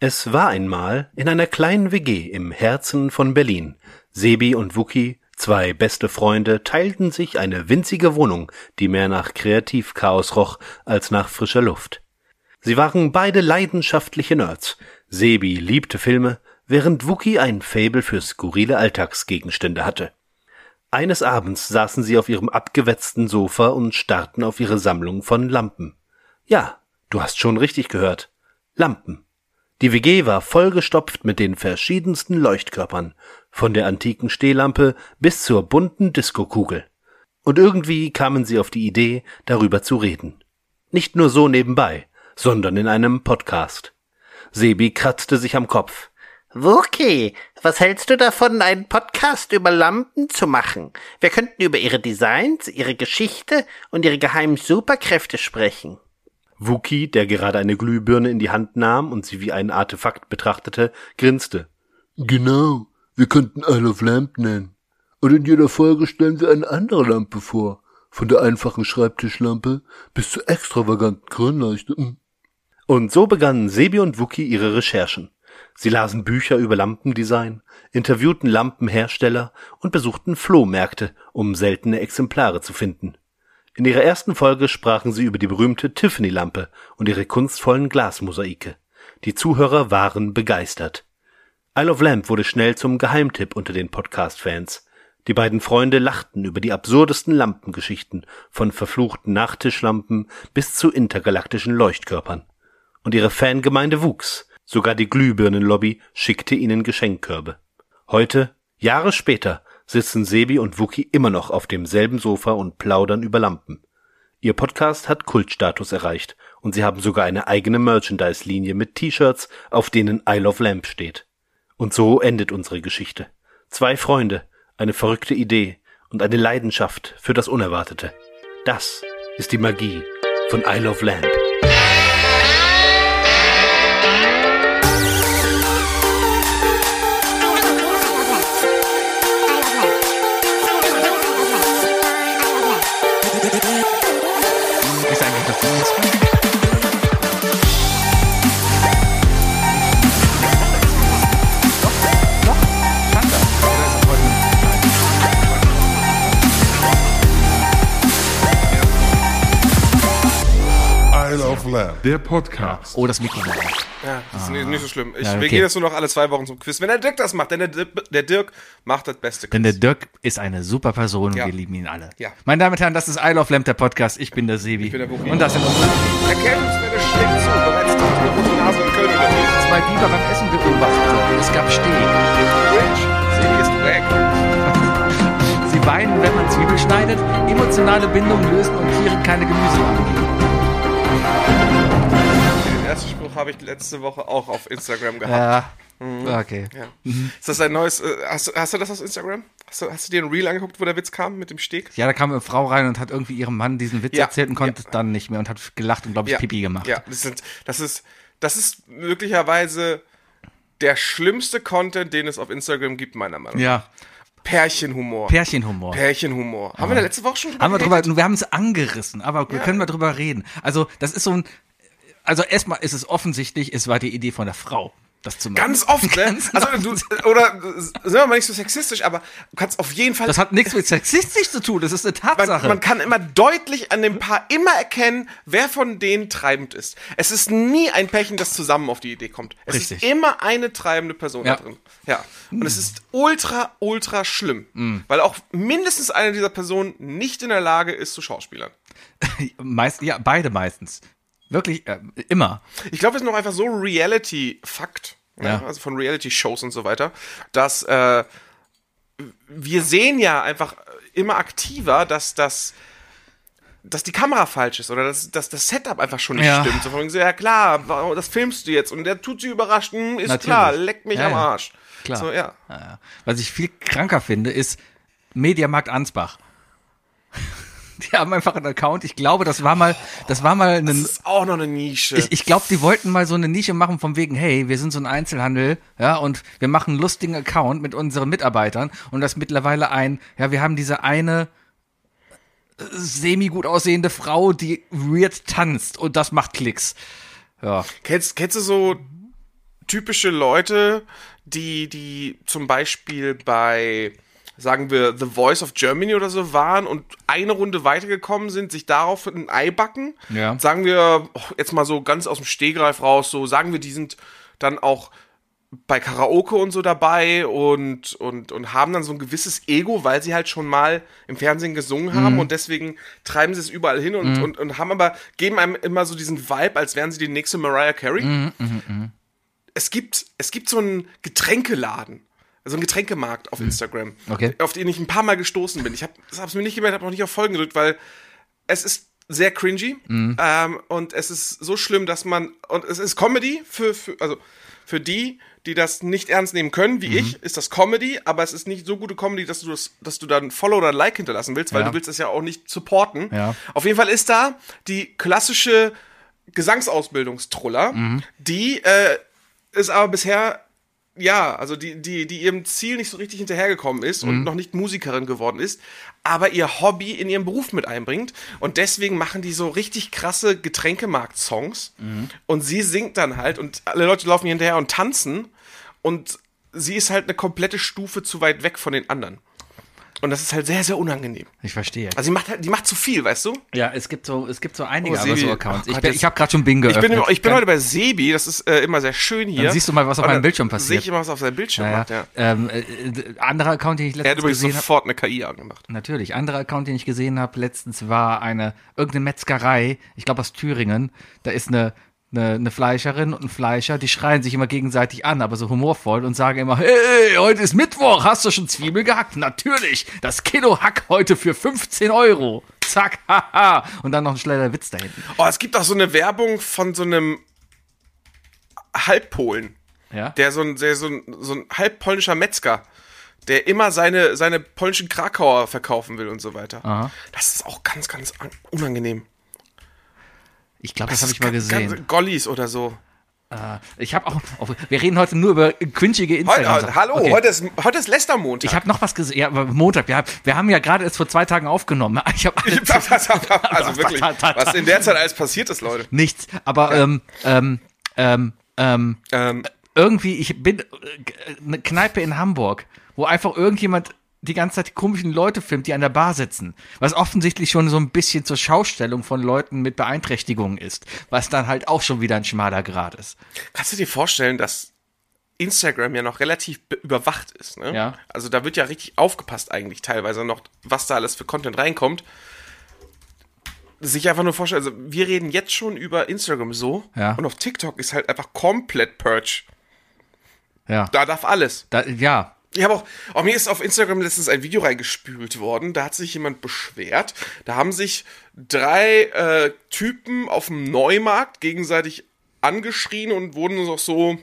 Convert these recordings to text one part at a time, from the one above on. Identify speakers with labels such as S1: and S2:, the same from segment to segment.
S1: Es war einmal in einer kleinen WG im Herzen von Berlin. Sebi und Wuki, zwei beste Freunde, teilten sich eine winzige Wohnung, die mehr nach Kreativchaos roch als nach frischer Luft. Sie waren beide leidenschaftliche Nerds. Sebi liebte Filme, während Wuki ein Faible für skurrile Alltagsgegenstände hatte. Eines Abends saßen sie auf ihrem abgewetzten Sofa und starrten auf ihre Sammlung von Lampen. Ja, du hast schon richtig gehört. Lampen. Die WG war vollgestopft mit den verschiedensten Leuchtkörpern, von der antiken Stehlampe bis zur bunten Diskokugel. Und irgendwie kamen sie auf die Idee, darüber zu reden. Nicht nur so nebenbei, sondern in einem Podcast. Sebi kratzte sich am Kopf.
S2: Wurki, was hältst du davon, einen Podcast über Lampen zu machen? Wir könnten über ihre Designs, ihre Geschichte und ihre geheimen Superkräfte sprechen.
S1: Wookie, der gerade eine Glühbirne in die Hand nahm und sie wie ein Artefakt betrachtete, grinste.
S3: Genau, wir könnten Isle of Lamp nennen. Und in jeder Folge stellen wir eine andere Lampe vor. Von der einfachen Schreibtischlampe bis zur extravaganten Grünleuchte. Hm.
S1: Und so begannen Sebi und Wookie ihre Recherchen. Sie lasen Bücher über Lampendesign, interviewten Lampenhersteller und besuchten Flohmärkte, um seltene Exemplare zu finden. In ihrer ersten Folge sprachen sie über die berühmte Tiffany-Lampe und ihre kunstvollen Glasmosaike. Die Zuhörer waren begeistert. Isle of Lamp wurde schnell zum Geheimtipp unter den Podcast-Fans. Die beiden Freunde lachten über die absurdesten Lampengeschichten, von verfluchten Nachtischlampen bis zu intergalaktischen Leuchtkörpern. Und ihre Fangemeinde wuchs. Sogar die Glühbirnenlobby schickte ihnen Geschenkkörbe. Heute, Jahre später, sitzen Sebi und Wookie immer noch auf demselben Sofa und plaudern über Lampen. Ihr Podcast hat Kultstatus erreicht und sie haben sogar eine eigene Merchandise-Linie mit T-Shirts, auf denen I Love Lamp steht. Und so endet unsere Geschichte. Zwei Freunde, eine verrückte Idee und eine Leidenschaft für das Unerwartete. Das ist die Magie von I Love Lamp.
S4: Isle of Lamp.
S5: Der Podcast.
S6: Oh, das Mikro.
S7: Ja, das ist nicht, nicht so schlimm. Ich,
S6: Ah. Ja,
S7: Wir
S6: okay.
S7: gehen jetzt nur noch alle zwei Wochen zum Quiz. Wenn der Dirk das macht, denn der, Dirk- der Dirk macht das beste Quiz.
S6: Denn der Dirk ist eine super Person und
S7: Ja.
S6: wir lieben ihn alle.
S7: Ja.
S6: Meine Damen und Herren, das ist I Love Lamp, der Podcast. Ich bin der Sebi.
S7: bin der Wookie.
S6: und das sind unsere
S7: er kennt uns, wenn er schlägt zu. Bereits tausende rote Nasen in Köln unterwegs.
S6: zwei Biber beim Essen beobachtet. Es gab Steg.
S7: Rich, Sebi ist weg.
S6: Sie weinen, wenn man Zwiebel schneidet, emotionale Bindungen lösen und Tiere keine Gemüse angeben.
S7: Den ersten Spruch habe ich letzte Woche auch auf Instagram gehabt.
S6: Ja. Mhm. Okay.
S7: Ja. Ist das ein neues... Äh, hast, du- hast du das aus Instagram? Hast du, hast du dir ein Reel angeguckt, wo der Witz kam mit dem Steg?
S6: Ja, da kam eine Frau rein und hat irgendwie ihrem Mann diesen Witz
S7: Ja.
S6: erzählt und konnte es dann nicht mehr und hat gelacht und, glaube ich, Pipi gemacht.
S7: Ja, das, sind, das, ist, das ist möglicherweise der schlimmste Content, den es auf Instagram gibt, meiner Meinung nach.
S6: Ja.
S7: Pärchenhumor.
S6: Pärchenhumor.
S7: Pärchenhumor. Haben wir da letzte Woche schon drüber
S6: Haben wir
S7: geredet?
S6: drüber, wir haben es angerissen, aber wir können wir drüber reden. Also, das ist so ein, also erstmal ist es offensichtlich, es war die Idee von der Frau, das zu machen.
S7: Ganz oft, ne?
S6: Ganz
S7: also,
S6: oft.
S7: du, oder, äh, sind wir mal nicht so sexistisch, aber du kannst auf jeden Fall.
S6: das hat nichts mit sexistisch zu tun, das ist eine
S7: man,
S6: Tatsache.
S7: man kann immer deutlich an dem Paar immer erkennen, wer von denen treibend ist. Es ist nie ein Pärchen, das zusammen auf die Idee kommt. Es ist
S6: Richtig.
S7: immer eine treibende Person
S6: Ja.
S7: da drin. Ja. Und es ist ultra, ultra schlimm.
S6: Mm.
S7: Weil auch mindestens eine dieser Personen nicht in der Lage ist zu Schauspielern.
S6: Meist, ja, beide meistens. Wirklich, äh, immer.
S7: Ich glaube, es ist noch einfach so Reality-Fakt, ja.
S6: Ja.
S7: also von Reality-Shows und so weiter, dass äh, wir sehen ja einfach immer aktiver, dass das dass die Kamera falsch ist oder dass, dass das Setup einfach schon nicht
S6: Ja.
S7: stimmt. So von wegen so, ja klar, warum- das filmst du jetzt und der tut sie überrascht, hm, ist
S6: Natürlich.
S7: klar, leck mich
S6: Ja,
S7: am
S6: ja.
S7: Arsch.
S6: Klar.
S7: So, ja.
S6: Äh, Was ich viel kranker finde, ist Mediamarkt Ansbach. Die haben einfach einen Account. Ich glaube, das war mal, das war mal ein,
S7: Das ist auch noch eine Nische.
S6: Ich, ich glaube, die wollten mal so eine Nische machen von wegen, hey, wir sind so ein Einzelhandel, ja, und wir machen einen lustigen Account mit unseren Mitarbeitern und das mittlerweile ein, ja, wir haben diese eine äh, semi gut aussehende Frau, die weird tanzt und das macht Klicks.
S7: kennst, kennst du so typische Leute, die, die zum Beispiel bei, sagen wir, The Voice of Germany oder so waren und eine Runde weitergekommen sind, sich darauf ein Ei backen.
S6: Ja.
S7: Sagen wir, oh, jetzt mal so ganz aus dem Stegreif raus, so sagen wir, die sind dann auch bei Karaoke und so dabei und, und, und haben dann so ein gewisses Ego, weil sie halt schon mal im Fernsehen gesungen haben und deswegen treiben sie es überall hin und, und, und haben aber, geben einem immer so diesen Vibe, als wären sie die nächste Mariah Carey. Es gibt, es gibt so einen Getränkeladen, also einen Getränkemarkt auf Instagram,
S6: Okay.
S7: auf den ich ein paar Mal gestoßen bin. Ich habe es mir nicht gemerkt, habe noch nicht auf Folgen gedrückt, weil es ist sehr cringy ähm, und es ist so schlimm, dass man und es ist Comedy für, für also für die, die das nicht ernst nehmen können, wie ich, ist das Comedy, aber es ist nicht so gute Comedy, dass du das, dass du dann Follow oder ein Like hinterlassen willst, weil
S6: Ja.
S7: du willst es ja auch nicht supporten.
S6: Ja.
S7: Auf jeden Fall ist da die klassische Gesangsausbildungstruller, die äh, ist aber bisher ja, also die, die, die ihrem Ziel nicht so richtig hinterhergekommen ist und noch nicht Musikerin geworden ist, aber ihr Hobby in ihren Beruf mit einbringt. Und deswegen machen die so richtig krasse Getränkemarkt-Songs. Und sie singt dann halt und alle Leute laufen ihr hinterher und tanzen. Und sie ist halt eine komplette Stufe zu weit weg von den anderen. Und das ist halt sehr, sehr unangenehm.
S6: Ich verstehe.
S7: Also sie macht halt, die macht zu viel, weißt du?
S6: ja, es gibt so, es gibt so einige
S7: Oh,
S6: aber so
S7: Sebi.
S6: Accounts.
S7: Oh
S6: ich
S7: Gott,
S6: bin-
S7: jetzt-
S6: ich habe gerade schon Bing
S7: Ich
S6: geöffnet.
S7: bin, ich bin heute bei Sebi, das ist äh, immer sehr schön hier.
S6: Dann siehst du mal, was auf
S7: Und
S6: meinem
S7: dann
S6: Bildschirm
S7: Sehe
S6: passiert.
S7: ich immer, was auf seinem Bildschirm
S6: ja,
S7: macht, ja.
S6: Ähm, äh, äh, anderer Account, den ich
S7: Er hat
S6: letztens
S7: übrigens
S6: gesehen habe.
S7: sofort eine KI angemacht.
S6: Natürlich. Anderer Account, den ich gesehen habe letztens, war eine irgendeine Metzgerei, ich glaube aus Thüringen. Da ist eine, eine, eine Fleischerin und ein Fleischer, die schreien sich immer gegenseitig an, aber so humorvoll und sagen immer, hey, heute ist Mittwoch, hast du schon Zwiebel gehackt? Natürlich, das Kilo Hack heute für 15 Euro. Zack, haha. Und dann noch ein schneller Witz da hinten.
S7: Oh, es gibt auch so eine Werbung von so einem Halbpolen,
S6: Ja?
S7: der so ein, der so ein, so ein halbpolnischer Metzger, der immer seine, seine polnischen Krakauer verkaufen will und so weiter. Das ist auch ganz, ganz an- unangenehm.
S6: ich glaube, das, habe
S7: ist
S6: ich mal
S7: ganz-
S6: gesehen.
S7: ganz- Gollis oder so.
S6: ich habe auch, auch, wir reden heute nur über quinschige
S7: Heute, also,
S6: Instagram.
S7: hallo, heute ist, heute ist Lästermontag.
S6: Ich habe noch was gesehen. Ja, aber Montag. Wir, haben- wir haben ja gerade erst vor zwei Tagen aufgenommen. Ich habe
S7: Ich- also wirklich, was in der Zeit alles passiert ist, Leute.
S6: nichts. Aber ähm, ähm, ähm, ähm,
S7: Ähm,
S6: irgendwie, ich bin äh, eine Kneipe in Hamburg, wo einfach irgendjemand die ganze Zeit die komischen Leute filmt, die an der Bar sitzen. Was offensichtlich schon so ein bisschen zur Schaustellung von Leuten mit Beeinträchtigungen ist. Was dann halt auch schon wieder ein schmaler Grad ist.
S7: Kannst du dir vorstellen, dass Instagram ja noch relativ be- überwacht ist, ne?
S6: Ja.
S7: Also da wird ja richtig aufgepasst eigentlich teilweise noch, was da alles für Content reinkommt. Sich einfach nur vorstellen, also wir reden jetzt schon über Instagram so
S6: Ja.
S7: und auf TikTok ist halt einfach komplett Purge.
S6: Ja.
S7: Da darf alles.
S6: Da, ja.
S7: Ich habe auch, auch mir ist auf Instagram letztens ein Video reingespült worden. Da hat sich jemand beschwert. Da haben sich drei äh, Typen auf dem Neumarkt gegenseitig angeschrien und wurden so, so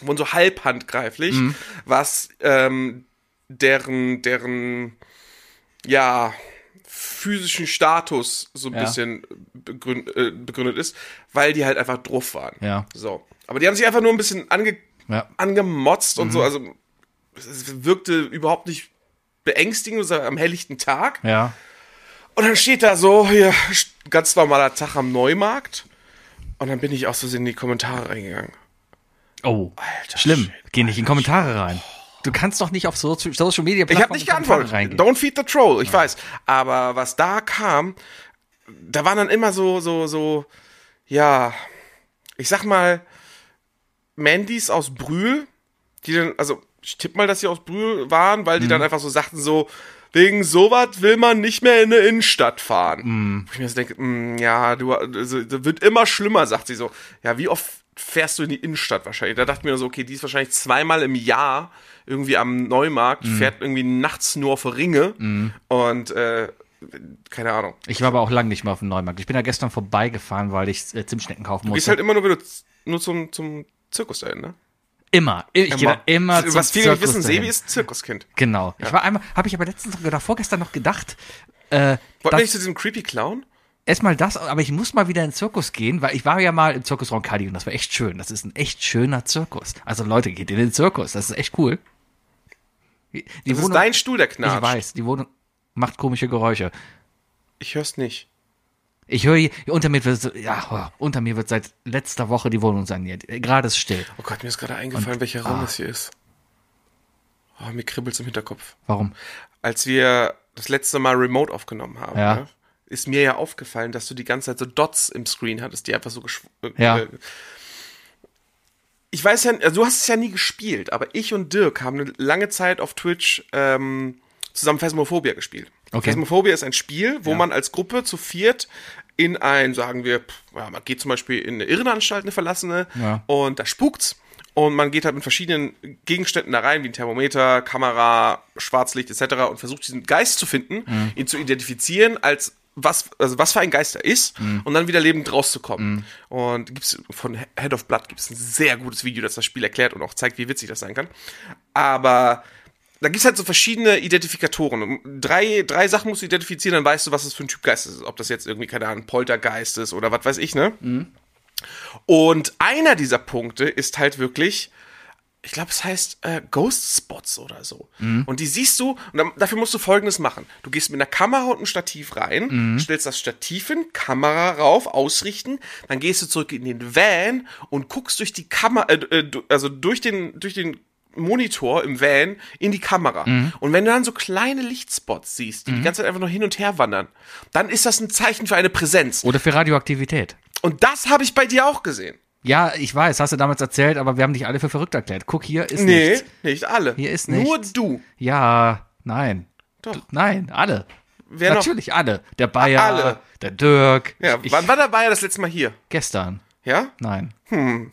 S7: wurden so halb handgreiflich,
S6: Mhm.
S7: was ähm, deren deren ja physischen Status so ein
S6: Ja.
S7: bisschen begründet, äh, begründet ist, weil die halt einfach drauf waren.
S6: Ja.
S7: So, aber die haben sich einfach nur ein bisschen ange
S6: Ja. Mhm.
S7: angemotzt und so. Also es wirkte überhaupt nicht beängstigend, es war am helllichten Tag.
S6: Ja.
S7: Und dann steht da so, hier, st- ganz normaler Tag am Neumarkt. Und dann bin ich auch so in die Kommentare reingegangen.
S6: Oh,
S7: Alter
S6: schlimm.
S7: Shit,
S6: Geh nicht in Kommentare rein. Du kannst doch nicht auf so Social Media
S7: Ich habe
S6: Kommentare
S7: nicht geantwortet.
S6: reingehen.
S7: Don't feed the troll, ich weiß. Aber was da kam, da waren dann immer so, so, so, ja, ich sag mal, Mandys aus Brühl, die dann, also ich tippe mal, dass sie aus Brühl waren,
S6: Mhm.
S7: weil die dann einfach so sagten, so, wegen sowas will man nicht mehr in eine Innenstadt fahren.
S6: Mhm.
S7: Wo ich mir so denke, mm, ja, du, also, das wird immer schlimmer, sagt sie so. Ja, wie oft fährst du in die Innenstadt wahrscheinlich? Da dachte ich mir so, okay, die ist wahrscheinlich zweimal im Jahr irgendwie am Neumarkt,
S6: Mhm.
S7: fährt irgendwie nachts nur auf Ringe und, äh, keine Ahnung.
S6: Ich war aber auch lange nicht mehr auf dem Neumarkt. Ich bin da gestern vorbeigefahren, weil ich äh, Zimtschnecken kaufen
S7: Du gehst
S6: musste.
S7: halt immer nur, wenn du z- nur zum, zum Zirkus dahin, ne?
S6: immer. Ich gehe da immer zum
S7: Was viele nicht
S6: Zirkus
S7: wissen,
S6: dahin.
S7: Sebi ist Zirkuskind.
S6: Genau. Ich war einmal, habe ich aber letztens oder vorgestern noch gedacht, äh,
S7: Wollten
S6: das-
S7: wir nicht zu diesem Creepy Clown?
S6: erstmal das, aber ich muss mal wieder in den Zirkus gehen, weil ich war ja mal im Zirkus Roncalli und das war echt schön. Das ist ein echt schöner Zirkus. Also Leute, geht in den Zirkus. Das ist echt cool. Die die
S7: Das ist dein Stuhl, der
S6: ich
S7: knatscht.
S6: weiß, die Wohnung macht komische Geräusche.
S7: Ich hör's nicht.
S6: Ich höre hier, unter mir wird, ja, oh, unter mir wird seit letzter Woche die Wohnung saniert. Äh, Gerade ist still.
S7: Oh Gott, mir ist gerade eingefallen, welcher Raum
S6: Ah.
S7: das hier ist. Oh, mir kribbelt's im Hinterkopf.
S6: Warum?
S7: Als wir das letzte Mal Remote aufgenommen haben,
S6: Ja.
S7: ne, ist mir ja aufgefallen, dass du die ganze Zeit so Dots im Screen hattest, die einfach so geschw äh,
S6: Ja.
S7: äh, Ich weiß ja, also du hast es ja nie gespielt, aber ich und Dirk haben eine lange Zeit auf Twitch ähm, zusammen Phasmophobia gespielt.
S6: Okay.
S7: Phasmophobia ist ein Spiel, wo man als Gruppe zu viert in ein, sagen wir, pff, ja, man geht zum Beispiel in eine Irrenanstalt, eine verlassene,
S6: Ja.
S7: und da spukt's. Und man geht halt mit verschiedenen Gegenständen da rein, wie ein Thermometer, Kamera, Schwarzlicht etc. und versucht diesen Geist zu finden, ihn zu identifizieren als was, also was für ein Geist er ist und dann wieder lebend rauszukommen. Und gibt's von Head of Blood gibt's ein sehr gutes Video, das das Spiel erklärt und auch zeigt, wie witzig das sein kann. Aber da gibt's halt so verschiedene Identifikatoren. Um Drei, drei Sachen musst du identifizieren, dann weißt du, was es für ein Typ Geist ist. Ob das jetzt irgendwie, keine Ahnung, Poltergeist ist oder was weiß ich, ne? Und einer dieser Punkte ist halt wirklich, ich glaube, es heißt äh, Ghost Spots oder so. Und die siehst du, und dann, dafür musst du folgendes machen. Du gehst mit einer Kamera und einem Stativ rein, stellst das Stativ hin, Kamera rauf, ausrichten, dann gehst du zurück in den Van und guckst durch die Kamera, äh, äh, du- also durch den, durch den Monitor im Van in die Kamera. Und wenn du dann so kleine Lichtspots siehst, die die ganze Zeit einfach nur hin und her wandern, dann ist das ein Zeichen für eine Präsenz.
S6: Oder für Radioaktivität.
S7: Und das habe ich bei dir auch gesehen.
S6: Ja, ich weiß, hast du damals erzählt, aber wir haben dich alle für verrückt erklärt. Guck, hier ist
S7: Nee,
S6: nichts.
S7: nicht alle.
S6: Hier ist
S7: Nur
S6: nichts.
S7: du.
S6: Ja, nein.
S7: Doch.
S6: Nein, alle.
S7: Wer noch? Ah,
S6: Natürlich alle. Der Bayer,
S7: Alle.
S6: der Dirk.
S7: Ja,
S6: ich,
S7: wann war der Bayer das letzte Mal hier?
S6: gestern.
S7: Ja?
S6: Nein.
S7: Hm.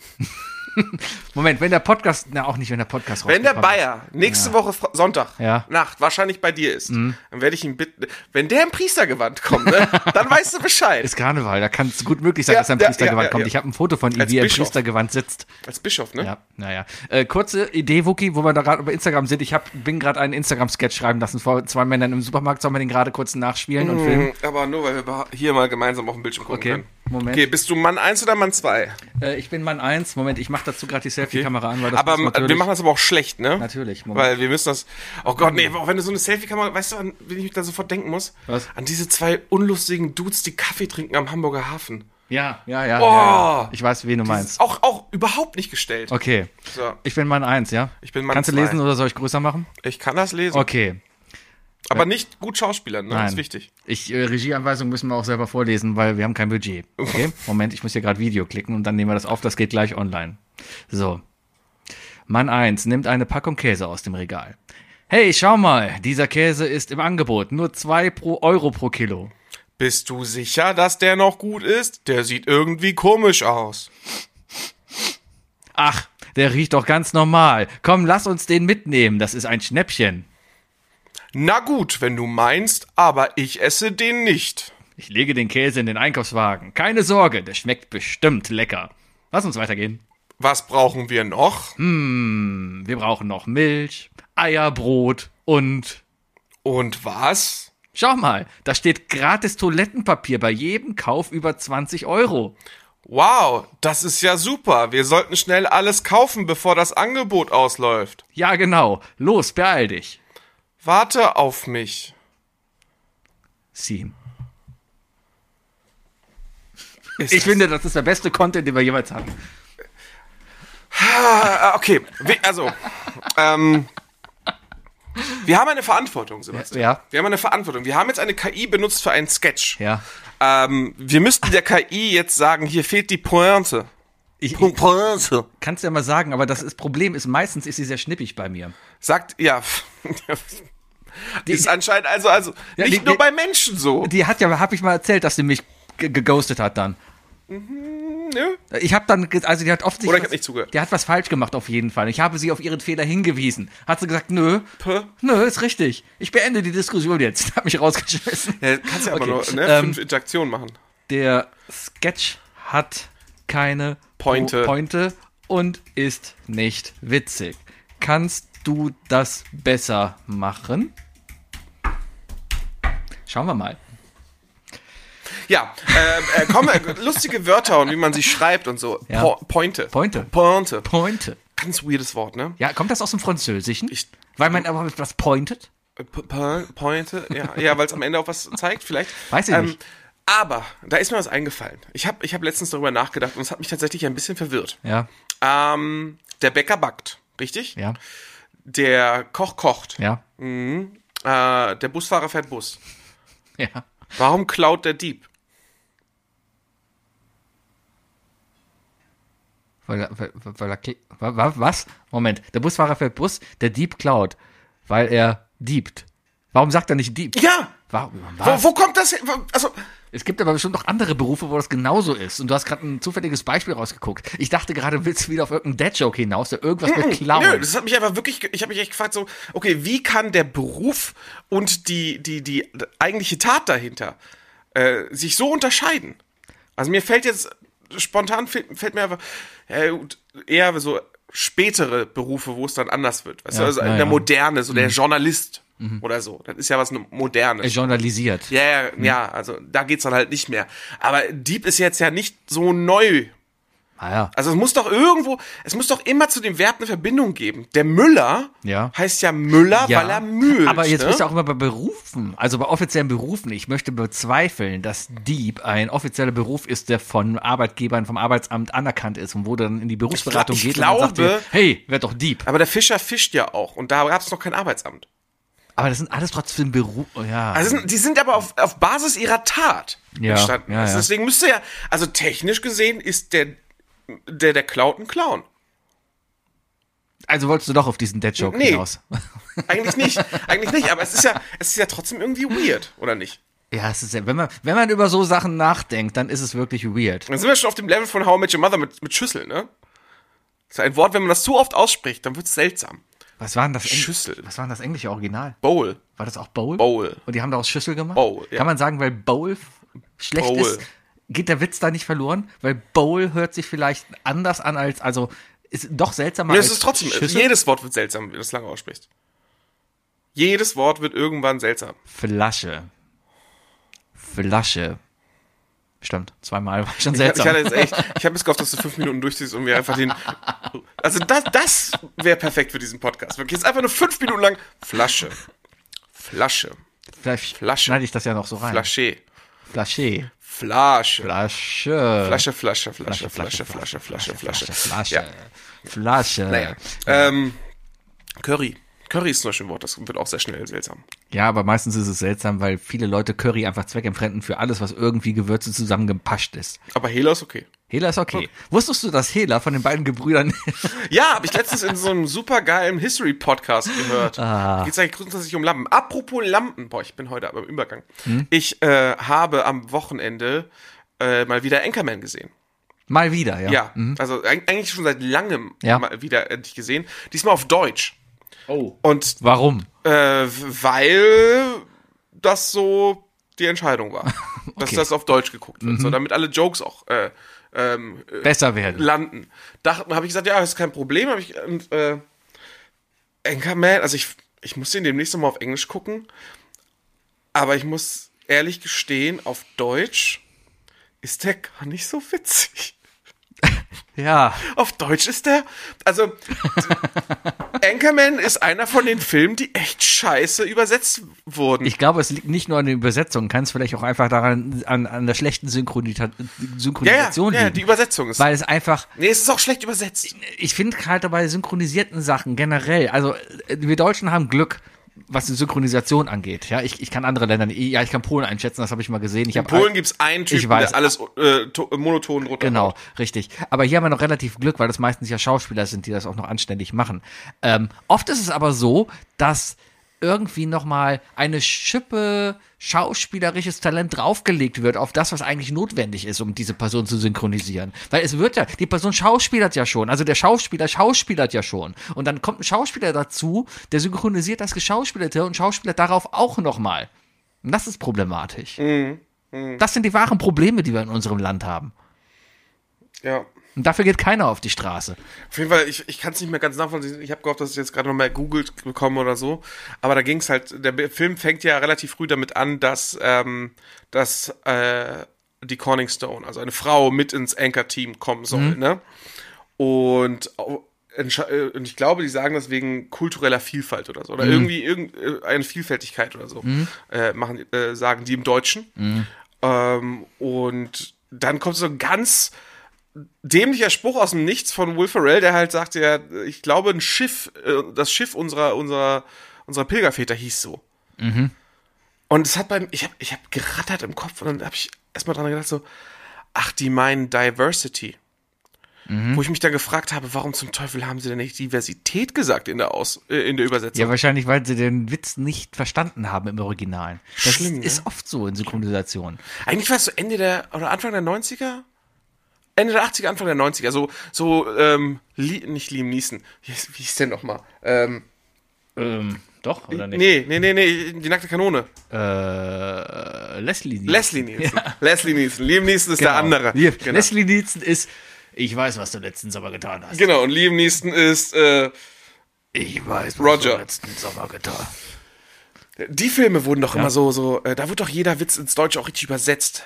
S6: Moment, wenn der Podcast, na auch nicht, wenn der Podcast
S7: Wenn der
S6: rausgekommen
S7: Bayer nächste Woche Fr- Sonntag
S6: Ja. Mhm.
S7: Nacht wahrscheinlich bei dir ist, dann werde ich ihn bitten. Wenn der im Priestergewand kommt, ne, dann weißt du Bescheid.
S6: Ist Karneval, da kann es gut möglich sein,
S7: Ja,
S6: dass er im
S7: ja,
S6: Priestergewand
S7: ja, ja,
S6: kommt.
S7: ja.
S6: Ich habe ein Foto von ihm,
S7: Als
S6: wie er im
S7: Bischof.
S6: Priestergewand sitzt.
S7: Als Bischof, ne?
S6: Ja, naja. Äh, kurze Idee, Wookie, wo wir da gerade bei Instagram sind. Ich hab, bin gerade einen Instagram-Sketch schreiben lassen vor zwei Männern im Supermarkt. Sollen wir den gerade kurz nachspielen und filmen?
S7: Mhm, Aber nur, weil wir ba- hier mal gemeinsam auf dem Bildschirm gucken
S6: Okay,
S7: können.
S6: Moment.
S7: Okay, bist du Mann 1 oder Mann 2?
S6: Äh, ich bin Mann 1. Moment, ich mache dazu gerade die Selfie-Kamera an, weil das
S7: Aber
S6: muss
S7: m- wir machen das aber auch schlecht, ne?
S6: Natürlich, Moment.
S7: Weil wir müssen das. Oh Gott, nee, auch wenn du so eine Selfie-Kamera. Weißt du, an wen ich da sofort denken muss?
S6: Was?
S7: An diese zwei unlustigen Dudes, die Kaffee trinken am Hamburger Hafen.
S6: Ja, ja, ja.
S7: Boah!
S6: ja. Ich weiß, wen du
S7: Das
S6: meinst.
S7: ist auch, auch überhaupt nicht gestellt.
S6: Okay.
S7: So,
S6: Ich bin Mann 1, ja?
S7: Ich bin Mann
S6: Kannst du
S7: zwei.
S6: lesen oder soll ich größer machen?
S7: ich kann das lesen.
S6: Okay.
S7: Aber nicht gut Schauspielern, ne? Das ist wichtig.
S6: Ich, äh, Regieanweisungen müssen wir auch selber vorlesen, weil wir haben kein Budget. Okay? Moment, ich muss hier gerade Video klicken und dann nehmen wir das auf. Das geht gleich online. So. Mann 1 nimmt eine Packung Käse aus dem Regal. Hey, schau mal, dieser Käse ist im Angebot. Nur 2 pro Euro pro Kilo.
S7: Bist du sicher, dass der noch gut ist? Der sieht irgendwie komisch aus.
S6: Ach, der riecht doch ganz normal. Komm, lass uns den mitnehmen. Das ist ein Schnäppchen.
S7: Na gut, wenn du meinst, aber ich esse den nicht.
S6: Ich lege den Käse in den Einkaufswagen. Keine Sorge, der schmeckt bestimmt lecker. Lass uns weitergehen.
S7: Was brauchen wir noch?
S6: Hm. Wir brauchen noch Milch, Eierbrot und.
S7: Und was?
S6: Schau mal, da steht gratis Toilettenpapier bei jedem Kauf über 20 Euro.
S7: Wow, das ist ja super. Wir sollten schnell alles kaufen, bevor das Angebot ausläuft.
S6: Ja, genau. Los, beeil dich.
S7: Warte auf mich.
S6: Sie.
S7: Ist
S6: Ich finde, das ist der beste Content, den wir jemals hatten.
S7: Ah, okay, wir, also, ähm, wir haben eine Verantwortung, Sebastian.
S6: Ja.
S7: Wir haben eine Verantwortung. Wir haben jetzt eine KI benutzt für einen Sketch.
S6: Ja.
S7: Ähm, wir müssten der KI jetzt sagen, hier fehlt die Pointe.
S6: Ich, ich
S7: Punkt, Pointe.
S6: kann's ja mal sagen, aber das ist, Problem ist, meistens ist sie sehr schnippig bei mir.
S7: Sagt, ja. ist anscheinend also, also
S6: Ja,
S7: nicht
S6: die-
S7: nur
S6: die-
S7: bei Menschen so.
S6: Die hat ja, hab ich mal erzählt, dass sie mich ge- geghostet hat dann.
S7: nö.
S6: Ich habe dann, ge- also die hat offensichtlich.
S7: Mhm, Oder ich hab
S6: was-
S7: nicht zugehört.
S6: Die hat was falsch gemacht auf jeden Fall. Ich habe sie auf ihren Fehler hingewiesen. Hat sie gesagt, nö,
S7: Puh.
S6: nö, ist richtig. Ich beende die Diskussion jetzt. Hab mich rausgeschmissen.
S7: Ja, kannst ja aber
S6: Okay,
S7: nur ne,
S6: ähm,
S7: fünf Interaktionen machen.
S6: Der Sketch hat keine
S7: Pointe.
S6: Po- Pointe und ist nicht witzig. Kannst du das besser machen? Schauen wir mal.
S7: Ja, ähm, äh, komm, äh, lustige Wörter und wie man sie schreibt und so.
S6: Ja.
S7: Po Pointe.
S6: Pointe.
S7: Pointe.
S6: Pointe.
S7: Ganz weirdes Wort, ne?
S6: Ja, kommt das aus dem Französischen?
S7: Ich-
S6: Weil man aber mit was pointet?
S7: P- P- Pointe, ja, ja weil es am Ende auch was zeigt, vielleicht. Ähm,
S6: Weiß ich nicht.
S7: Aber da ist mir was eingefallen. Ich habe ich hab letztens darüber nachgedacht und es hat mich tatsächlich ein bisschen verwirrt.
S6: Ja,
S7: Ähm, der Bäcker backt, richtig?
S6: ja,
S7: Der Koch kocht.
S6: ja,
S7: Äh, der Busfahrer fährt Bus.
S6: ja.
S7: Warum klaut der Dieb?
S6: Weil, er- weil, weil, er kl- wa- wa- was? Moment, der Busfahrer fährt Bus, der Dieb klaut, weil er diebt. Warum sagt er nicht Dieb?
S7: Ja!
S6: Warum,
S7: Wo,
S6: was?
S7: wo kommt das her? Wo- Also,
S6: Es gibt aber bestimmt noch andere Berufe, wo das genauso ist. Und du hast gerade ein zufälliges Beispiel rausgeguckt. Ich dachte gerade, willst du wieder auf irgendeinen Dead-Joke hinaus, der irgendwas mit
S7: nö,
S6: Klauen.
S7: das hat mich einfach wirklich, ge- ich habe mich echt gefragt, so, okay, wie kann der Beruf und die, die, die eigentliche Tat dahinter äh, sich so unterscheiden? Also mir fällt jetzt, spontan fällt, fällt mir einfach ja, gut, eher so spätere Berufe, wo es dann anders wird. Weißt
S6: Ja,
S7: du, also
S6: na
S7: in der
S6: ja. Mhm.
S7: Moderne, so der Journalist oder so. Das ist ja was Modernes.
S6: äh, Journalisiert.
S7: Ja, ja,
S6: Mhm.
S7: ja, also da geht's dann halt nicht mehr. Aber Dieb ist jetzt ja nicht so neu.
S6: Ah, ja.
S7: Also es muss doch irgendwo, es muss doch immer zu dem Verb eine Verbindung geben. Der Müller
S6: Ja.
S7: heißt ja Müller,
S6: Ja,
S7: weil er mühlt.
S6: Aber jetzt
S7: ne?
S6: bist du auch immer bei Berufen, also bei offiziellen Berufen. Ich möchte bezweifeln, dass Dieb ein offizieller Beruf ist, der von Arbeitgebern, vom Arbeitsamt anerkannt ist und wo dann in die Berufsberatung
S7: Ich
S6: geht
S7: glaube-
S6: und dann sagt dir, hey, werd doch Dieb.
S7: Aber der Fischer fischt ja auch und da gab's noch kein Arbeitsamt.
S6: Aber das sind alles trotzdem Berufe. Ja.
S7: Also sind- die sind aber auf, auf Basis ihrer Tat
S6: Ja,
S7: entstanden.
S6: ja,
S7: also
S6: ja.
S7: deswegen müsste ja, also technisch gesehen ist der der der klaut ein Clown.
S6: also wolltest du doch auf diesen Dead-Joke
S7: Nee.
S6: hinaus.
S7: Eigentlich nicht, eigentlich nicht. Aber es ist ja, es ist ja trotzdem irgendwie weird, oder nicht?
S6: Ja, es ist ja, wenn man, wenn man über so Sachen nachdenkt, dann ist es wirklich weird.
S7: Dann sind wir schon auf dem Level von How I Met Your Mother mit, mit Schüssel, ne? Das ist ein Wort, wenn man das zu oft ausspricht, dann wird's seltsam.
S6: Was waren das? Eng-
S7: Schüssel.
S6: Was waren das englische Original?
S7: Bowl.
S6: War das auch Bowl?
S7: Bowl.
S6: Und die haben da aus Schüssel gemacht?
S7: Bowl, ja.
S6: Kann man sagen, weil Bowl f- schlecht
S7: Bowl.
S6: ist, geht der Witz da nicht verloren? Weil Bowl hört sich vielleicht anders an als, also ist doch seltsamer
S7: Nö,
S6: als
S7: es ist trotzdem,
S6: Schüssel.
S7: jedes Wort wird seltsam, wenn du es lange aussprichst. Jedes Wort wird irgendwann seltsam.
S6: Flasche. Flasche. Stimmt, zweimal war schon
S7: Ich hatte,
S6: seltsam.
S7: ich hatte jetzt echt, ich habe jetzt gehofft, dass du fünf Minuten durchziehst und wir einfach den, also das, das wäre perfekt für diesen Podcast. Wirklich, jetzt einfach nur fünf Minuten lang Flasche, Flasche,
S6: Vielleicht
S7: Flasche.
S6: schneide ich das ja noch so rein.
S7: Flasche,
S6: Flasche.
S7: Flasche,
S6: Flasche.
S7: Flasche, Flasche, Flasche,
S6: Flasche,
S7: Flasche, Flasche, Flasche,
S6: Flasche.
S7: Flasche,
S6: Flasche.
S7: Ja.
S6: Flasche.
S7: Naja. Ähm, Curry. Curry ist zum Beispiel ein Wort, das wird auch sehr schnell seltsam.
S6: Ja, aber meistens ist es seltsam, weil viele Leute Curry einfach zweckentfremden für alles, was irgendwie Gewürze zusammengepascht ist.
S7: Aber Hela ist okay.
S6: Hela ist okay.
S7: Oh.
S6: Wusstest du, dass Hela von den beiden Gebrüdern
S7: Ja, habe ich letztens in so einem supergeilen History-Podcast gehört. Ah. Geht eigentlich grundsätzlich um Lampen. Apropos Lampen, boah, ich bin heute aber im Übergang.
S6: Hm?
S7: Ich äh, habe am Wochenende äh, mal wieder Anchorman gesehen.
S6: mal wieder, ja? Mhm.
S7: Ja, also eig- eigentlich schon seit langem
S6: Ja.
S7: mal wieder endlich gesehen. Diesmal auf Deutsch.
S6: Oh.
S7: Und
S6: Warum?
S7: Äh, weil das so die Entscheidung war. Dass das auf Deutsch geguckt wird. So,
S6: Mhm.
S7: damit alle Jokes auch äh, ähm, äh,
S6: Besser werden.
S7: landen. Da habe ich gesagt, ja, ist kein Problem. Hab ich, ähm, äh, Anchorman, also ich, ich muss den demnächst nochmal auf Englisch gucken. Aber ich muss ehrlich gestehen, auf Deutsch ist der gar nicht so witzig.
S6: Ja.
S7: Auf Deutsch ist der. Also, Anchorman ist einer von den Filmen, die echt scheiße übersetzt wurden.
S6: Ich glaube, es liegt nicht nur an den Übersetzungen, kann es vielleicht auch einfach daran, an, an der schlechten Synchronita
S7: ja, ja,
S6: Synchronisation
S7: ja,
S6: liegen.
S7: die Übersetzung ist.
S6: weil es einfach,
S7: nee, es ist auch schlecht übersetzt.
S6: ich finde halt dabei synchronisierten Sachen generell, also äh, wir Deutschen haben Glück, was die Synchronisation angeht. Ja, ich, ich kann andere Länder, nicht- ja, ich kann Polen einschätzen, das habe ich mal gesehen. äh, Ich
S7: In
S6: hab-
S7: Polen gibt's einen Typen,
S6: weiß.
S7: der alles äh, to- monoton runter.
S6: Genau, richtig. Aber hier haben wir noch relativ Glück, weil das meistens ja Schauspieler sind, die das auch noch anständig machen. Ähm, oft ist es aber so, dass irgendwie nochmal eine Schippe schauspielerisches Talent draufgelegt wird auf das, was eigentlich notwendig ist, um diese Person zu synchronisieren. Weil es wird ja, die Person schauspielert ja schon, also der Schauspieler schauspielert ja schon. Und dann kommt ein Schauspieler dazu, der synchronisiert das Geschauspielerte und schauspielert darauf auch nochmal. Und das ist problematisch. Das sind die wahren Probleme, die wir in unserem Land haben.
S7: Ja.
S6: Und dafür geht keiner auf die Straße.
S7: Auf jeden Fall, ich, ich kann es nicht mehr ganz nachvollziehen. Ich habe gehofft, dass ich jetzt gerade nochmal googelt bekomme oder so. Aber da ging's halt, der Be- Film fängt ja relativ früh damit an, dass, ähm, dass äh, die Corning Stone, also eine Frau, mit ins Anchor-Team kommen soll. Ne? Und au- entsche- äh, und ich glaube, die sagen das wegen kultureller Vielfalt oder so. Oder äh, irgendwie irgendeine Vielfältigkeit oder so. Äh, machen, die- äh, sagen die im Deutschen. Ähm, und dann kommt so ein ganz dämlicher Spruch aus dem Nichts von Will Ferrell, der halt sagt, ja, ich glaube, ein Schiff, äh, das Schiff unserer, unserer, unserer Pilgerväter hieß so. Und es hat beim, ich habe ich hab gerattert im Kopf und dann habe ich erstmal dran gedacht, so, ach, die meinen Diversity. Wo ich mich dann gefragt habe, warum zum Teufel haben sie denn nicht Diversität gesagt in der, Aus, äh, in der Übersetzung?
S6: Ja, wahrscheinlich, weil sie den Witz nicht verstanden haben im Original. Das
S7: Schlimm, ne?
S6: ist oft so in Synchronisationen.
S7: Eigentlich war es so Ende der, oder Anfang der 90er? Ende der 80er, Anfang der 90er. So, so, ähm, Lie, nicht Liam Neeson. Wie hieß, wie hieß der nochmal? Ähm,
S6: Ähm, doch, oder nicht?
S7: nee, nee, nee, nee, die nackte Kanone.
S6: Äh, Leslie Nielsen.
S7: Leslie Nielsen. Leslie Nielsen. Liam Neeson ist der andere.
S6: Hier,
S7: Genau.
S6: Leslie Nielsen ist, ich weiß, was du letzten Sommer getan hast.
S7: genau, und Liam Neeson ist, äh,
S6: Ich weiß, was
S7: Roger.
S6: du letzten Sommer getan hast.
S7: die Filme wurden doch immer so, so, äh, da wird doch jeder Witz ins Deutsche auch richtig übersetzt.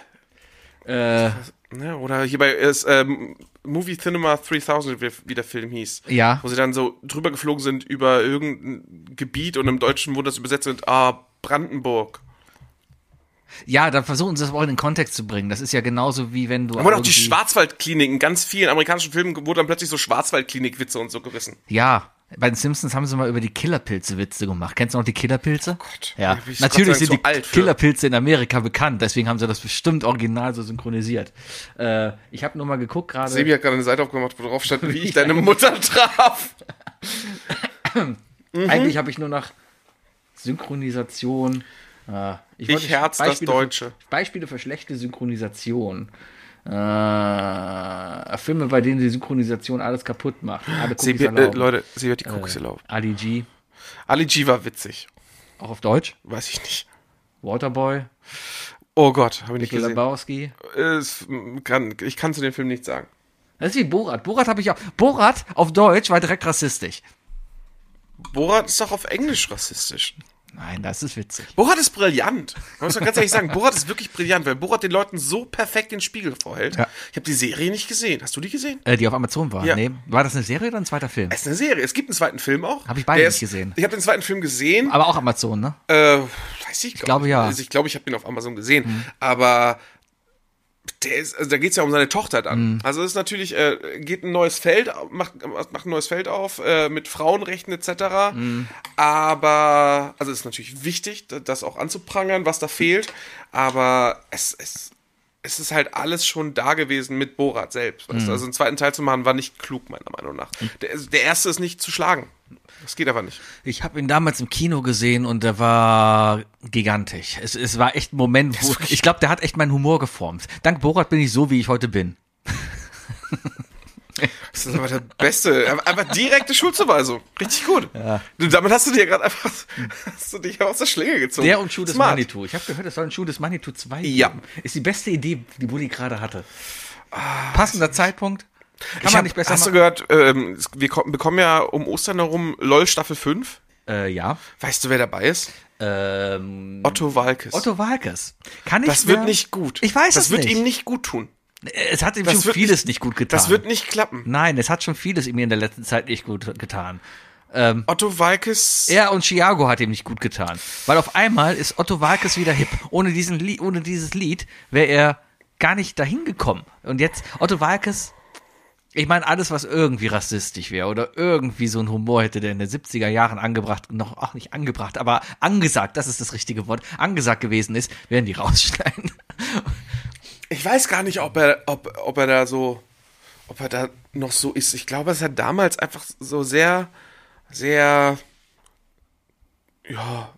S6: Äh,
S7: Ne? Oder hierbei ist ähm, Movie Cinema 3000, wie, wie der Film hieß.
S6: Ja.
S7: Wo sie dann so drüber geflogen sind über irgendein Gebiet und im Deutschen wurde das übersetzt mit, ah, Brandenburg.
S6: ja, dann versuchen sie das auch in den Kontext zu bringen. Das ist ja genauso wie wenn du.
S7: Da wurden auch die
S6: irgendwie-
S7: Schwarzwaldkliniken, in ganz vielen amerikanischen Filmen wurden dann plötzlich so Schwarzwaldklinikwitze und so gerissen.
S6: Ja, bei den Simpsons haben sie mal über die Killerpilze Witze gemacht. Kennst du noch die Killerpilze? Oh
S7: Gott.
S6: ja,
S7: Ja, bin ich
S6: natürlich
S7: Gott sei
S6: sind die
S7: Dank zu alt für.
S6: Killerpilze in Amerika bekannt, deswegen haben sie das bestimmt original so synchronisiert. Äh, ich habe nur mal geguckt
S7: Also, Sebi
S6: gerade.
S7: hat gerade eine Seite aufgemacht, wo drauf stand, wie ich deine Mutter traf. Mhm.
S6: Eigentlich habe ich nur nach Synchronisation. Äh, ich wollte
S7: herz das
S6: Beispiele für-
S7: Deutsche.
S6: Beispiele für schlechte Synchronisation. Äh, Filme, bei denen die Synchronisation alles kaputt macht. Alle Cookies
S7: Sebi, äh,
S6: erlauben.
S7: Leute, Sebi hat die
S6: Äh.
S7: Cookies erlaubt.
S6: Ali G,
S7: Ali G war witzig.
S6: auch auf Deutsch.
S7: Weiß ich nicht.
S6: Waterboy,
S7: Oh Gott, habe ich nicht
S6: Big
S7: gesehen.
S6: Lebowski.
S7: Äh, es kann, ich kann zu dem Film nichts sagen.
S6: Das ist wie Borat. Borat habe ich auch. Borat auf Deutsch war direkt rassistisch.
S7: Borat ist doch auf Englisch rassistisch.
S6: Nein, das ist witzig.
S7: Borat ist brillant. Man muss doch ganz ehrlich sagen, Borat ist wirklich brillant, weil Borat den Leuten so perfekt den Spiegel vorhält.
S6: Ja.
S7: Ich habe die Serie nicht gesehen. Hast du die gesehen?
S6: Äh, die auf Amazon war.
S7: Ja.
S6: Nee, war das eine Serie oder ein zweiter Film?
S7: Es ist eine Serie. Es gibt einen zweiten Film auch.
S6: Hab ich beide
S7: Der
S6: nicht
S7: ist,
S6: gesehen.
S7: Ich habe den zweiten Film gesehen.
S6: Aber auch Amazon, ne?
S7: Äh, weiß ich, glaub
S6: glaube,
S7: nicht.
S6: ja. Mhm.
S7: Also ich glaube, ich habe den auf Amazon gesehen. Aber der ist, also da geht es ja um seine Tochter dann.
S6: Mhm.
S7: Also es ist natürlich, äh, geht ein neues Feld, macht, macht ein neues Feld auf, äh, mit Frauenrechten etc.
S6: Mhm.
S7: Aber, also es ist natürlich wichtig, da- das auch anzuprangern, was da fehlt. Aber es, es, es ist halt alles schon da gewesen mit Borat selbst.
S6: Mhm.
S7: Weißt du? Also einen zweiten Teil zu machen, war nicht klug, meiner Meinung nach. Der, also der erste ist nicht zu schlagen. Das geht aber nicht.
S6: Ich habe ihn damals im Kino gesehen und der war gigantisch. Es, es war echt ein Moment, wo ich glaube, der hat echt meinen Humor geformt. Dank Borat bin ich so, wie ich heute bin.
S7: Das ist aber der Beste. Aber- Aber direkte Schuldzuweisung. Richtig gut. Du, damit hast du dir gerade einfach hast du dich aus der Schlinge gezogen.
S6: Der und Schuh des
S7: Smart.
S6: Manitou. Ich habe gehört, es soll ein Schuh des Manitou 2 geben.
S7: Ja.
S6: Ist die beste Idee, die Bulli gerade hatte.
S7: Ah,
S6: Passender Zeitpunkt. Kann
S7: Ich
S6: man
S7: hab,
S6: nicht besser
S7: hast du
S6: machen.
S7: gehört, ähm, es- wir ko- bekommen ja um Ostern herum LOL Staffel 5.
S6: Äh, ja.
S7: Weißt du, wer dabei ist?
S6: Ähm,
S7: Otto Walkes.
S6: Hm. Otto Walkes. Kann ich
S7: das wird
S6: mehr-
S7: nicht gut.
S6: Ich weiß
S7: Das
S6: es
S7: wird
S6: nicht. Äh,
S7: ihm nicht gut tun.
S6: Es hat ihm
S7: Das
S6: schon
S7: wird
S6: vieles nicht gut getan.
S7: Das wird nicht klappen.
S6: Nein, es hat schon vieles ihm in der letzten Zeit nicht gut getan.
S7: Otto Walkes.
S6: Er und Chiago hat ihm nicht gut getan. Weil auf einmal ist Otto Walkes wieder hip. Ohne, diesen Lied, ohne dieses Lied wäre er gar nicht dahin gekommen. Und jetzt, Otto Walkes, ich meine, alles, was irgendwie rassistisch wäre oder irgendwie so einen Humor hätte, der in den 70er Jahren angebracht, noch, ach, nicht angebracht, aber angesagt, das ist das richtige Wort, angesagt gewesen ist, werden die rausschneiden.
S7: Ich weiß gar nicht, ob er, ob, ob er da so, ob er da noch so ist. Ich glaube, es hat damals einfach so sehr, sehr, ja,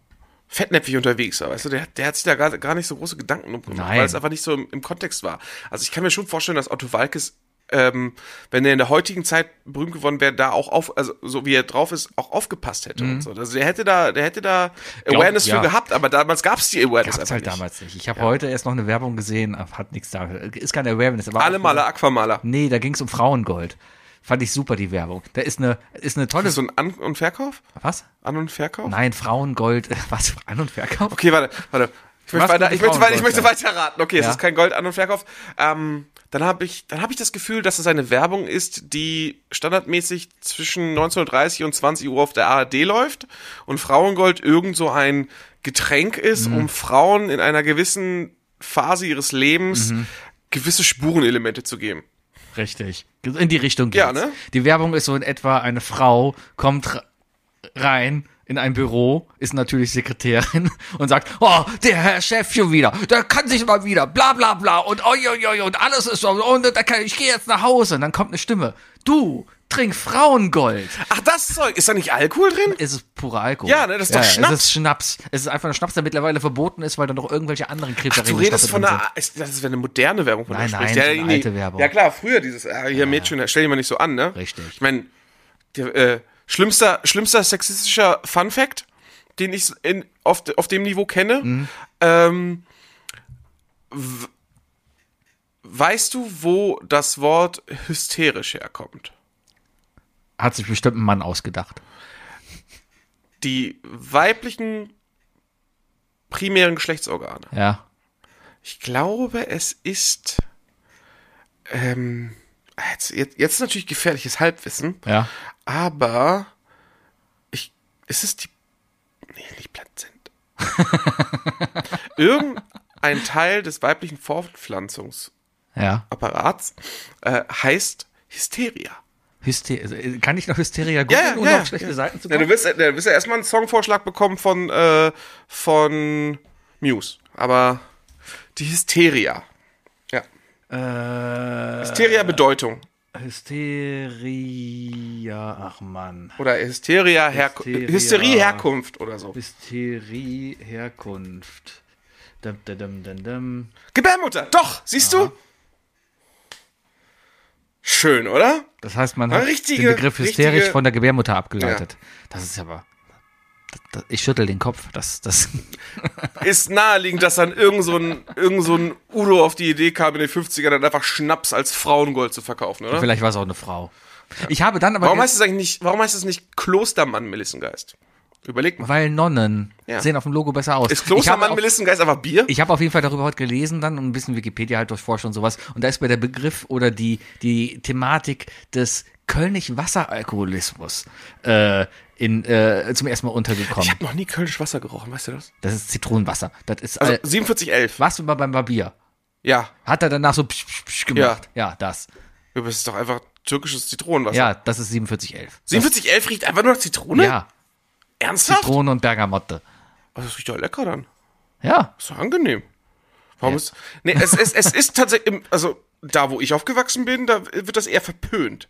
S7: fettnäpfig unterwegs war. Weißt du, der, hat- der hat sich da gar, gar nicht so große Gedanken drum gemacht,
S6: Nein.
S7: weil es einfach nicht so im, im Kontext war. Also ich kann mir schon vorstellen, dass Otto Walkes, ähm, wenn er in der heutigen Zeit berühmt geworden wäre, da auch auf, also so wie er drauf ist, auch aufgepasst hätte und so. Also der hätte da, der hätte da
S6: Mhm. Glaub-
S7: Awareness
S6: ja.
S7: für gehabt, aber damals gab es die Awareness
S6: Gab's
S7: einfach
S6: halt
S7: nicht.
S6: damals nicht. Ich habe heute erst noch eine Werbung gesehen, hat nichts da. Ist keine Awareness. Aber
S7: Alle Maler, Aquamaler.
S6: Nee, da ging es um Frauengold. Fand ich super, die Werbung. Da ist eine, ist eine tolle.
S7: So ein An- und Verkauf?
S6: was?
S7: An- und Verkauf?
S6: Nein, Frauengold. Was? An- und Verkauf?
S7: Okay, warte, warte. Ich möchte,
S6: Was
S7: weiter,
S6: gute
S7: ich möchte, weiter, ich
S6: Frauengold,
S7: möchte
S6: ja.
S7: weiter raten. Okay,
S6: Ja.
S7: es ist kein Gold an und Verkauf. Ähm, dann habe ich, dann habe ich das Gefühl, dass es eine Werbung ist, die standardmäßig zwischen 19.30 und 20 Uhr auf der ARD läuft
S6: Mhm.
S7: und Frauengold irgend so ein Getränk ist, um Frauen in einer gewissen Phase ihres Lebens
S6: Mhm.
S7: gewisse Spurenelemente zu geben.
S6: Richtig. In die Richtung geht's.
S7: Ja, ne?
S6: Die Werbung ist so in etwa, eine Frau kommt r- rein in ein Büro, ist natürlich Sekretärin und sagt, oh, der Herr Chef schon wieder, der kann sich mal wieder, bla bla bla und oi, oi, oi, und alles ist so, und da kann, ich gehe jetzt nach Hause und dann kommt eine Stimme, du, trink Frauengold.
S7: Ach, das Zeug, ist da nicht Alkohol drin?
S6: Es ist purer Alkohol.
S7: Ja, ne, das ist doch Schnaps.
S6: Es ist Schnaps. Es ist einfach ein Schnaps, der mittlerweile verboten ist, weil da noch irgendwelche anderen Kriterien
S7: Du redest von einer, ist- das ist eine moderne Werbung, von
S6: Nein,
S7: der du
S6: nein,
S7: sprichst.
S6: so eine alte Werbung.
S7: Ja klar, früher dieses, ah, hier Mädchen, stell dich mal nicht so an, ne?
S6: Richtig.
S7: Ich meine, äh, schlimmster, schlimmster sexistischer Fun Fact, den ich in, auf, auf dem Niveau kenne,
S6: Mhm.
S7: ähm, w- weißt du, wo das Wort hysterisch herkommt?
S6: Hat sich bestimmt ein Mann ausgedacht.
S7: Die weiblichen primären Geschlechtsorgane.
S6: Ja.
S7: Ich glaube, es ist. Ähm, jetzt, jetzt, jetzt ist natürlich gefährliches Halbwissen,
S6: Ja.
S7: aber ich, ist es die. Nee, nicht Plazent. Irgendein Teil des weiblichen Fortpflanzungsapparats
S6: Ja.
S7: äh, heißt Hysteria.
S6: Hysteria. also, äh, Kann ich noch Hysteria
S7: Ja,
S6: googeln,
S7: ja,
S6: ohne
S7: ja,
S6: auf schlechte
S7: ja.
S6: Seiten zu
S7: Ja,
S6: kommen?
S7: du wirst, ja, du wirst ja erstmal einen Songvorschlag bekommen von, äh, von Muse. Aber die Hysteria. Ja.
S6: Äh,
S7: Hysteria Bedeutung.
S6: Hysteria. Ach man.
S7: Oder Hysteria, Herku
S6: Hysteria.
S7: Hysterie, Herkunft oder so.
S6: Hysterie Herkunft. Dum, dum, dum, dum, dum.
S7: Gebärmutter, doch, siehst du? Schön, oder?
S6: Das heißt, man
S7: Ja,
S6: hat
S7: richtige-
S6: den Begriff hysterisch
S7: richtige-
S6: von der Gebärmutter abgeleitet. Das ist aber. das- das- Ich schüttel den Kopf. Das, das,
S7: Ist naheliegend, dass dann irgend so ein, irgend so ein Udo auf die Idee kam in den 50ern, dann einfach Schnaps als Frauengold zu verkaufen, oder?
S6: vielleicht war es auch eine Frau. Ich habe dann aber.
S7: Warum
S6: jetzt-
S7: heißt es eigentlich nicht, warum heißt es nicht Klostermann Melissengeist? Überleg mal.
S6: weil Nonnen
S7: Ja.
S6: sehen auf dem Logo besser aus.
S7: Ist
S6: Ich habe
S7: Klostermann
S6: auf-
S7: Melissengeist einfach Bier?
S6: Ich habe auf jeden Fall darüber heute gelesen dann und ein bisschen Wikipedia halt durchforscht und sowas. Und da ist mir der Begriff oder die, die Thematik des Kölnisch Wasseralkoholismus äh, in, äh, zum ersten Mal untergekommen.
S7: hab noch nie Kölnisch Wasser gerochen, weißt du das?
S6: Das ist Zitronenwasser. Das ist
S7: Also
S6: äh,
S7: 4711.
S6: was immer beim Barbier.
S7: Ja,
S6: Hat er danach so psch, psch, psch gemacht. Ja, das.
S7: aber es ist doch einfach türkisches Zitronenwasser.
S6: Ja, das ist 4711.
S7: 4711 riecht einfach nur nach Zitrone?
S6: Ja,
S7: Ernsthaft?
S6: Zitrone und Bergamotte.
S7: Oh, das riecht ja lecker dann.
S6: Ja,
S7: Ist doch angenehm. Warum ist. Nee, es, es, es ist tatsächlich. im- Also, da wo ich aufgewachsen bin, da wird das eher verpönt.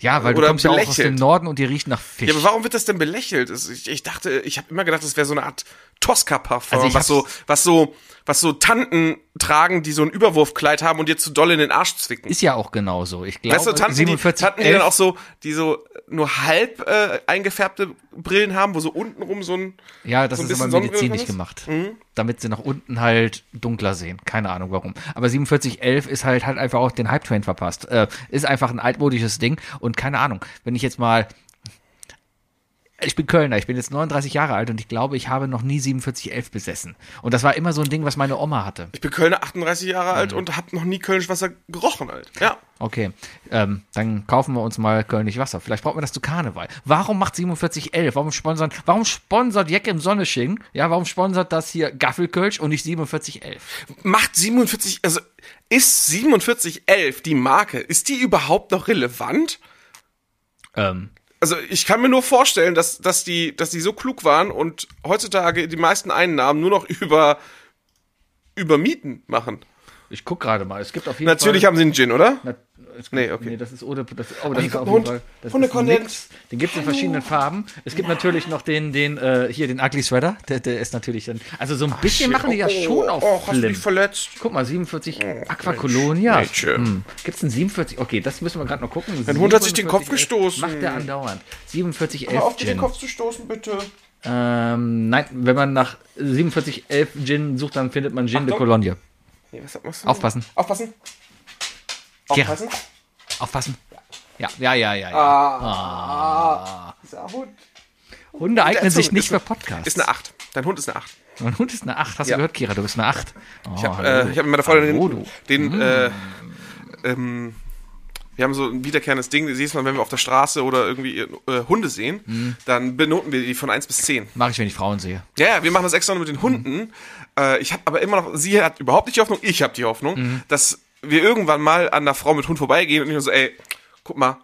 S6: ja, weil du
S7: Oder
S6: kommst ja auch aus dem
S7: belächelt.
S6: Norden und die riecht nach Fisch.
S7: Ja, aber warum wird das denn belächelt? Es- Ich, ich dachte, ich habe immer gedacht, das wäre so eine Art Tosca-Parfum,
S6: Also ich
S7: was so,
S6: hab's-
S7: was so, was so Tanten tragen, die so ein Überwurfkleid haben und dir zu doll in den Arsch zwicken.
S6: ist ja auch genauso. Ich glaube,
S7: Weißt du, Tanten, die, Tanten, die dann
S6: 11
S7: auch so, die so nur halb äh, eingefärbte Brillen haben, wo so untenrum so ein.
S6: Ja, das
S7: so ein
S6: ist
S7: bisschen
S6: aber
S7: Sonnenbrille Mhm.
S6: medizinisch
S7: drin ist?
S6: gemacht, damit sie nach unten halt dunkler sehen. Keine Ahnung warum. Aber 4711 ist halt halt einfach auch den Hype Train verpasst. Äh, ist einfach ein altmodisches Ding und keine Ahnung. Wenn ich jetzt mal ich bin Kölner, ich bin jetzt 39 Jahre alt und ich glaube, ich habe noch nie 4711 besessen. Und das war immer so ein Ding, was meine Oma hatte.
S7: Ich bin Kölner 38 Jahre
S6: Mhm.
S7: alt und habe noch nie Kölnisch Wasser gerochen halt. Ja.
S6: Okay, ähm, dann kaufen wir uns mal Kölnisch Wasser. Vielleicht brauchen wir das zu Karneval. Warum macht 4711? Warum sponsern, warum sponsert Jack im Sonnesching? Ja, warum sponsert das hier Gaffelkölsch und nicht 4711?
S7: Macht 47, also ist 4711 die Marke, ist die überhaupt noch relevant?
S6: Ähm,
S7: Also ich kann mir nur vorstellen, dass, dass, die, dass die so klug waren und heutzutage die meisten Einnahmen nur noch über, über Mieten machen.
S6: ich guck gerade mal. Es gibt auf jeden
S7: Natürlich
S6: Fall.
S7: haben sie einen Gin, oder?
S6: Natürlich
S7: Nee, okay.
S6: Nee, das ist ohne. Das, oh, das
S7: hier
S6: ist auf jeden
S7: kommt ein Hund.
S6: Fall. Das ist ein
S7: Hundekondens.
S6: Mix. Den gibt's in verschiedenen Farben. Es gibt natürlich noch den, den, äh, hier, den Ugly Sweater. Der, der ist natürlich dann. Also so ein bisschen machen die ja schon auf.
S7: Oh, hast du
S6: Flim.
S7: dich verletzt?
S6: Guck mal, 47 Aquacolonia.
S7: Mädchen.
S6: Hm. Gibt's einen 47? Okay, das müssen wir gerade noch gucken.
S7: Ein Hund hat sich den Kopf
S6: 47,
S7: gestoßen.
S6: Macht der andauernd. 47
S7: Hör auf, dir den
S6: Gin.
S7: Kopf zu stoßen, bitte.
S6: Ähm, nein, wenn man nach 47 11 Gin sucht, dann findet man Gin de
S7: Achtung.
S6: Cologne.
S7: Nee, was machst du?
S6: Aufpassen.
S7: Aufpassen.
S6: Ja.
S7: Aufpassen.
S6: Aufpassen. Ah. Ja, ja, ja, ja. ja.
S7: Dieser Hund
S6: Hunde eignen
S7: ist so-
S6: sich nicht
S7: ist
S6: für
S7: so-
S6: Podcasts.
S7: Ist eine 8. Dein Hund ist eine Äh, 8.
S6: Mein Hund ist eine 8. Hast
S7: Ja.
S6: du gehört, Kira? Du bist eine 8. Oh, Mm.
S7: Ich habe äh, ich hab mit meiner Freundin
S6: Hallo,
S7: den, den äh, ähm, Wir haben so ein wiederkehrendes Ding. Siehst Mal, wenn wir auf der Straße oder irgendwie äh, Hunde sehen,
S6: Mm.
S7: dann benoten wir die von 1 bis 10.
S6: Mache ich, wenn ich Frauen sehe.
S7: Ja, ja, wir machen das extra nur mit den Hunden. Äh, ich habe aber immer noch, sie hat überhaupt nicht die Hoffnung, ich habe die Hoffnung,
S6: Mhm.
S7: dass wir irgendwann mal an einer Frau mit Hund vorbeigehen und ich nur so, ey, guck mal,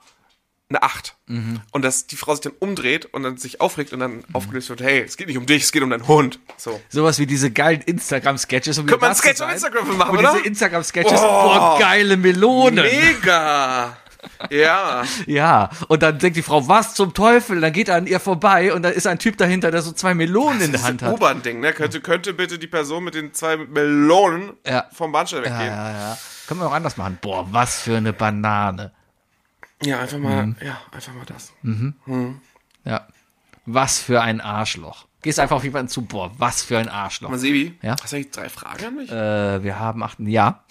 S7: eine Acht.
S6: Mhm.
S7: Und dass die Frau sich dann umdreht und dann sich aufregt und dann aufgelöst wird, hey, es geht nicht um dich, es geht um deinen Hund. So.
S6: Sowas wie diese geilen Instagram-Sketches. Um
S7: Könnte man
S6: das zu
S7: Sketch
S6: sein.
S7: auf Instagram für machen,
S6: Und
S7: oder?
S6: diese Instagram-Sketches, boah, geile Melone.
S7: Mega! ja.
S6: Ja, und dann denkt die Frau, was zum Teufel? Dann geht er an ihr vorbei und da ist ein Typ dahinter, der so zwei Melonen in der Hand
S7: Das
S6: hat.
S7: U-Bahn-Ding, ne? Könnte, könnte bitte die Person mit den zwei Melonen
S6: Ja.
S7: vom Bahnsteig
S6: Ja,
S7: weggehen. Ja,
S6: ja, ja. Können wir auch anders machen. Boah, was für eine Banane.
S7: einfach mal,
S6: Mhm.
S7: ja, einfach mal das.
S6: Ja. Was für ein Arschloch. Gehst einfach auf jemanden zu, boah, was für ein Arschloch.
S7: Mal Sebi,
S6: Ja?
S7: hast du eigentlich drei Fragen an mich?
S6: Äh, wir haben acht, ja.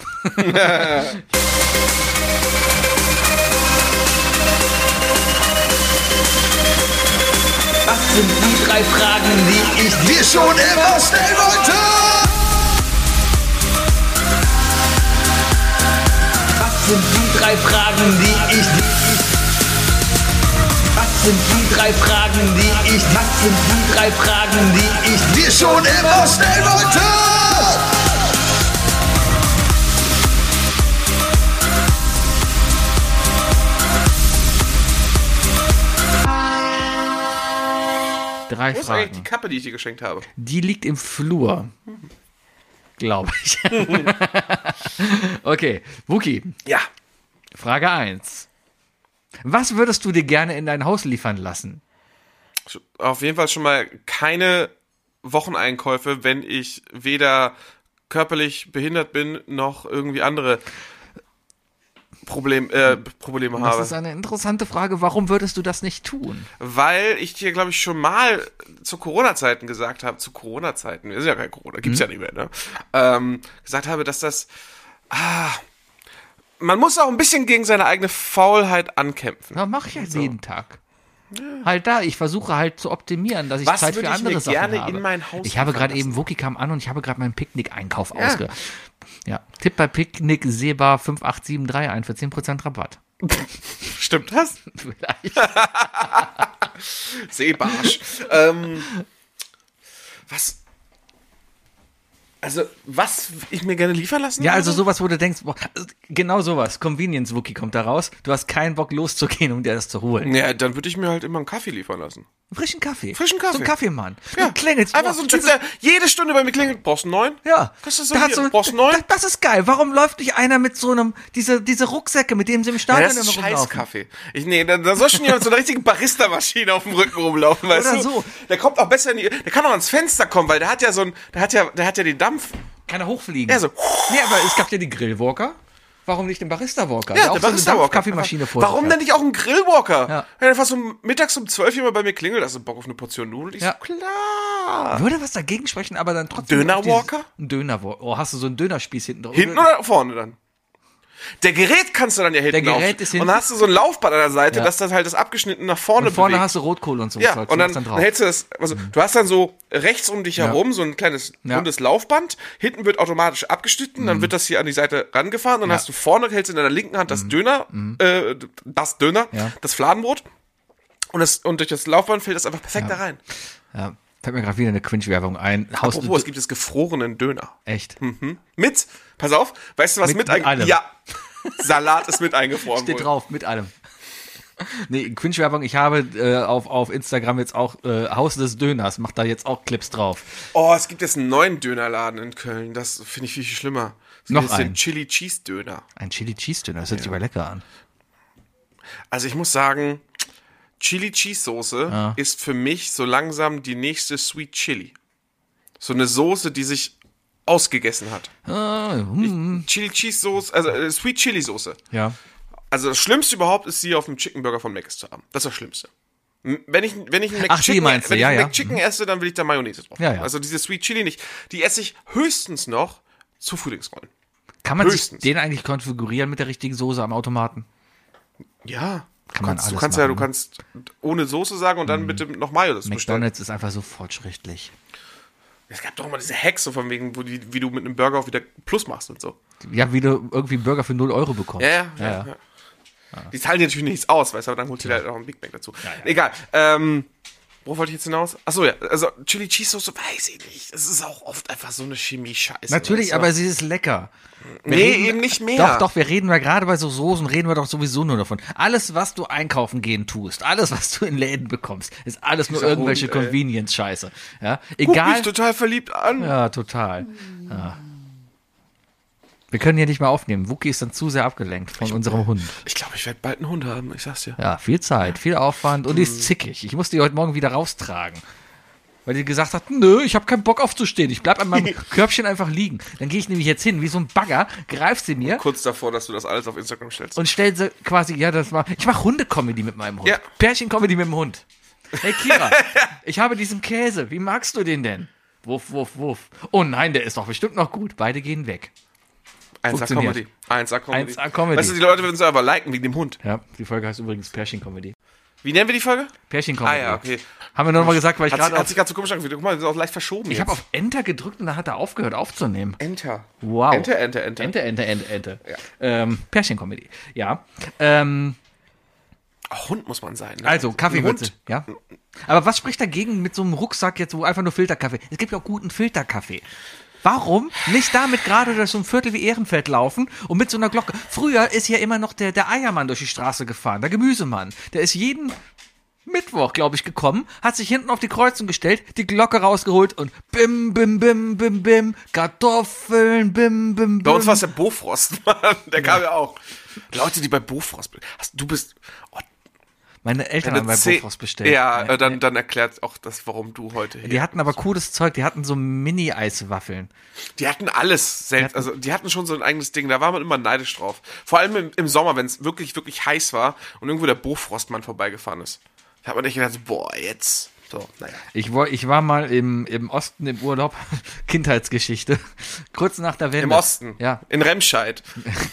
S4: Was sind die drei Fragen, die ich dir schon immer stellen wollte? Was sind die drei Fragen, die ich Was sind die drei Fragen, die ich Was sind die drei Fragen, die ich dir schon immer stellen wollte?
S6: Drei
S7: Wo ist eigentlich die
S6: Fragen.
S7: Kappe, die ich dir geschenkt habe?
S6: Die liegt im Flur. Glaube ich. okay, Wookie,
S7: Ja.
S6: Frage 1. Was würdest du dir gerne in dein Haus liefern lassen?
S7: Auf jeden Fall schon mal keine Wocheneinkäufe, wenn ich weder körperlich behindert bin, noch irgendwie andere Problem, äh, Probleme
S6: Das
S7: habe.
S6: ist eine interessante Frage. Warum würdest du das nicht tun?
S7: weil ich dir, glaube ich, schon mal zu Corona-Zeiten gesagt habe, zu Corona-Zeiten, wir sind ja kein Corona,
S6: Mhm.
S7: gibt's ja nicht mehr, ne? Ähm, gesagt habe, dass das, ah, man muss auch ein bisschen gegen seine eigene Faulheit ankämpfen.
S6: Na, mach ich jetzt jeden Tag. Halt da, ich versuche halt zu optimieren, dass ich
S7: Was
S6: Zeit für
S7: würde ich mir
S6: andere Sachen
S7: gerne
S6: habe.
S7: in mein Haus
S6: ich habe
S7: liefern
S6: gerade eben Wookie kam an und ich habe gerade meinen Picknick-Einkauf ausge. Ja. Tipp bei Picknick Seba 58731 ein für 10% Rabatt.
S7: Stimmt das?
S6: Vielleicht.
S7: Seebarsch. ähm, was? Also, was ich mir gerne liefern lassen
S6: Ja,
S7: würde?
S6: also sowas, wo du denkst, boah, also genau sowas. Convenience Wookie kommt da raus. Du hast keinen Bock loszugehen, um dir das zu holen.
S7: Ja, dann würde ich mir halt immer einen Kaffee liefern lassen.
S6: Frischen Kaffee.
S7: Frischen Kaffee.
S6: So ein Kaffeemann.
S7: Ja,
S6: Du klingelst.
S7: Einfach
S6: boah,
S7: so ein
S6: das
S7: Typ, der jede Stunde bei mir klingelt. Brauchst du einen neuen?
S6: Ja.
S7: Das ist so,
S6: Da hat
S7: hier, brauchst du einen
S6: da-
S7: neuen?
S6: das ist geil. Warum läuft nicht einer mit so einem, diese, diese Rucksäcke, mit dem sie im Stadion
S7: das ist
S6: immer rumlaufen?
S7: Scheißkaffee. Ich, nee, da, da soll schon jemand mit so einer richtigen Barista-Maschine auf dem Rücken rumlaufen, weißt
S6: Oder
S7: du?
S6: so.
S7: Der kommt auch besser in die, der kann auch ans Fenster kommen, weil der hat ja so ein, der hat ja, der hat ja den Dampf.
S6: Kann er hochfliegen?
S7: Ja, so.
S6: Nee, aber es gab ja die Grillwalker. Warum nicht den Barista-Walker?
S7: Ja,
S6: Also auch so
S7: der
S6: eine
S7: Barista-Walker.
S6: Kaffeemaschine vor sich
S7: Warum
S6: hat.
S7: denn nicht auch ein Grillwalker?
S6: Ja.
S7: Wenn einfach so mittags um 12 jemand bei mir klingelt, hast du Bock auf eine Portion Nudeln? Ich
S6: Ja.
S7: so, klar.
S6: Würde was dagegen sprechen, aber dann trotzdem.
S7: Döner
S6: auf dieses-
S7: Walker?
S6: Ein Dönerwalker. Oh, hast du so einen Dönerspieß hinten drauf?
S7: Hinten oder vorne dann? Der Gerät kannst du dann ja hinten
S6: Der Gerät
S7: auf.
S6: ist
S7: und
S6: hinten.
S7: dann hast du so ein Laufband an der Seite,
S6: Ja.
S7: dass das halt das abgeschnitten nach vorne
S6: Und vorne
S7: bewegt.
S6: hast du Rotkohl und so.
S7: Ja,
S6: Zeug,
S7: und dann,
S6: sowas
S7: dann hältst du das, also du hast dann so rechts um dich herum so ein kleines
S6: Mhm. Ja. Mhm.
S7: rundes Laufband, hinten wird automatisch abgeschnitten, dann wird das hier an die Seite rangefahren, dann
S6: Ja. Mhm.
S7: hast du vorne, hältst in deiner linken Hand das Döner, äh, das Döner,
S6: Ja.
S7: das Fladenbrot und, das, und durch das Laufband fällt das einfach perfekt da rein.
S6: ja, fällt mir gerade wieder eine Quinch-Werbung ein. Haus
S7: Apropos, es gibt Hm. jetzt gefrorenen Döner.
S6: Echt.
S7: Mit, pass auf, weißt du was
S6: Mit-
S7: mit,
S6: mit
S7: einge-
S6: allem.
S7: Ja, Salat ist mit eingefroren
S6: Steht
S7: wohl.
S6: drauf, mit allem. Nee, Quinch-Werbung, ich habe äh, auf, auf Instagram jetzt auch äh, Haus des Döners, macht da jetzt auch Clips drauf.
S7: Oh, es gibt jetzt einen neuen Dönerladen in Köln, das finde ich viel, viel schlimmer. Es gibt
S6: Noch
S7: jetzt
S6: einen.
S7: den Chili-Cheese-Döner.
S6: Ein Chili-Cheese-Döner, das hört sich aber lecker an.
S7: Also ich muss sagen, Chili Cheese Soße ist für mich so langsam die nächste Sweet Chili. So eine Soße, die sich ausgegessen hat.
S6: Ah, hm.
S7: Chili Cheese Soße, also äh, Sweet Chili Soße.
S6: Ja.
S7: Also das Schlimmste überhaupt ist, sie auf dem Chicken Burger von Mc's zu haben. Das ist das Schlimmste. M- Wenn ich, wenn ich einen
S6: Ach, die
S7: McChicken, wenn
S6: meinst du,
S7: ich
S6: ja,
S7: einen
S6: ja. Mhm.
S7: McChicken esse, dann will ich da Mayonnaise drauf.
S6: Ja, ja.
S7: Also diese Sweet Chili nicht. Die esse ich höchstens noch zu Frühlingsrollen.
S6: Kann man
S7: Höchstens.
S6: sich den eigentlich konfigurieren mit der richtigen Soße am Automaten?
S7: Ja.
S6: Kann
S7: du
S6: man
S7: kannst, du
S6: alles
S7: kannst ja, du
S6: machen. ne? Mhm.
S7: kannst ohne Soße sagen und dann bitte noch Mayo das bestellen.
S6: McDonalds ist einfach so fortschrittlich.
S7: Es gab doch mal diese Hacks so von wegen, wo die, wie du mit einem Burger auch wieder Plus machst und so.
S6: Ja, wie du irgendwie einen Burger für 0 Euro bekommst.
S7: Ja, ja, ja. Die zahlen dir natürlich nichts aus, weißt du, aber dann holt ihr halt auch einen Big Mac dazu. Egal. Ähm, wo wollte ich jetzt hinaus? Achso, ja, also Chili Cheese Soße weiß ich nicht. Es ist auch oft einfach so eine Chemie-Scheiße.
S6: Natürlich,
S7: weißt du?
S6: aber sie ist lecker. Wir
S7: Nee,
S6: reden-
S7: eben nicht mehr.
S6: Doch, doch, wir reden ja gerade bei so Soßen, reden wir doch sowieso nur davon. Alles, was du einkaufen gehen tust, alles, was du in Läden bekommst, ist alles nur
S7: Dieser
S6: irgendwelche
S7: Hund, ey.
S6: Convenience-Scheiße. Ja,
S7: Guck
S6: egal.
S7: mich total verliebt an.
S6: Ja, total. Ja. Wir können hier nicht mehr aufnehmen. Wookie ist dann zu sehr abgelenkt von unserem Hund.
S7: Ich glaube, ich werde bald einen Hund haben, ich sag's dir.
S6: Ja, viel Zeit, viel Aufwand und die ist zickig. Ich musste die heute Morgen wieder raustragen. Weil die gesagt hat, nö, ich habe keinen Bock aufzustehen. Ich bleib an meinem Körbchen einfach liegen. Dann gehe ich nämlich jetzt hin, wie so ein Bagger, greift sie mir
S7: Kurz davor, dass du das alles auf Instagram stellst.
S6: und stellt sie quasi, ja, das war. Ich mache Hunde-Comedy mit meinem Hund.
S7: Ja.
S6: Pärchen-Comedy mit dem Hund. Hey Kira, ich habe diesen Käse. Wie magst du den denn? Wuff, wuff, wuff. Oh nein, der ist doch bestimmt noch gut. Beide gehen weg.
S7: 1A
S6: funktioniert.
S7: Comedy. 1A Comedy.
S6: 1A Comedy.
S7: Weißt du, die Leute würden es aber liken wegen dem Hund.
S6: Ja, die Folge heißt übrigens Pärchen-Comedy.
S7: Wie nennen wir die Folge?
S6: Pärchen-Comedy.
S7: Ah ja, okay.
S6: Haben wir nochmal gesagt, weil ich
S7: Hat, sich-
S6: gerade
S7: hat
S6: auf,
S7: sich gerade so komisch angefühlt. Guck mal, das ist auch leicht verschoben
S6: ich
S7: jetzt.
S6: habe auf Enter gedrückt und dann hat er aufgehört aufzunehmen.
S7: Enter.
S6: Wow.
S7: Enter, Enter, Enter.
S6: Ente, Ente, Ente, Ente. Ähm, Pärchen-Comedy. Ja. Ähm,
S7: Auch Hund muss man sein. Ne?
S6: also,
S7: Ein
S6: Kaffeewürze.
S7: Hund.
S6: Ja. Aber was spricht dagegen mit so einem Rucksack jetzt, wo einfach nur Filterkaffee? Es gibt ja auch guten Filterkaffee. Warum nicht damit gerade durch so ein Viertel wie Ehrenfeld laufen und mit so einer Glocke? Früher ist ja immer noch der, der Eiermann durch die Straße gefahren, der Gemüsemann. Der ist jeden Mittwoch, glaube ich, gekommen, hat sich hinten auf die Kreuzung gestellt, die Glocke rausgeholt und bim, bim, bim, bim, bim, Kartoffeln, bim, bim, bim.
S7: Bei uns war es der Bofrost, Mann. Der kam ja auch. Leute, die bei Bofrost. Hast, du bist. Oh,
S6: Meine Eltern
S7: eine
S6: haben bei
S7: C-
S6: Bofrost bestellt.
S7: Ja, äh, dann, dann erklärt auch das, warum du heute hier.
S6: Die hatten aber cooles Zeug, die hatten so Mini-Eiswaffeln.
S7: Die hatten alles selbst, also die hatten schon so ein eigenes Ding, da war man immer neidisch drauf. Vor allem im, im Sommer, wenn es wirklich, wirklich heiß war und irgendwo der Bofrostmann vorbeigefahren ist. Da hat man echt gedacht, so, boah, jetzt. So, naja.
S6: Ich, wo- ich war mal im, im Osten im Urlaub, Kindheitsgeschichte, kurz nach der Wende.
S7: Im Osten.
S6: Ja,
S7: In Remscheid.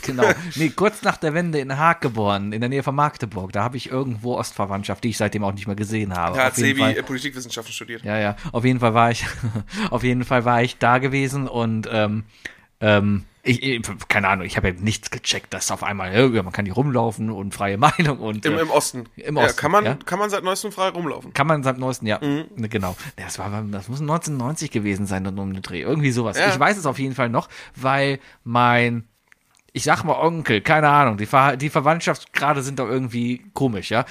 S6: genau. Nee, kurz nach der Wende in Haag geboren, in der Nähe von Magdeburg. Da habe ich irgendwo Ostverwandtschaft, die ich seitdem auch nicht mehr gesehen habe.
S7: Da
S6: Auf
S7: hat
S6: jeden
S7: Sebi
S6: Fall.
S7: äh, Politikwissenschaften studiert.
S6: Ja, ja. Auf jeden Fall war ich, auf jeden Fall war ich da gewesen und ähm, ähm, ich, ich, keine Ahnung, ich habe ja nichts gecheckt, dass auf einmal, ja, man kann hier rumlaufen und freie Meinung und
S7: Im,
S6: äh,
S7: Im Osten.
S6: Im
S7: Ja,
S6: Osten,
S7: kann, man,
S6: ja.
S7: kann man seit neuestem frei rumlaufen.
S6: Kann man seit neuesten, ja. Ne, Genau. Ja, Das, war, das muss 1990 gewesen sein und um den Dreh. Irgendwie sowas.
S7: Ja.
S6: Ich weiß es auf jeden Fall noch, weil mein, ich sag mal Onkel, keine Ahnung, die, Ver die Verwandtschaftsgrade sind doch irgendwie komisch, ja.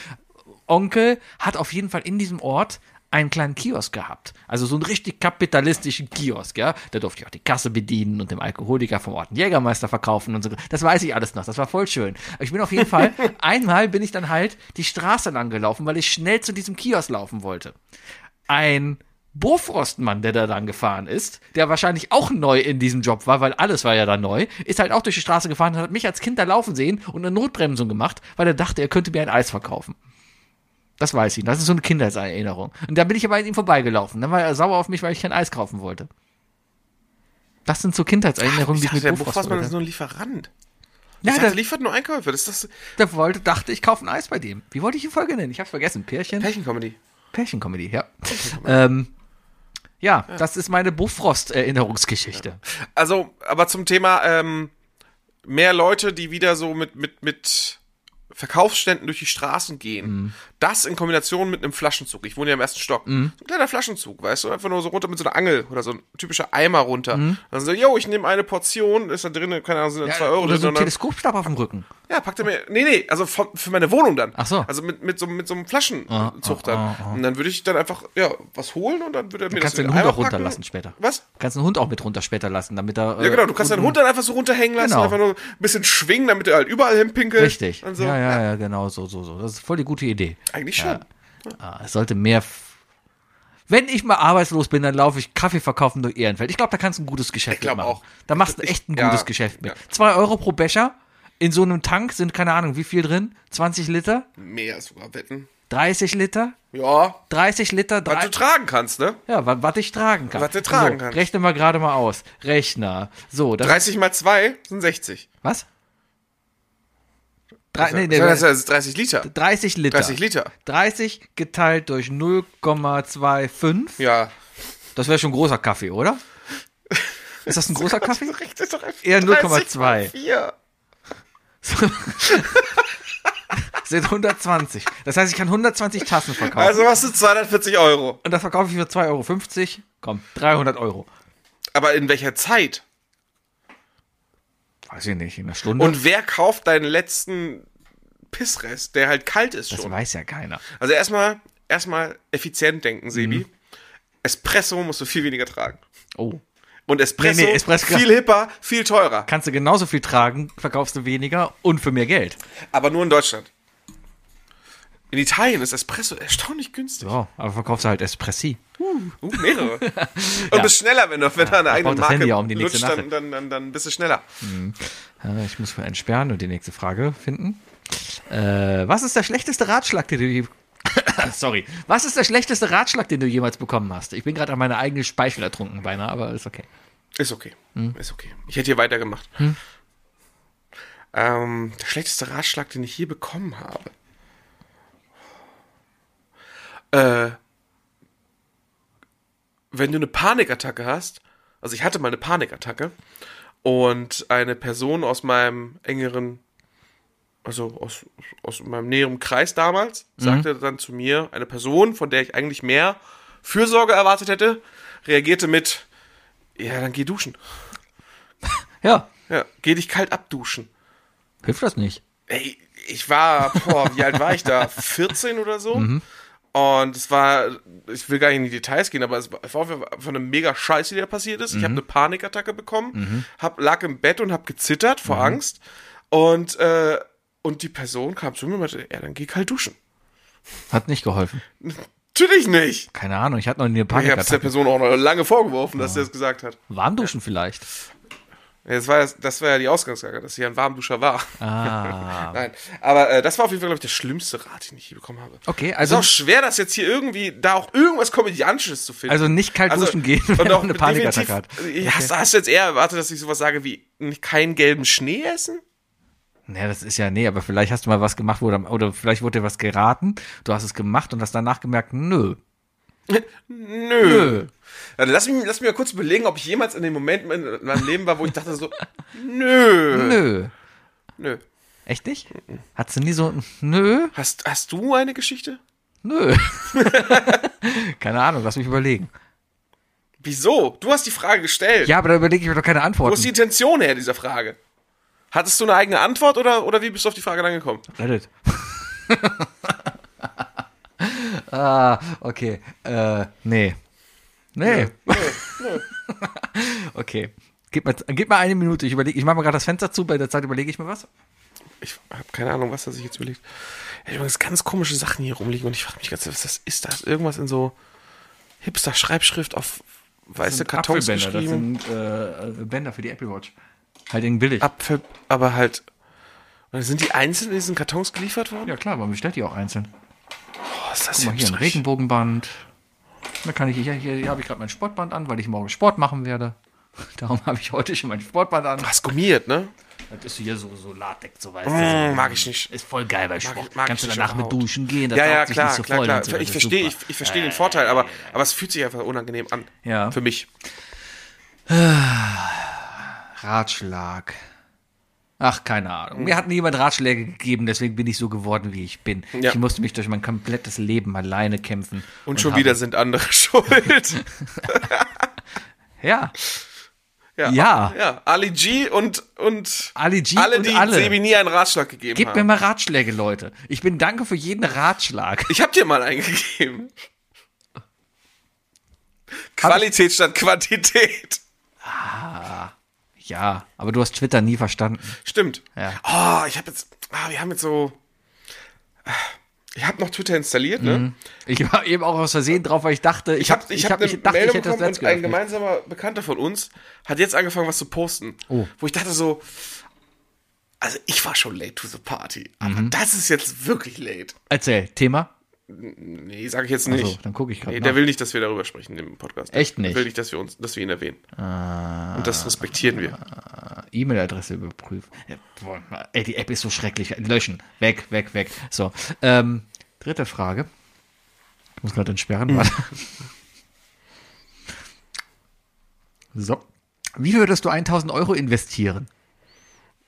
S6: Onkel hat auf jeden Fall in diesem Ort einen kleinen Kiosk gehabt. Also so einen richtig kapitalistischen Kiosk, ja. Da durfte ich auch die Kasse bedienen und dem Alkoholiker vom Ort einen Jägermeister verkaufen und so. Das weiß ich alles noch. Das war voll schön. Ich bin auf jeden Fall, einmal bin ich dann halt die Straße lang gelaufen, weil ich schnell zu diesem Kiosk laufen wollte. Ein Bofrostmann, der da dann gefahren ist, der wahrscheinlich auch neu in diesem Job war, weil alles war ja da neu, ist halt auch durch die Straße gefahren und hat mich als Kind da laufen sehen und eine Notbremsung gemacht, weil er dachte, er könnte mir ein Eis verkaufen. Das weiß ich. Das ist so eine Kindheitserinnerung. Und da bin ich aber an ihm vorbeigelaufen. Dann war er sauer auf mich, weil ich kein Eis kaufen wollte. Das sind so Kindheitserinnerungen,
S7: Ich
S6: die ich
S7: dachte,
S6: mit
S7: der
S6: Bofrost
S7: Bofrostmann ist
S6: hatte.
S7: nur ein Lieferant.
S6: Ja,
S7: ich
S6: der,
S7: dachte, liefert nur Einkäufe. Das ist das
S6: der wollte, dachte, ich kaufe ein Eis bei dem. Wie wollte ich die Folge nennen? Ich hab's vergessen. Pärchen?
S7: Pärchencomedy.
S6: Pärchen-Comedy, ja. Ähm, ja, das ist meine Bofrost-Erinnerungsgeschichte.
S7: Also, aber zum Thema ähm, mehr Leute, die wieder so mit, mit, mit Verkaufsständen durch die Straßen gehen.
S6: Mhm.
S7: Das in Kombination mit einem Flaschenzug. Ich wohne ja im ersten Stock. So ein kleiner Flaschenzug, weißt du? Einfach nur so runter mit so einer Angel oder so ein typischer Eimer runter.
S6: Mhm.
S7: Dann so, yo, ich nehme eine Portion, ist da drin, keine Ahnung, sind da zwei Euro
S6: Oder
S7: drin.
S6: so ein
S7: und dann-
S6: Teleskopstab auf dem Rücken.
S7: ja, packt er mir. Nee, nee, also von, für meine Wohnung dann.
S6: Ach so. Ah,
S7: Also mit, mit, so, mit so einem Flaschenzug dann. Und dann würde ich dann einfach, ja, was holen und dann würde er mir
S6: Kannst
S7: das
S6: du
S7: in
S6: den Hund
S7: Eimer
S6: auch
S7: packen.
S6: runterlassen später.
S7: Was?
S6: Kannst den Hund auch mit runter später lassen, damit er. äh,
S7: Ja, genau, du kannst
S6: den
S7: deinen Hund dann einfach so runterhängen lassen,
S6: Genau.
S7: einfach nur ein bisschen schwingen, damit er halt überall hinpinkelt.
S6: Richtig.
S7: Und so.
S6: ja, ja, ja, genau, so, so, so. Das ist voll die gute Idee.
S7: Eigentlich schon.
S6: Ah, es sollte mehr. f- Wenn ich mal arbeitslos bin, dann laufe ich Kaffee verkaufen durch Ehrenfeld. Ich glaube, da kannst du ein gutes Geschäft
S7: Ich glaub
S6: mitmachen.
S7: auch.
S6: Da machst du
S7: Ich-
S6: echt ein
S7: ja,
S6: gutes Geschäft mit.
S7: ja.
S6: Zwei Euro pro Becher. In so einem Tank sind keine Ahnung, wie viel drin? 20 Liter?
S7: Mehr sogar wetten.
S6: 30 Liter?
S7: Ja,
S6: 30 Liter?
S7: was
S6: Drei,
S7: du tragen kannst, ne?
S6: ja, wa- was ich tragen kann.
S7: Was du tragen
S6: so,
S7: kannst.
S6: Rechne mal gerade mal aus. Rechner. So, das.
S7: 30 mal 2 sind 60.
S6: was? Drei, Ah, nee, nee,
S7: Also, das ist 30 Liter.
S6: 30 Liter.
S7: 30 Liter.
S6: 30 geteilt durch 0,25.
S7: Ja.
S6: Das wäre schon ein großer Kaffee, oder? Ist das ein großer Kaffee?
S7: Recht ist doch einfach
S6: Eher
S7: 30 mal
S6: 0,2.
S7: vier.
S6: So. sind 120. Das heißt, ich kann 120 Tassen verkaufen.
S7: Also hast du 240 Euro.
S6: und das verkaufe ich für 2,50 Euro. Komm, 300 Euro.
S7: Aber in welcher Zeit?
S6: Weiß ich nicht, in einer Stunde.
S7: Und wer kauft deinen letzten Pissrest, der halt kalt ist
S6: das
S7: schon?
S6: weiß ja keiner.
S7: Also erstmal, erstmal effizient denken, Sebi.
S6: Mhm.
S7: Espresso musst du viel weniger tragen.
S6: Oh.
S7: Und Espresso,
S6: Nee, nee, Espresso-
S7: viel hipper, viel teurer.
S6: Kannst du genauso viel tragen, verkaufst du weniger und für mehr Geld.
S7: Aber nur in Deutschland. In Italien ist Espresso erstaunlich günstig.
S6: So, aber verkaufst du halt Espressi.
S7: Uh, mehrere. Und bist schneller, wenn du, wenn du eine eigene
S6: braucht das
S7: Marke
S6: Handy ja um die nächste
S7: lutscht, dann,
S6: Nachricht.
S7: dann, dann, dann bist du schneller.
S6: Äh, Ich muss für entsperren und die nächste Frage finden. Äh, was ist der schlechteste Ratschlag, den du je Sorry. Was ist der schlechteste Ratschlag, den du jemals bekommen hast? Ich bin gerade an meine eigene Speichel ertrunken beinahe, aber ist okay.
S7: Ist okay. Ist okay. Ich hätte hier weitergemacht. Ähm, der schlechteste Ratschlag, den ich je bekommen habe. Äh, wenn du eine Panikattacke hast, also ich hatte mal eine Panikattacke und eine Person aus meinem engeren, also aus, aus meinem näheren Kreis damals, sagte dann zu mir, eine Person, von der ich eigentlich mehr Fürsorge erwartet hätte, reagierte mit, ja, dann geh duschen.
S6: Ja,
S7: Ja, geh dich kalt abduschen.
S6: hilft das nicht.
S7: Ey, ich war, boah, wie alt war ich da? 14 oder so? Und es war, ich will gar nicht in die Details gehen, aber es war es war auf jeden Fall von einem mega Scheiße, die da passiert ist. Ich habe eine Panikattacke bekommen, hab, lag im Bett und habe gezittert vor Angst. Und, äh, und die Person kam zu mir und meinte, ja, dann geh kalt duschen.
S6: Hat nicht geholfen.
S7: Natürlich nicht.
S6: Keine Ahnung, ich hatte noch nie eine
S7: Ich habe es der
S6: Panikattacke.
S7: Person auch noch lange vorgeworfen, dass sie das gesagt hat.
S6: Warmduschen vielleicht.
S7: Ja, Das war, das, das war ja die Ausgangslage, dass ich ein Warmduscher war.
S6: Ah.
S7: Nein, aber äh, das war auf jeden Fall, glaube ich, der schlimmste Rat, den ich je bekommen habe.
S6: Okay, also,
S7: Also, ist auch schwer, das jetzt hier irgendwie, da auch irgendwas Komödiantisches zu finden.
S6: also nicht kalt duschen gehen, wenn
S7: und
S6: man
S7: auch
S6: eine Panikattacke hat.
S7: definitiv- Ja, Hast, hast du jetzt eher erwartet, dass ich sowas sage wie nicht keinen gelben Schnee essen?
S6: Naja, das ist ja, nee, aber vielleicht hast du mal was gemacht, wo, du- oder vielleicht wurde dir was geraten, du hast es gemacht und hast danach gemerkt, nö.
S7: Nö. Also lass, mich, lass mich mal kurz überlegen, ob ich jemals in dem Moment in meinem Leben war, wo ich dachte so, nö, nö.
S6: Nö. Echt nicht?
S7: Mhm.
S6: Hattest du nie so, nö,
S7: Hast, hast du eine Geschichte?
S6: nö. keine Ahnung, lass mich überlegen.
S7: Wieso? Du hast die Frage gestellt.
S6: Ja, aber da überlege ich mir doch keine
S7: Wo
S6: Antworten.
S7: ist die Intention her dieser Frage? Hattest du eine eigene Antwort oder, oder wie bist du auf die Frage dann gekommen?
S6: Reddit. ah, okay. Äh, nee. Nee. okay. Gib mal, gib mal eine Minute. Ich überlege, ich mache mal gerade das Fenster zu, bei der Zeit überlege ich mir was.
S7: Ich habe keine Ahnung, was er sich jetzt überlegt. Er hat übrigens ganz komische Sachen hier rumliegen und ich frage mich ganz, was das ist. Da ist irgendwas in so Hipster-Schreibschrift auf weiße Kartons
S6: das
S7: geschrieben.
S6: sind äh, Bänder für die Apple Watch. Halt in billig.
S7: Apfel, aber halt. Und sind die einzeln in diesen Kartons geliefert worden?
S6: Ja klar, man bestellt die auch einzeln.
S7: Boah, ist das
S6: Guck mal, hier ein
S7: hipsterig.
S6: Regenbogenband. Da kann ich, hier, hier, hier habe ich gerade mein Sportband an, weil ich morgen Sport machen werde. Darum habe ich heute schon mein Sportband an.
S7: Was gummiert, ne?
S6: Das ist hier so, so Latex, so weißt
S7: Mm, mag ich nicht.
S6: Ist voll geil bei
S7: Mag
S6: Sport.
S7: ich- mag
S6: Kannst du
S7: ich nicht
S6: danach mit
S7: überhaupt.
S6: duschen gehen, das
S7: Ja, ja,
S6: saugt sich
S7: klar,
S6: nicht so
S7: klar,
S6: voll
S7: klar.
S6: und so, das
S7: Ich
S6: ist
S7: verstehe ich,
S6: super.
S7: ich versteh den Vorteil, aber, aber es fühlt sich einfach unangenehm an.
S6: Ja.
S7: Für mich.
S6: Ratschlag. Ach, keine Ahnung. Mir hat nie jemand Ratschläge gegeben, deswegen bin ich so geworden, wie ich bin.
S7: Ja.
S6: Ich musste mich durch mein komplettes Leben alleine kämpfen.
S7: Und schon
S6: habe-
S7: wieder sind andere schuld.
S6: Ja,
S7: ja.
S6: Ja.
S7: Ja. Ali G und, und
S6: Ali G
S7: alle,
S6: und
S7: die
S6: alle.
S7: Sebi nie einen Ratschlag gegeben
S6: gebt
S7: haben.
S6: mir mal Ratschläge, Leute. Ich bin danke für jeden Ratschlag.
S7: Ich hab dir mal eingegeben. Qualität statt Quantität.
S6: Ja, aber du hast Twitter nie verstanden.
S7: Stimmt.
S6: Ja.
S7: Oh, ich hab jetzt. Ah, wir haben jetzt so. Ich hab noch Twitter installiert, ne?
S6: Ich war eben auch aus Versehen drauf, weil ich dachte, Mhm. ich,
S7: Ich hab,
S6: hab,
S7: ich
S6: hab-
S7: hab eine
S6: dachte,
S7: Meldung
S6: hätte das
S7: bekommen
S6: Netz
S7: und ein
S6: geöffnet.
S7: gemeinsamer Bekannter von uns hat jetzt angefangen, was zu posten.
S6: Oh.
S7: Wo ich dachte so, also ich war schon late to the party, aber
S6: Mhm.
S7: das ist jetzt wirklich late.
S6: Erzähl, Thema?
S7: Nee, sag ich jetzt nicht.
S6: so, dann guck ich grad
S7: Nee,
S6: nach.
S7: der will nicht, dass wir darüber sprechen im Podcast.
S6: Echt
S7: Der
S6: nicht?
S7: will nicht, Ah. dass wir uns, dass wir ihn erwähnen. und das respektieren wir.
S6: äh, E-Mail-Adresse überprüfen. Ja, boah, Ey, die App ist so schrecklich. Löschen. Weg, weg, weg. So. Ähm, dritte Frage. Ich muss gerade entsperren. Warte. So. Wie würdest du 1000 Euro investieren?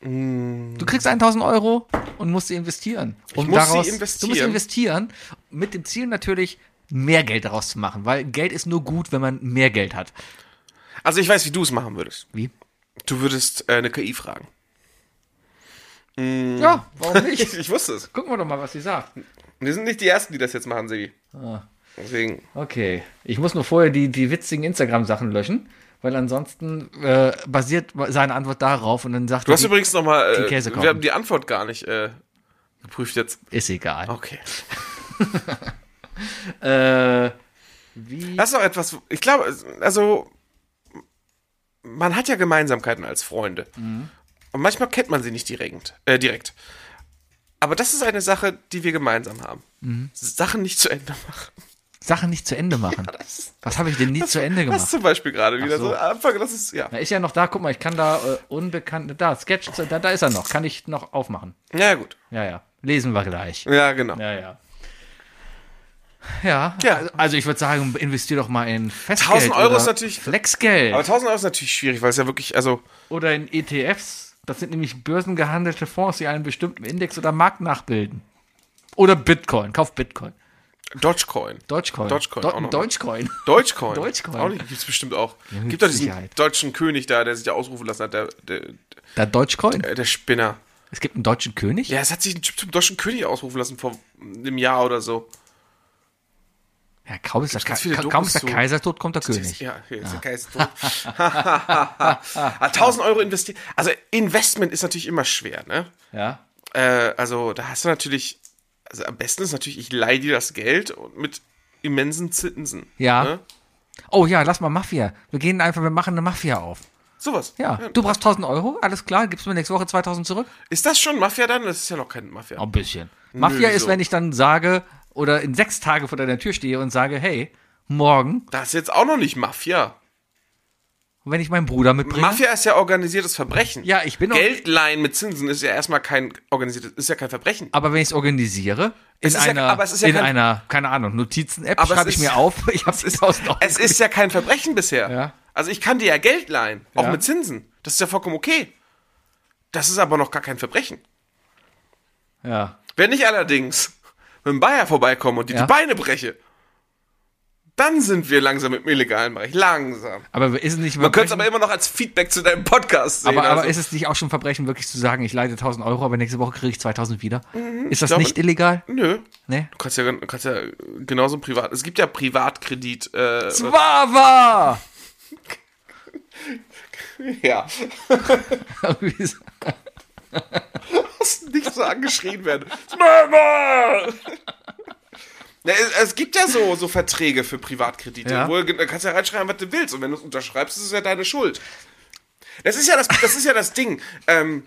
S6: Du kriegst 1000 Euro und musst sie investieren. um
S7: Hm. muss sie
S6: daraus, Du
S7: investieren.
S6: musst investieren, mit dem Ziel natürlich, mehr Geld daraus zu machen, weil Geld ist nur gut, wenn man mehr Geld hat.
S7: Also ich weiß, wie du es machen würdest.
S6: Wie?
S7: Du würdest äh, eine KI fragen. Hm.
S6: Ja, warum nicht?
S7: Ich wusste es.
S6: Gucken wir doch mal, was sie sagt.
S7: Wir sind nicht die Ersten, die das jetzt machen, Sebi. Deswegen.
S6: Okay, ich muss nur vorher die, die witzigen Instagram-Sachen löschen, weil ansonsten äh, basiert seine Antwort darauf und dann sagt
S7: Du hast
S6: die-
S7: übrigens nochmal.
S6: die
S7: Äh,
S6: Käse kaufen.
S7: wir haben die Antwort gar nicht äh, geprüft jetzt.
S6: ist egal.
S7: Okay.
S6: Äh, wie?
S7: Das ist auch etwas, ich glaube, also man hat ja Gemeinsamkeiten als Freunde.
S6: Mhm.
S7: Und manchmal kennt man sie nicht direkt, äh, direkt. Aber das ist eine Sache, die wir gemeinsam haben.
S6: Mhm.
S7: Sachen nicht zu Ende machen.
S6: Sachen nicht zu Ende machen. was habe ich denn nie zu Ende
S7: Das
S6: gemacht?
S7: zum Beispiel gerade wieder
S6: so.
S7: so. am Anfang, das ist, ja.
S6: Da ist ja noch da, guck mal, ich kann da äh, unbekannte, da, Sketch, da, da ist er noch, kann ich noch aufmachen.
S7: Ja, ja, gut.
S6: Ja, ja, lesen wir gleich.
S7: Ja, genau.
S6: Ja, ja. Ja,
S7: Ja.
S6: also- also ich würde sagen, investier doch mal in Festgeld
S7: 1000 Euro
S6: oder
S7: ist natürlich-
S6: Flexgeld.
S7: Aber 1000 Euro ist natürlich schwierig, weil es ja wirklich, also,
S6: oder in ETFs. Das sind nämlich börsengehandelte Fonds, die einen bestimmten Index oder Markt nachbilden. Oder Bitcoin. Kauf Bitcoin.
S7: Dogecoin.
S6: Dogecoin.
S7: Dogecoin auch noch. ne?
S6: Dogecoin.
S7: Dogecoin.
S6: Dogecoin.
S7: Auch nicht, gibt's bestimmt auch.
S6: mit
S7: Gibt doch diesen
S6: Sicherheit.
S7: deutschen König da, der sich ja ausrufen lassen hat, der, der, äh,
S6: Da Dogecoin.
S7: der Spinner.
S6: Es gibt einen deutschen König.
S7: Ja, es hat sich ein Typ zum deutschen König ausrufen lassen vor einem Jahr oder so.
S6: Ja, kaum ist, der,
S7: ganz
S6: Ka
S7: viele
S6: ka-
S7: Dokus
S6: kaum ist der
S7: zu.
S6: Kaiser tot, kommt der König.
S7: Ja, hier ist der Kaiser tot. Ah, 1000 Euro investieren. Also Investment ist natürlich immer schwer, ne?
S6: Ja.
S7: Äh, also da hast du natürlich, also am besten ist natürlich, ich leihe dir das Geld und mit immensen Zinsen.
S6: Ja.
S7: Ne?
S6: Oh ja, lass mal Mafia. Wir gehen einfach, wir machen eine Mafia auf.
S7: Sowas.
S6: Ja. Du brauchst 1000 Euro, alles klar, gibst mir nächste Woche 2000 zurück?
S7: Ist das schon Mafia dann? Das ist ja noch kein Mafia.
S6: Ein bisschen. Mafia
S7: Nö,
S6: ist,
S7: so.
S6: wenn ich dann sage oder in sechs Tage vor deiner Tür stehe und sage, hey, morgen,
S7: Das ist jetzt auch noch nicht Mafia.
S6: wenn ich meinen Bruder mitbringe.
S7: Mafia ist ja organisiertes Verbrechen.
S6: Ja, ich bin auch-
S7: Geld leihen mit Zinsen ist ja erstmal kein organisiertes, ist ja kein Verbrechen.
S6: Aber wenn ich es organisiere, in
S7: Es ist ja-
S6: einer,
S7: aber es ist ja
S6: in
S7: kein-
S6: einer, keine Ahnung, Notizen-App
S7: Aber es
S6: schreibe ich
S7: ist-
S6: mir auf, ich habe 10.000 Euro.
S7: Es ist ja kein Verbrechen bisher.
S6: Ja.
S7: Also ich kann dir ja Geld leihen, auch
S6: Ja.
S7: mit Zinsen. Das ist ja vollkommen okay. Das ist aber noch gar kein Verbrechen.
S6: ja.
S7: Wenn ich allerdings mit einem Bayer vorbeikomme und dir
S6: Ja.
S7: die Beine breche, dann sind wir langsam im illegalen Bereich. Langsam.
S6: Aber ist es nicht
S7: Man könnte es
S6: Verbrechen-
S7: aber immer noch als Feedback zu deinem Podcast sehen.
S6: aber, aber
S7: also.
S6: ist es nicht auch schon Verbrechen, wirklich zu sagen, ich leite 1000 Euro, aber nächste Woche kriege ich 2000 wieder? ist das
S7: Mhm. glaube-
S6: nicht illegal?
S7: Nö.
S6: Nee.
S7: Du kannst ja, du kannst ja genauso ein Privat. Es gibt ja Privatkredit. Äh,
S6: Wawa!
S7: ja.
S6: Irgendwie so.
S7: nicht so angeschrien werden. Mama! Na, es, es gibt ja so, so Verträge für Privatkredite.
S6: Ja.
S7: Wo, du- da kannst ja reinschreiben, was du willst. Und wenn du es unterschreibst, ist es ja deine Schuld. Das ist ja das, das, ist ja das Ding. Ähm,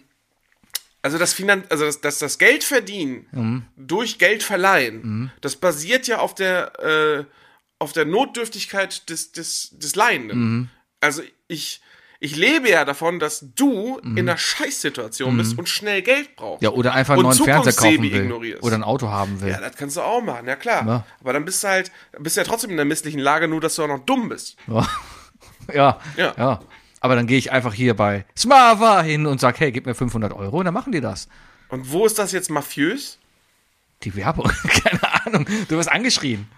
S7: also das, Finan also das, das, das Geld verdienen
S6: Mhm.
S7: durch Geld verleihen, das basiert ja auf der, äh, auf der Notdürftigkeit des, des, des Leihenden.
S6: Mhm.
S7: Also ich, ich lebe ja davon, dass du in einer Scheißsituation bist und schnell Geld brauchst.
S6: Mhm. Ja, oder einfach einen
S7: Und
S6: neuen Fernseher kaufen
S7: Zukunftssebi
S6: will.
S7: ignorierst.
S6: Oder ein Auto haben will.
S7: ja, das kannst du auch machen, ja klar.
S6: Ja.
S7: Aber dann bist du halt, bist du ja trotzdem in der misslichen Lage, nur dass du auch noch dumm bist.
S6: Ja, ja.
S7: Ja.
S6: Aber dann gehe ich einfach hier bei Smava hin und sage, hey, gib mir 500 Euro und dann machen die das.
S7: Und wo ist das jetzt mafiös?
S6: Die Werbung, keine Ahnung. Du wirst angeschrien.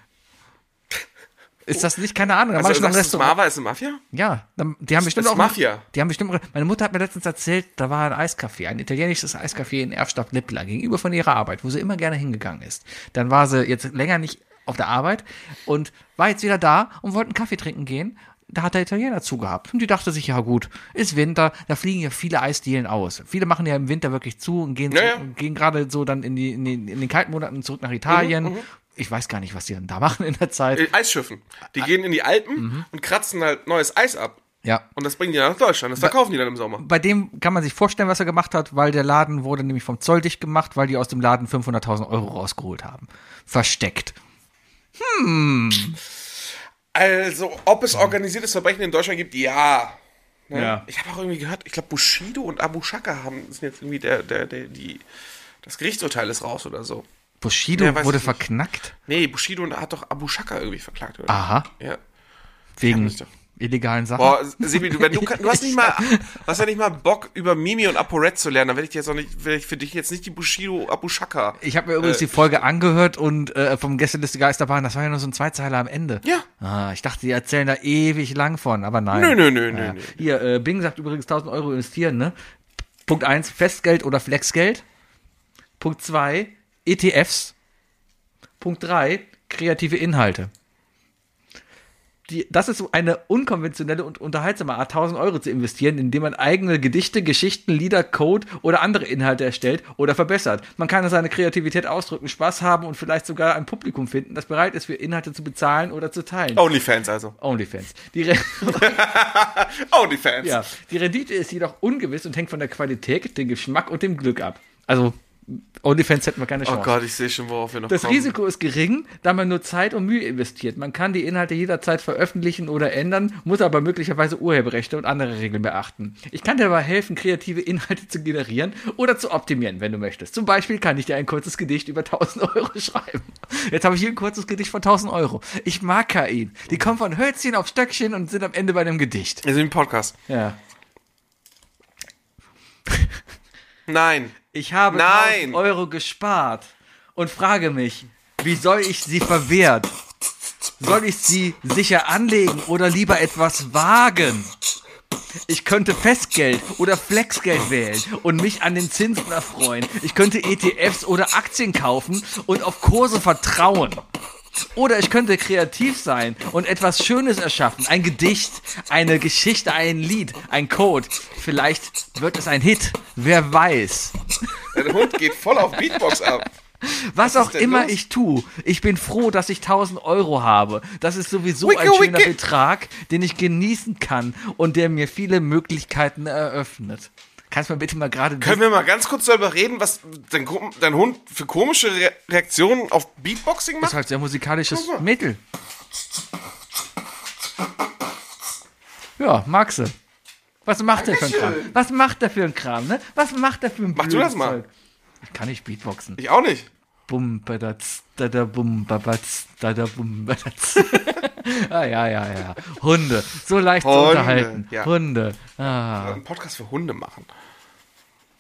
S6: Ist das nicht? Keine Ahnung. Dann mach ich noch ein
S7: Also sagst du,
S6: Restaurant.
S7: Smava ist eine Mafia?
S6: Ja, dann, die haben bestimmt
S7: ist
S6: auch.
S7: Mafia.
S6: Die haben bestimmt. Meine Mutter hat mir letztens erzählt, da war ein Eiscafé, ein italienisches Eiscafé in Erfstadt Lippla, gegenüber von ihrer Arbeit, wo sie immer gerne hingegangen ist. Dann war sie jetzt länger nicht auf der Arbeit und war jetzt wieder da und wollte einen Kaffee trinken gehen. Da hat der Italiener zugehabt. Und die dachte sich, ja gut, ist Winter, da fliegen ja viele Eisdielen aus. Viele machen ja im Winter wirklich zu und gehen,
S7: Ja,
S6: zu-
S7: ja.
S6: und gehen gerade so dann in, die, in, den, in den kalten Monaten zurück nach
S7: Mhm,
S6: Italien. Ich weiß gar nicht, was die dann da machen in der Zeit.
S7: In Eisschiffen. Äh, Die gehen in die Alpen
S6: Mhm.
S7: und kratzen halt neues Eis ab.
S6: Ja,
S7: Und das bringen die dann nach Deutschland. Das verkaufen die dann im Sommer.
S6: bei dem kann man sich vorstellen, was er gemacht hat, weil der Laden wurde nämlich vom Zoll dicht gemacht, weil die aus dem Laden 500.000 Euro rausgeholt haben. Versteckt.
S7: Also, ob es organisiertes Verbrechen in Deutschland gibt, ja. Ne? Ich habe auch irgendwie gehört, ich glaube, Bushido und Abu Shaka haben sind jetzt irgendwie der, der, der, die, das Gerichtsurteil ist raus oder so.
S6: Bushido
S7: Ja, weiß
S6: wurde
S7: ich nicht.
S6: verknackt.
S7: Nee, Bushido und hat doch Abu Shaka irgendwie verklagt, oder?
S6: Aha.
S7: Ja.
S6: Wegen
S7: ich doch.
S6: illegalen Sachen.
S7: Boah, Sebi, du, wenn du, kann- du hast nicht mal, hast ja nicht mal Bock, über Mimi und ApoRed zu lernen, dann werde ich dir jetzt auch nicht, werde ich für dich jetzt nicht die Bushido Abushaka.
S6: Ich habe mir übrigens
S7: äh,
S6: die Folge angehört und äh, vom Gästeliste Geisterbahn, das war ja nur so ein Zweizeiler am Ende.
S7: Ja.
S6: Ah, ich dachte, die erzählen da ewig lang von, aber nein.
S7: Nö, nö, nö, nö, nö.
S6: Hier, äh, Bing sagt übrigens 1000 Euro investieren, ne? Punkt eins Festgeld oder Flexgeld. Punkt zwei ETFs. Punkt drei kreative Inhalte. Die, das ist so eine unkonventionelle und unterhaltsame Art, 1000 Euro zu investieren, indem man eigene Gedichte, Geschichten, Lieder, Code oder andere Inhalte erstellt oder verbessert. Man kann seine Kreativität ausdrücken, Spaß haben und vielleicht sogar ein Publikum finden, das bereit ist, für Inhalte zu bezahlen oder zu teilen.
S7: Onlyfans also.
S6: Onlyfans. Die Re
S7: Onlyfans.
S6: ja, die Rendite ist jedoch ungewiss und hängt von der Qualität, dem Geschmack und dem Glück ab. Also, OnlyFans hätten wir keine
S7: Oh
S6: Chance.
S7: Gott, ich sehe schon, worauf wir noch
S6: das
S7: kommen.
S6: Risiko ist gering, da man nur Zeit und Mühe investiert. Man kann die Inhalte jederzeit veröffentlichen oder ändern, muss aber möglicherweise Urheberrechte und andere Regeln beachten. Ich kann dir dabei helfen, kreative Inhalte zu generieren oder zu optimieren, wenn du möchtest. Zum Beispiel kann ich dir ein kurzes Gedicht über 1000 Euro schreiben. Jetzt habe ich hier ein kurzes Gedicht von 1000 Euro. Ich mag KI. Die kommen von Hölzchen auf Stöckchen und sind am Ende bei einem Gedicht.
S7: Wir sind im Podcast.
S6: Ja.
S7: Nein.
S6: Ich habe
S7: Nein.
S6: 1000 Euro gespart und frage mich, wie soll ich sie verwehrt? Soll ich sie sicher anlegen oder lieber etwas wagen? Ich könnte Festgeld oder Flexgeld wählen und mich an den Zinsen erfreuen. Ich könnte ETFs oder Aktien kaufen und auf Kurse vertrauen. Oder ich könnte kreativ sein und etwas Schönes erschaffen. Ein Gedicht, eine Geschichte, ein Lied, ein Code. Vielleicht wird es ein Hit. Wer weiß.
S7: Der Hund geht voll auf Beatbox ab.
S6: Was, auch
S7: denn
S6: immer
S7: los?
S6: ich tue, ich bin froh, dass ich 1000 Euro habe. Das ist sowieso
S7: Wicke,
S6: ein schöner
S7: wicke.
S6: Betrag, den ich genießen kann und der mir viele Möglichkeiten eröffnet. Kannst du mir bitte mal gerade
S7: Können wir mal ganz kurz darüber reden, was dein, Gru- dein Hund für komische Re Reaktionen auf Beatboxing
S6: das ist
S7: macht?
S6: halt sehr musikalisches
S7: Guck mal.
S6: Mittel. Ja, magst du. Was macht der für ein Kram? Was macht der für ein Kram, ne? Was macht der für ein
S7: Mach du das
S6: blödes
S7: mal.
S6: Zeug? Ich kann nicht Beatboxen.
S7: Ich auch nicht.
S6: Bum, badatz, dada, bum, babatz, dada, bum, badatz. ah, ja, ja, ja. Hunde. So leicht zu
S7: Hunde,
S6: unterhalten.
S7: ja.
S6: Hunde. Ah,
S7: Einen Podcast für Hunde machen.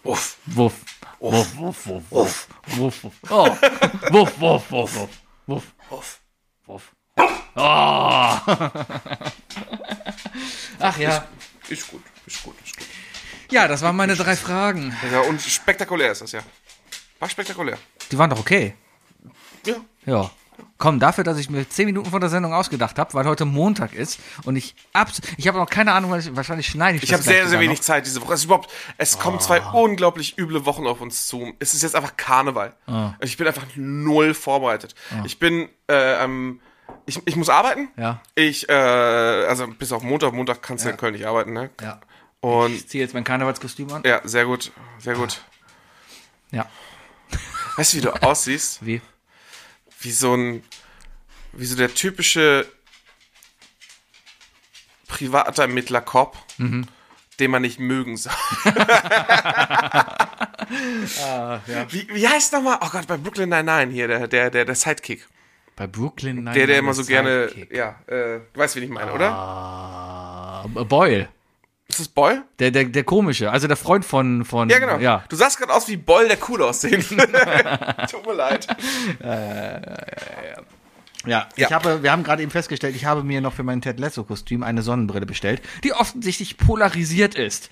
S7: Uff.
S6: wuff. Wuff, wuff, wuff, wuff. Wuff, wuff. Oh. wuff, wuff, wuff, wuff. Wuff. Wuff. Wuff. Oh. Ach ja.
S7: Ist gut, ist gut, ist gut.
S6: Ja, das waren meine drei Fragen.
S7: Ja, und spektakulär ist das ja. War spektakulär.
S6: Die waren doch okay.
S7: Ja.
S6: Ja. Komm, dafür, dass ich mir zehn Minuten vor der Sendung ausgedacht habe, weil heute Montag ist und ich abs ich habe noch keine Ahnung, was ich, wahrscheinlich schneide ich
S7: Ich
S6: das
S7: habe
S6: gleich
S7: sehr, sehr
S6: sogar
S7: wenig
S6: noch. Ah.
S7: Zeit diese Woche. Es, ist überhaupt, es kommen zwei unglaublich üble Wochen auf uns zu. Es ist jetzt einfach Karneval.
S6: Ah.
S7: Und ich bin einfach null vorbereitet. Ich bin, äh, ähm, ich, ich muss arbeiten.
S6: ne? Ja.
S7: Ich, äh, also bis auf Montag. Montag kannst du in Köln nicht arbeiten, ne?
S6: Ja.
S7: Und
S6: Ich ziehe jetzt mein Karnevalskostüm an.
S7: ja, sehr gut, sehr gut.
S6: Ah. Ja.
S7: Weißt du, wie du aussiehst?
S6: Wie?
S7: Wie so ein, wie so der typische Privatermittler-Cop,
S6: Mhm.
S7: den man nicht mögen soll.
S6: Ah,
S7: wie, wie heißt nochmal? Oh Gott, bei Brooklyn Nine-Nine hier, der, der, der, der Sidekick.
S6: Bei Brooklyn Nine-Nine.
S7: Der, der immer so gerne, ja, äh, du weißt, wen ich meine,
S6: Ah.
S7: oder?
S6: Boyle.
S7: Ist das Boy?
S6: Der, der, der komische, also der Freund von. von
S7: Ja, genau.
S6: Ja.
S7: Du sahst gerade aus wie Boll, der cool aussehen. Tut mir leid.
S6: Ja,
S7: Ja.
S6: ich habe, wir haben gerade eben festgestellt, ich habe mir noch für mein Ted Lasso-Kostüm eine Sonnenbrille bestellt, die offensichtlich polarisiert ist.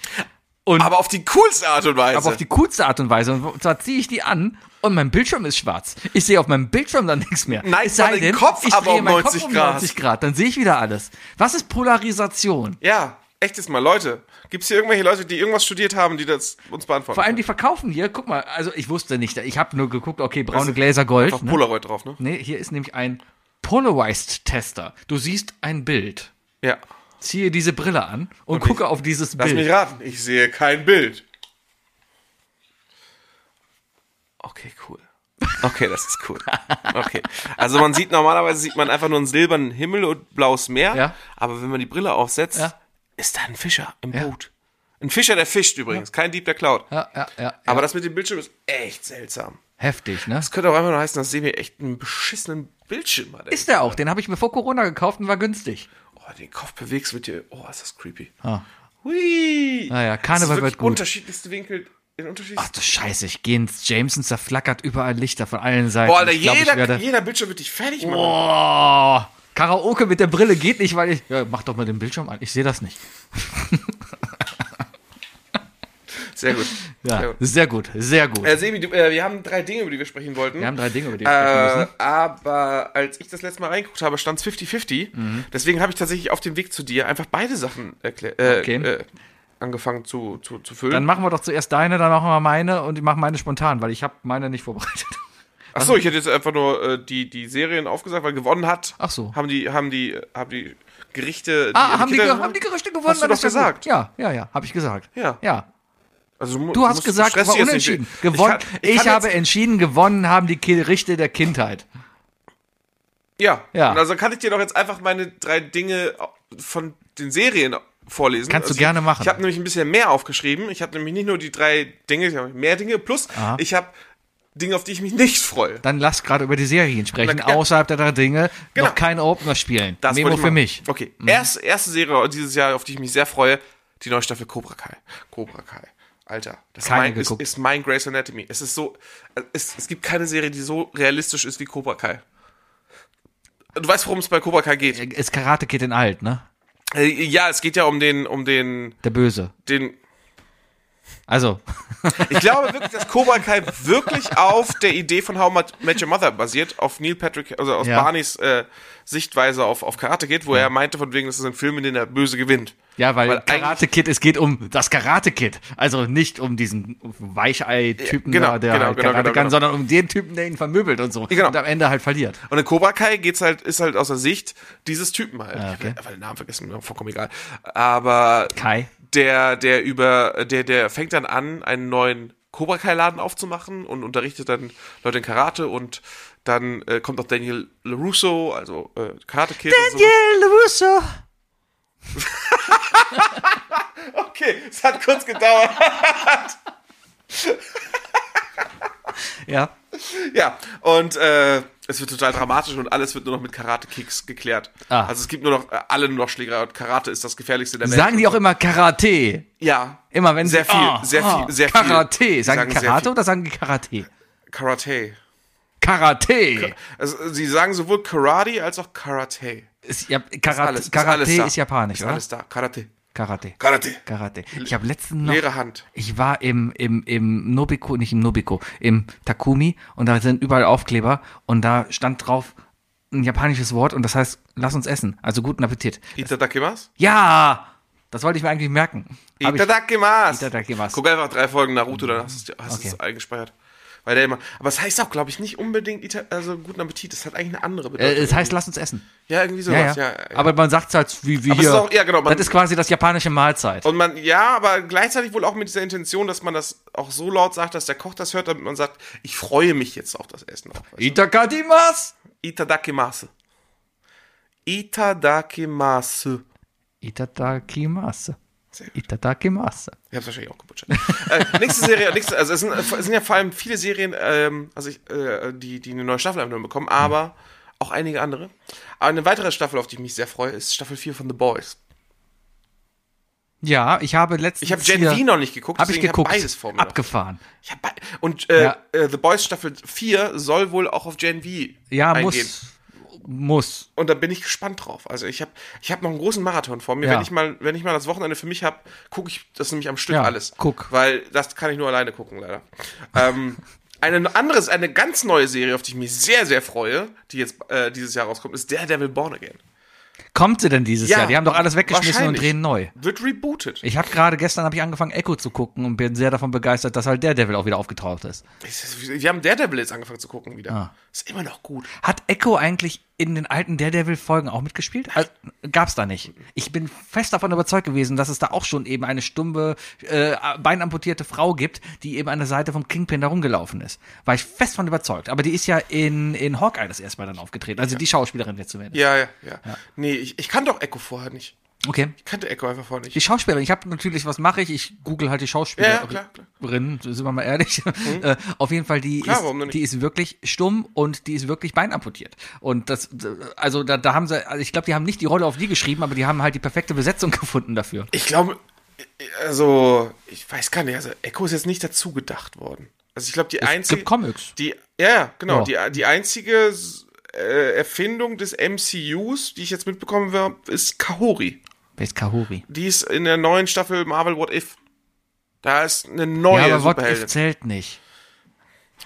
S7: Aber auf die coolste Art und Weise.
S6: Aber auf die coolste Art und Weise. Und zwar ziehe ich die an und mein Bildschirm ist schwarz. Ich sehe auf meinem Bildschirm dann nichts mehr.
S7: Nein,
S6: es sei
S7: sondern den
S6: denn,
S7: Kopf
S6: ich
S7: aber
S6: drehe
S7: um
S6: meinen
S7: 90
S6: Kopf um
S7: Grad.
S6: 90 Grad. Dann sehe ich wieder alles. Was ist Polarisation?
S7: Ja, echtes Mal, Leute. Gibt es hier irgendwelche Leute, die irgendwas studiert haben, die das uns beantworten?
S6: Vor allem die verkaufen hier, guck mal, also ich wusste nicht, ich habe nur geguckt, okay, braune Gläser Gold.
S7: Also Einfach
S6: ne?
S7: Polaroid drauf, ne?
S6: Nee, hier ist nämlich ein Polarized Tester. Du siehst ein Bild,
S7: Ja.
S6: ziehe diese Brille an und, gucke auf dieses
S7: Lass mich
S6: Bild.
S7: raten, ich sehe kein Bild. Okay, cool. Okay, das ist cool. Okay. Also man sieht normalerweise sieht man einfach nur einen silbernen Himmel und blaues Meer,
S6: Ja.
S7: aber wenn man die Brille aufsetzt,
S6: Ja.
S7: ist da ein Fischer im
S6: Ja.
S7: Boot. Ein Fischer, der fischt übrigens, kein Dieb, der klaut.
S6: Ja, ja, ja, ja.
S7: Aber das mit dem Bildschirm ist echt seltsam.
S6: Heftig, ne?
S7: Das könnte auch einfach nur heißen, dass Sebi echt einen beschissenen Bildschirm hat. ey.
S6: Ist der auch, den habe ich mir vor Corona gekauft und war günstig.
S7: Oh, oh, den Kopf bewegst, wird dir, oh, ist das creepy.
S6: Ah.
S7: Hui!
S6: Naja,
S7: Das ist
S6: Karneval
S7: wirklich
S6: wird gut.
S7: unterschiedlichste Winkel, in
S6: Ach
S7: unterschiedlichsten...
S6: du Scheiße, ich gehe ins Jamesons, da flackert überall Lichter von allen Seiten.
S7: Boah, Alter,
S6: ich glaub, ich
S7: jeder,
S6: werde, Oh.
S7: jeder Bildschirm wird dich fertig machen.
S6: boah, Karaoke mit der Brille geht nicht, weil ich. Ja, mach doch mal den Bildschirm an, ich sehe das nicht.
S7: Sehr gut. Sehr
S6: Ja,
S7: gut.
S6: sehr gut, sehr gut.
S7: Äh, Sebi, du, äh, wir haben drei Dinge, über die wir sprechen wollten.
S6: Wir haben drei Dinge, über die wir sprechen
S7: Äh,
S6: müssen.
S7: aber als ich das letzte Mal reingeguckt habe, stand es 50-50.
S6: Mhm.
S7: Deswegen habe ich tatsächlich auf dem Weg zu dir einfach beide Sachen erklär, äh,
S6: Okay.
S7: äh, angefangen zu, zu, zu füllen.
S6: Dann machen wir doch zuerst deine, dann machen wir meine und ich mache meine spontan, weil ich habe meine nicht vorbereitet.
S7: Achso, ich hätte jetzt einfach nur äh, die, die Serien aufgesagt, weil gewonnen hat.
S6: Ach so.
S7: Haben die, haben die, haben die Gerichte.
S6: Ah, haben die,
S7: Kinder-
S6: Ge- haben die Gerüchte gewonnen?
S7: Hast du
S6: dann ist
S7: doch
S6: ja gut.
S7: gesagt.
S6: Ja, ja, ja, habe ich gesagt.
S7: Ja.
S6: Ja,
S7: Also, mu-
S6: Du hast
S7: musst-
S6: gesagt,
S7: stress
S6: war
S7: dich jetzt nicht.
S6: unentschieden. Gewonnen.
S7: Ich,
S6: Ich,
S7: kann, ich, kann
S6: habe
S7: Jetzt,
S6: entschieden, gewonnen haben die Gerichte der Kindheit.
S7: ja.
S6: Ja.
S7: Und also kann ich dir doch jetzt einfach meine drei Dinge von den Serien vorlesen.
S6: Kannst du
S7: also,
S6: gerne machen.
S7: Ich habe nämlich ein bisschen mehr aufgeschrieben. Ich habe nämlich nicht nur die drei Dinge, ich habe mehr Dinge. Plus, ich habe Dinge, auf die ich mich nicht freue.
S6: Dann lass gerade über die Serien sprechen,
S7: Na, ja.
S6: außerhalb der drei Dinge.
S7: Genau.
S6: Noch kein Opener spielen.
S7: Das
S6: Memo
S7: wollte ich
S6: für
S7: machen.
S6: mich. Mhm.
S7: Okay. Erste, erste Serie dieses Jahr, auf die ich mich sehr freue, die neue Staffel Cobra Kai. Cobra Kai. Alter, das ist
S6: Keine
S7: mein, ist,
S6: geguckt.
S7: ist mein Grace Anatomy. Es ist so, es, es gibt keine Serie, die so realistisch ist wie Cobra Kai. Du weißt, worum es bei Cobra Kai geht.
S6: Ist Karate Kid in alt, ne?
S7: Äh, Ja, es geht ja um den, um den,
S6: Der Böse.
S7: den.
S6: Also,
S7: Ich glaube wirklich, dass Cobra Kai wirklich auf der Idee von How Much Met Your Mother basiert, auf Neil Patrick, also aus
S6: Ja.
S7: Barneys äh, Sichtweise auf, auf Karate geht, wo er meinte, von wegen, das ist ein Film, in dem der Böse gewinnt.
S6: ja, weil,
S7: Weil
S6: Karate Kid, es geht um das Karate Kid. Also nicht um diesen Weichei-Typen,
S7: Ja, genau,
S6: da, der
S7: genau,
S6: halt
S7: genau,
S6: Karate
S7: genau,
S6: kann,
S7: genau.
S6: sondern um den Typen, der ihn vermöbelt und so.
S7: Genau.
S6: Und am Ende halt verliert.
S7: Und in Cobra Kai geht's halt, ist halt aus der Sicht dieses Typen halt.
S6: Ah,
S7: Ich
S6: okay.
S7: hab einfach den Namen vergessen, mir vollkommen egal. Aber
S6: Kai.
S7: der, der über, der, der fängt dann an, einen neuen Cobra Kai Laden aufzumachen und unterrichtet dann Leute in Karate und dann äh, kommt auch Daniel LaRusso, also äh, Karate Kid. und so.
S6: LaRusso.
S7: Okay, es hat kurz gedauert.
S6: Ja.
S7: ja, und äh, es wird total dramatisch und alles wird nur noch mit Karate-Kicks geklärt.
S6: Ah.
S7: Also es gibt nur noch äh, alle nur noch Schläger und Karate ist das gefährlichste der Welt.
S6: Sagen die auch immer Karate.
S7: Ja.
S6: Immer wenn sie-
S7: sehr viel,
S6: Ah,
S7: sehr
S6: ah,
S7: viel, sehr
S6: Karate.
S7: viel. Die
S6: Sagen, die
S7: sehr
S6: Karate
S7: viel.
S6: oder sagen die Karate?
S7: Karate.
S6: Karate.
S7: Also, sie sagen sowohl Karate als auch Karate.
S6: Ist, ja,
S7: Ist
S6: Karate
S7: alles,
S6: ist,
S7: ist alles da.
S6: japanisch,
S7: ist
S6: oder?
S7: Alles da. Karate.
S6: Karate.
S7: Karate.
S6: Karate. Ich habe letztens noch.
S7: Leere Hand.
S6: Ich war im, im, im Nobiko, nicht im Nobiko, im Takumi und da sind überall Aufkleber und da stand drauf ein japanisches Wort und das heißt, lass uns essen. Also guten Appetit.
S7: Itadakimasu?
S6: Ja! Das wollte ich mir eigentlich merken. Hab ich-
S7: Itadakimasu.
S6: Itadakimasu.
S7: Guck einfach drei Folgen Naruto, dann hast du es- hast du es
S6: Okay.
S7: eingespeichert. Weil der immer. Aber es heißt auch, glaube ich, nicht unbedingt Ita also guten Appetit. Das hat eigentlich eine andere
S6: Äh,
S7: Bedeutung.
S6: es heißt, lass uns essen.
S7: ja, irgendwie
S6: Ja,
S7: sowas. Ja,
S6: ja.
S7: ja.
S6: Aber man sagt es halt wie wir.
S7: Aber es ist auch- ja, genau, man-
S6: das ist quasi das japanische Mahlzeit.
S7: Und man, ja, aber gleichzeitig wohl auch mit dieser Intention, dass man das auch so laut sagt, dass der Koch das hört, damit man sagt, ich freue mich jetzt auf das Essen. Auch,
S6: Also-
S7: weißt du?
S6: Itakadimas!
S7: Itadakimasu. Itadakimasu.
S6: Itadakimasu. Itadakimasu.
S7: Ich hab's wahrscheinlich auch gebutscht. äh, nächste Serie, nächste, also es sind, es sind ja vor allem viele Serien, ähm, also ich, äh, die, die eine neue Staffel einfach nur bekommen, aber auch einige andere. Aber eine weitere Staffel, auf die ich mich sehr freue, ist Staffel 4 von The Boys.
S6: Ja, ich habe letztens.
S7: Ich habe Gen
S6: hier-
S7: V noch nicht geguckt,
S6: Hab ich
S7: deswegen
S6: geguckt.
S7: hab beides vor mir. noch.
S6: Abgefahren.
S7: Ich hab bei und äh,
S6: Ja.
S7: äh, The Boys Staffel 4 soll wohl auch auf Gen V
S6: Ja,
S7: eingehen.
S6: muss. Muss.
S7: Und da bin ich gespannt drauf. Also ich habe ich hab noch einen großen Marathon vor mir.
S6: Ja.
S7: Wenn, ich mal, wenn ich mal das Wochenende für mich habe, gucke ich das nämlich am Stück
S6: Ja,
S7: alles.
S6: guck.
S7: Weil das kann ich nur alleine gucken, leider. ähm, eine andere, eine ganz neue Serie, auf die ich mich sehr, sehr freue, die jetzt äh, dieses Jahr rauskommt, ist Daredevil Born Again.
S6: Kommt sie denn dieses
S7: Ja,
S6: Jahr? Die haben doch alles weggeschmissen und
S7: wahrscheinlich.
S6: drehen neu.
S7: Wird rebootet.
S6: Ich habe gerade gestern habe ich angefangen Echo zu gucken und bin sehr davon begeistert, dass halt Daredevil auch wieder aufgetaucht ist.
S7: Ich, wir haben Daredevil jetzt angefangen zu gucken wieder.
S6: Ah.
S7: Ist immer noch gut.
S6: Hat Echo eigentlich in den alten Daredevil-Folgen auch mitgespielt? Also, gab's da nicht. Ich bin fest davon überzeugt gewesen, dass es da auch schon eben eine stumme, äh, beinamputierte Frau gibt, die eben an der Seite vom Kingpin da rumgelaufen ist. War ich fest von überzeugt. Aber die ist ja in, in Hawkeye das erstmal dann aufgetreten. Also die Schauspielerin jetzt zumindest.
S7: Ja, ja, ja. Nee, ich, ich kann doch Echo vorher nicht.
S6: Okay.
S7: Ich kannte Echo einfach vorher
S6: Die
S7: nicht.
S6: Schauspielerin, ich habe natürlich, was mache ich? Ich google halt die
S7: Ja, ja,
S6: Schauspielerin,
S7: klar, klar. Mhm.
S6: sind wir mal ehrlich. Äh, auf jeden Fall, die,
S7: Klar, warum denn
S6: ist,
S7: nicht?
S6: die ist wirklich stumm und die ist wirklich beinamputiert. Und das, also da, da haben sie, also ich glaube, die haben nicht die Rolle auf die geschrieben, aber die haben halt die perfekte Besetzung gefunden dafür.
S7: Ich glaube, also, ich weiß gar nicht, also Echo ist jetzt nicht dazu gedacht worden. Also ich glaube, die
S6: Es gibt
S7: einzige.
S6: Comics.
S7: Die, ja, genau.
S6: Ja.
S7: Die, die einzige äh, Erfindung des MCUs, die ich jetzt mitbekommen habe, ist Kahori.
S6: Wer ist Kahori?
S7: Die ist in der neuen Staffel Marvel What If. Da ist eine neue
S6: ja, aber What If
S7: Superheldin.
S6: zählt nicht.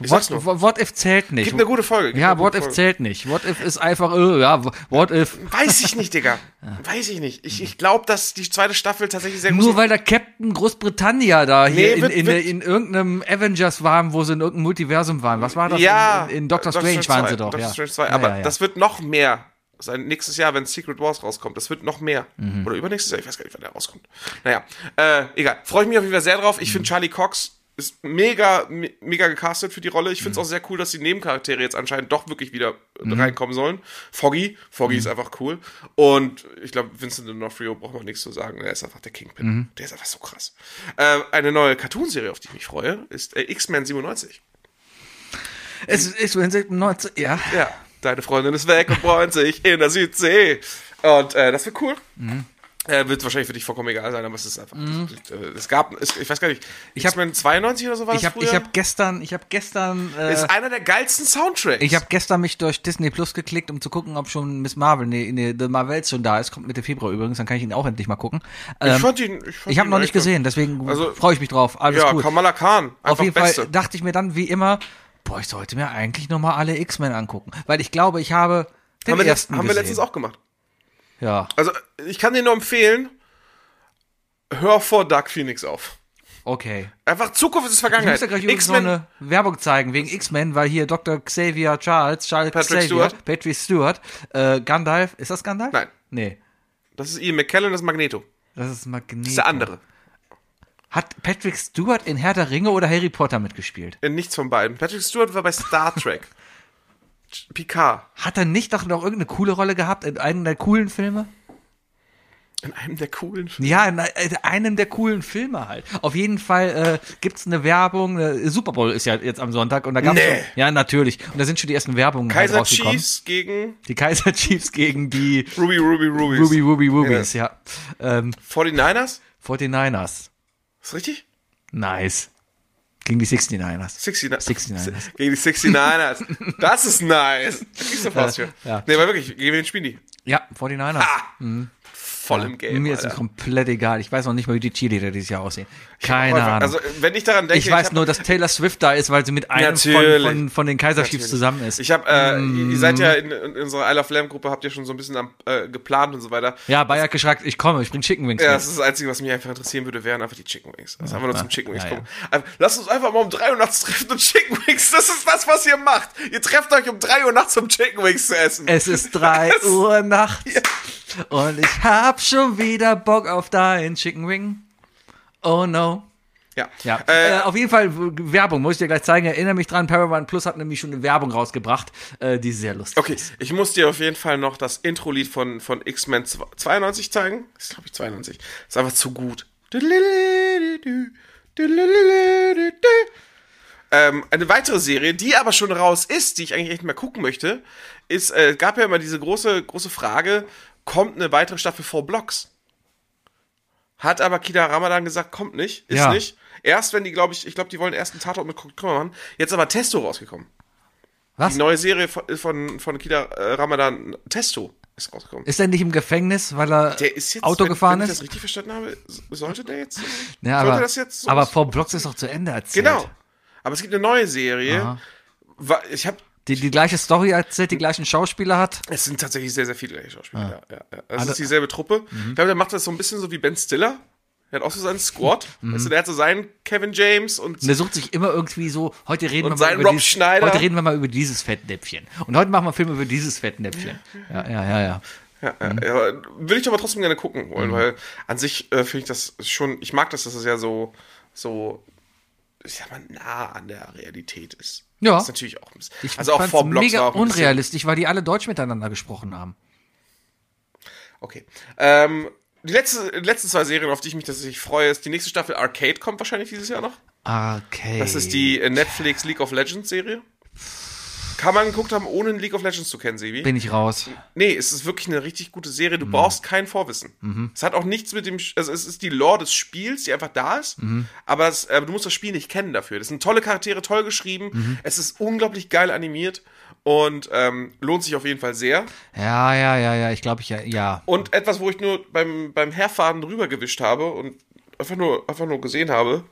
S7: Oh,
S6: What,
S7: Ich sag's nur.
S6: what If zählt nicht.
S7: Gibt eine gute Folge. Gibt
S6: ja,
S7: eine gute
S6: What If
S7: Folge.
S6: zählt nicht. What If ist einfach, äh, ja, What If.
S7: Weiß ich nicht, Digga. Weiß ich nicht. Ich, ich glaube, dass die zweite Staffel tatsächlich sehr
S6: Nur
S7: großen-
S6: weil der Captain Großbritannia da hier
S7: Nee,
S6: in,
S7: wird-
S6: in,
S7: wird-
S6: in irgendeinem Avengers waren, wo sie in irgendeinem Multiversum waren. Was war das?
S7: ja,
S6: in, in, in Doctor, Strange waren sie doch.
S7: Doctor
S6: ja.
S7: Strange 2.
S6: Ja,
S7: Aber
S6: ja, ja.
S7: das wird noch mehr sein. Nächstes Jahr, wenn Secret Wars rauskommt, das wird noch mehr.
S6: Mhm.
S7: Oder übernächstes Jahr, ich weiß gar nicht, wann der rauskommt. Naja, äh, egal. Freue ich mich auf jeden Fall sehr drauf. Ich
S6: Mhm.
S7: finde Charlie Cox ist mega, me- mega gecastet für die Rolle. Ich finde es
S6: Mhm.
S7: auch sehr cool, dass die Nebencharaktere jetzt anscheinend doch wirklich wieder äh, reinkommen sollen. Foggy, Foggy
S6: Mhm.
S7: ist einfach cool. Und ich glaube, Vincent D'Onofrio braucht man nichts zu sagen. Er ist einfach der Kingpin.
S6: Mhm.
S7: Der ist einfach so krass. Äh, eine neue Cartoonserie, auf die ich mich freue, ist äh, X-Men 97.
S6: Es ist wenn sie- 19 ja.
S7: Ja, deine Freundin ist weg und freut sich in der Südsee. Und äh, das wird cool.
S6: Mhm.
S7: Äh, wird wahrscheinlich für dich vollkommen egal sein, aber es ist einfach. äh, Es gab, es, ich weiß gar nicht, ich
S6: hab-
S7: habe 92 oder so war
S6: Ich
S7: das
S6: habe
S7: früher.
S6: ich hab gestern, ich habe gestern, äh,
S7: ist einer der geilsten Soundtracks.
S6: ich habe gestern mich durch Disney Plus geklickt, um zu gucken, ob schon Miss Marvel, nee, nee, The Marvels schon da ist. Kommt Mitte Februar übrigens, dann kann ich ihn auch endlich mal gucken. Ähm,
S7: ich fand ihn. Ich, fand
S6: ich habe
S7: ihn
S6: noch nicht
S7: echt-
S6: gesehen, deswegen
S7: Also-
S6: freue ich mich drauf. Alles
S7: Ja,
S6: cool.
S7: Kamala Khan. Einfach
S6: Auf jeden
S7: Beste.
S6: Fall dachte ich mir dann wie immer, boah, ich sollte mir eigentlich nochmal alle X-Men angucken, weil ich glaube, ich habe den
S7: haben wir, letzt,
S6: ersten
S7: haben wir
S6: gesehen.
S7: letztens auch gemacht.
S6: Ja.
S7: Also, ich kann dir nur empfehlen, hör vor Dark Phoenix auf.
S6: Okay.
S7: Einfach Zukunft ist
S6: Ich
S7: Vergangenheit.
S6: muss da gleich übrigens noch eine Werbung zeigen wegen X-Men, weil hier Dr. Xavier Charles, Charles
S7: Patrick
S6: Xavier,
S7: Stewart.
S6: Patrick Stewart, äh, Gandalf, ist das Gandalf?
S7: Nein.
S6: Nee,
S7: das ist Ian McKellen, das ist Magneto.
S6: das ist Magnet.
S7: Das ist der andere.
S6: Hat Patrick Stewart in Herr der Ringe oder Harry Potter mitgespielt?
S7: Äh, Nichts von beiden. Patrick Stewart war bei Star Trek. Picard.
S6: Hat er nicht doch noch irgendeine coole Rolle gehabt in einem der coolen Filme?
S7: In einem der coolen Filme.
S6: Ja, in in einem der coolen Filme halt. Auf jeden Fall äh, gibt's eine Werbung. Äh, Super Bowl ist ja jetzt am Sonntag und da gab's
S7: Nee.
S6: schon, ja natürlich. Und da sind schon die ersten Werbungen halt
S7: Kaiser
S6: rausgekommen.
S7: Chiefs gegen
S6: Die Kaiser Chiefs gegen die
S7: Ruby Ruby Rubies.
S6: Ruby Ruby Rubies, ja. Ähm,
S7: 49ers?
S6: 49ers.
S7: Ist richtig?
S6: Nice. Gegen die 69ers.
S7: 69.
S6: 69ers.
S7: Gegen die 69ers. das ist nice. Da kriegst du fast für.
S6: ja.
S7: Nee, aber wirklich, gegen wen spielen die?
S6: Ja, 49ers.
S7: Voll im Game.
S6: Mir ist es
S7: Alter.
S6: komplett egal. Ich weiß noch nicht mal, wie die Cheerleader dieses Jahr aussehen. Keine
S7: Einfach-
S6: Ahnung.
S7: Also, wenn ich daran denke,
S6: ich weiß
S7: hab-
S6: nur, dass Taylor Swift da ist, weil sie mit einem von,
S7: Natürlich.
S6: von, von den Kaiser Chiefs
S7: Natürlich.
S6: zusammen ist. Mhm.
S7: Ich habe, äh, ihr seid ja in, in unserer Isle of Lamb Gruppe, habt ihr schon so ein bisschen am, äh, geplant und so weiter.
S6: ja, Bayer hat geschragt, ich komme, ich bring Chicken Wings
S7: Ja,
S6: mit.
S7: das ist das Einzige, was mich einfach interessieren würde, wären einfach die Chicken Wings. Also einfach nur zum Chicken Wings
S6: ja,
S7: kommen. Einfach- Lasst uns einfach mal um 3 Uhr nachts treffen und Chicken Wings. Das ist das, was ihr macht. Ihr trefft euch um 3 Uhr nachts, um Chicken Wings zu essen.
S6: Es ist 3 Uhr nachts und ich hab schon wieder Bock auf deinen Chicken Wing. Oh no.
S7: ja.
S6: Ja, äh,
S7: Äh,
S6: auf jeden Fall Werbung, muss ich dir gleich zeigen. Erinnere mich dran, Paramount Plus hat nämlich schon eine Werbung rausgebracht, äh, die sehr lustig
S7: okay,
S6: ist.
S7: ich muss dir auf jeden Fall noch das Intro-Lied von, von X-Men 92 zeigen. Das ist, glaube ich, 92. Ist einfach zu gut. Ähm, eine weitere Serie, die aber schon raus ist, die ich eigentlich echt mal gucken möchte, ist, äh, gab ja immer diese große, große Frage, kommt eine weitere Staffel vor Blocks? Hat aber Kida Ramadan gesagt, kommt nicht, ist
S6: Ja.
S7: nicht. Erst wenn die, glaube ich, ich glaube, die wollen erst einen Tatort mit Kurt Krümmer machen. Jetzt aber Testo rausgekommen.
S6: Was?
S7: Die neue Serie von, von, von Kida äh, Ramadan, Testo, ist rausgekommen.
S6: Ist er nicht im Gefängnis, weil er
S7: der ist jetzt,
S6: Auto
S7: wenn,
S6: gefahren
S7: wenn ich das
S6: ist?
S7: richtig verstanden habe, so- sollte der jetzt,
S6: Ja,
S7: sollte
S6: aber,
S7: das jetzt so
S6: aber vor Blocks ist doch zu Ende erzählt.
S7: Genau. Aber es gibt eine neue Serie. Wa- Ich habe,
S6: Die, die gleiche Story erzählt, die gleichen Schauspieler hat.
S7: es sind tatsächlich sehr, sehr viele gleiche Schauspieler. Ja, ja, ja. Es ist dieselbe Truppe.
S6: Mhm.
S7: Ich glaube, der macht das so ein bisschen so wie Ben Stiller. Der hat auch so seinen Squad.
S6: Mhm.
S7: Weißt du, der hat so seinen Kevin James und
S6: Und er sucht sich immer irgendwie so, heute reden,
S7: Und
S6: wir mal,
S7: sein
S6: über
S7: Rob
S6: dieses,
S7: Schneider.
S6: heute reden wir mal über dieses Fettnäpfchen. Und heute machen wir einen Film über dieses Fettnäpfchen. Ja, ja, ja, ja.
S7: Ja,
S6: Mhm.
S7: ja, ja, will ich aber trotzdem gerne gucken wollen, weil an sich äh, finde ich das schon, ich mag das, dass es ja so, so, ich sag mal, nah an der Realität ist.
S6: Ja.
S7: Das ist natürlich auch ein bisschen.
S6: Ich
S7: also auch
S6: fand's
S7: vor Blocks
S6: mega
S7: war auch ein bisschen-
S6: unrealistisch, weil die alle Deutsch miteinander gesprochen haben.
S7: Okay. Ähm, Die, letzte, die letzten zwei Serien, auf die ich mich tatsächlich freue, ist die nächste Staffel Arcade kommt wahrscheinlich dieses Jahr noch.
S6: Okay.
S7: Das ist die äh, Netflix League of Legends Serie. Kann man geguckt haben, ohne League of Legends zu kennen, Sebi.
S6: Bin ich raus.
S7: Nee, es ist wirklich eine richtig gute Serie. Du brauchst kein Vorwissen. Es hat auch nichts mit dem, Sch- also es ist die Lore des Spiels, die einfach da ist. Aber, es, aber du musst das Spiel nicht kennen dafür. Das sind tolle Charaktere, toll geschrieben. Es ist unglaublich geil animiert und ähm, lohnt sich auf jeden Fall sehr.
S6: Ja, ja, ja, ja. Ich glaube, ich ja. ja.
S7: Und etwas, wo ich nur beim, beim Herfahren rübergewischt habe und einfach nur, einfach nur gesehen habe,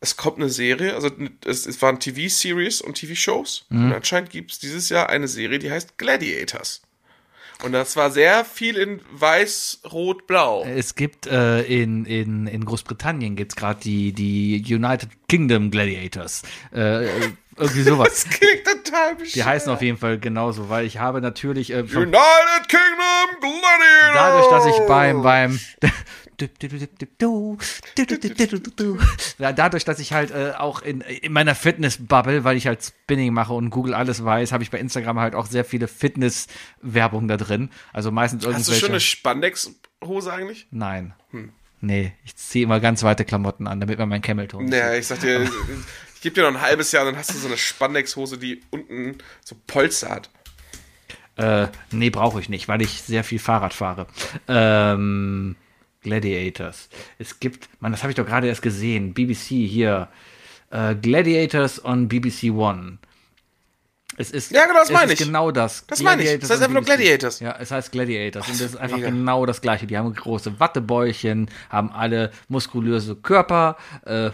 S7: es kommt eine Serie, also es, es waren TV-Series und TV-Shows.
S6: Mhm.
S7: Und anscheinend gibt es dieses Jahr eine Serie, die heißt Gladiators. Und das war sehr viel in Weiß, Rot, Blau.
S6: Es gibt äh, in, in, in Großbritannien gibt's gerade die, die United Kingdom Gladiators. Äh, äh, irgendwie sowas.
S7: Das klingt total bescheuert.
S6: Die heißen auf jeden Fall genauso, weil ich habe natürlich äh, von,
S7: United Kingdom Gladiators!
S6: dadurch, dass ich beim beim Du, du, du, du, du, du, du, du, du, du, du. Ja, dadurch, dass ich halt äh, auch in, in meiner Fitness-Bubble, weil ich halt Spinning mache und Google alles weiß, habe ich bei Instagram halt auch sehr viele Fitness-Werbung da drin. Also meistens
S7: Hast
S6: irgendwelche.
S7: du schon eine Hm. Spandex-Hose eigentlich?
S6: Nein. Nee, ich ziehe immer ganz weite Klamotten an, damit man meinen Camelton sieht.
S7: Naja, ich sag dir, ich gebe dir noch ein halbes Jahr, dann hast du so eine Spandex-Hose, die unten so Polster hat.
S6: Äh, nee, brauche ich nicht, weil ich sehr viel Fahrrad fahre. Ähm, Gladiators. Es gibt, man, das habe ich doch gerade erst gesehen. BBC hier. Äh, Gladiators on BBC One. Es ist,
S7: Ja, genau, das
S6: es
S7: meine
S6: ist
S7: ich.
S6: Genau das.
S7: Das meine ich. Das heißt
S6: on
S7: einfach nur
S6: BBC.
S7: Gladiators.
S6: Ja, es heißt Gladiators. und das ist einfach
S7: mega.
S6: genau das Gleiche. Die haben große Wattebäuchchen, haben alle muskulöse Körper. Äh, ja,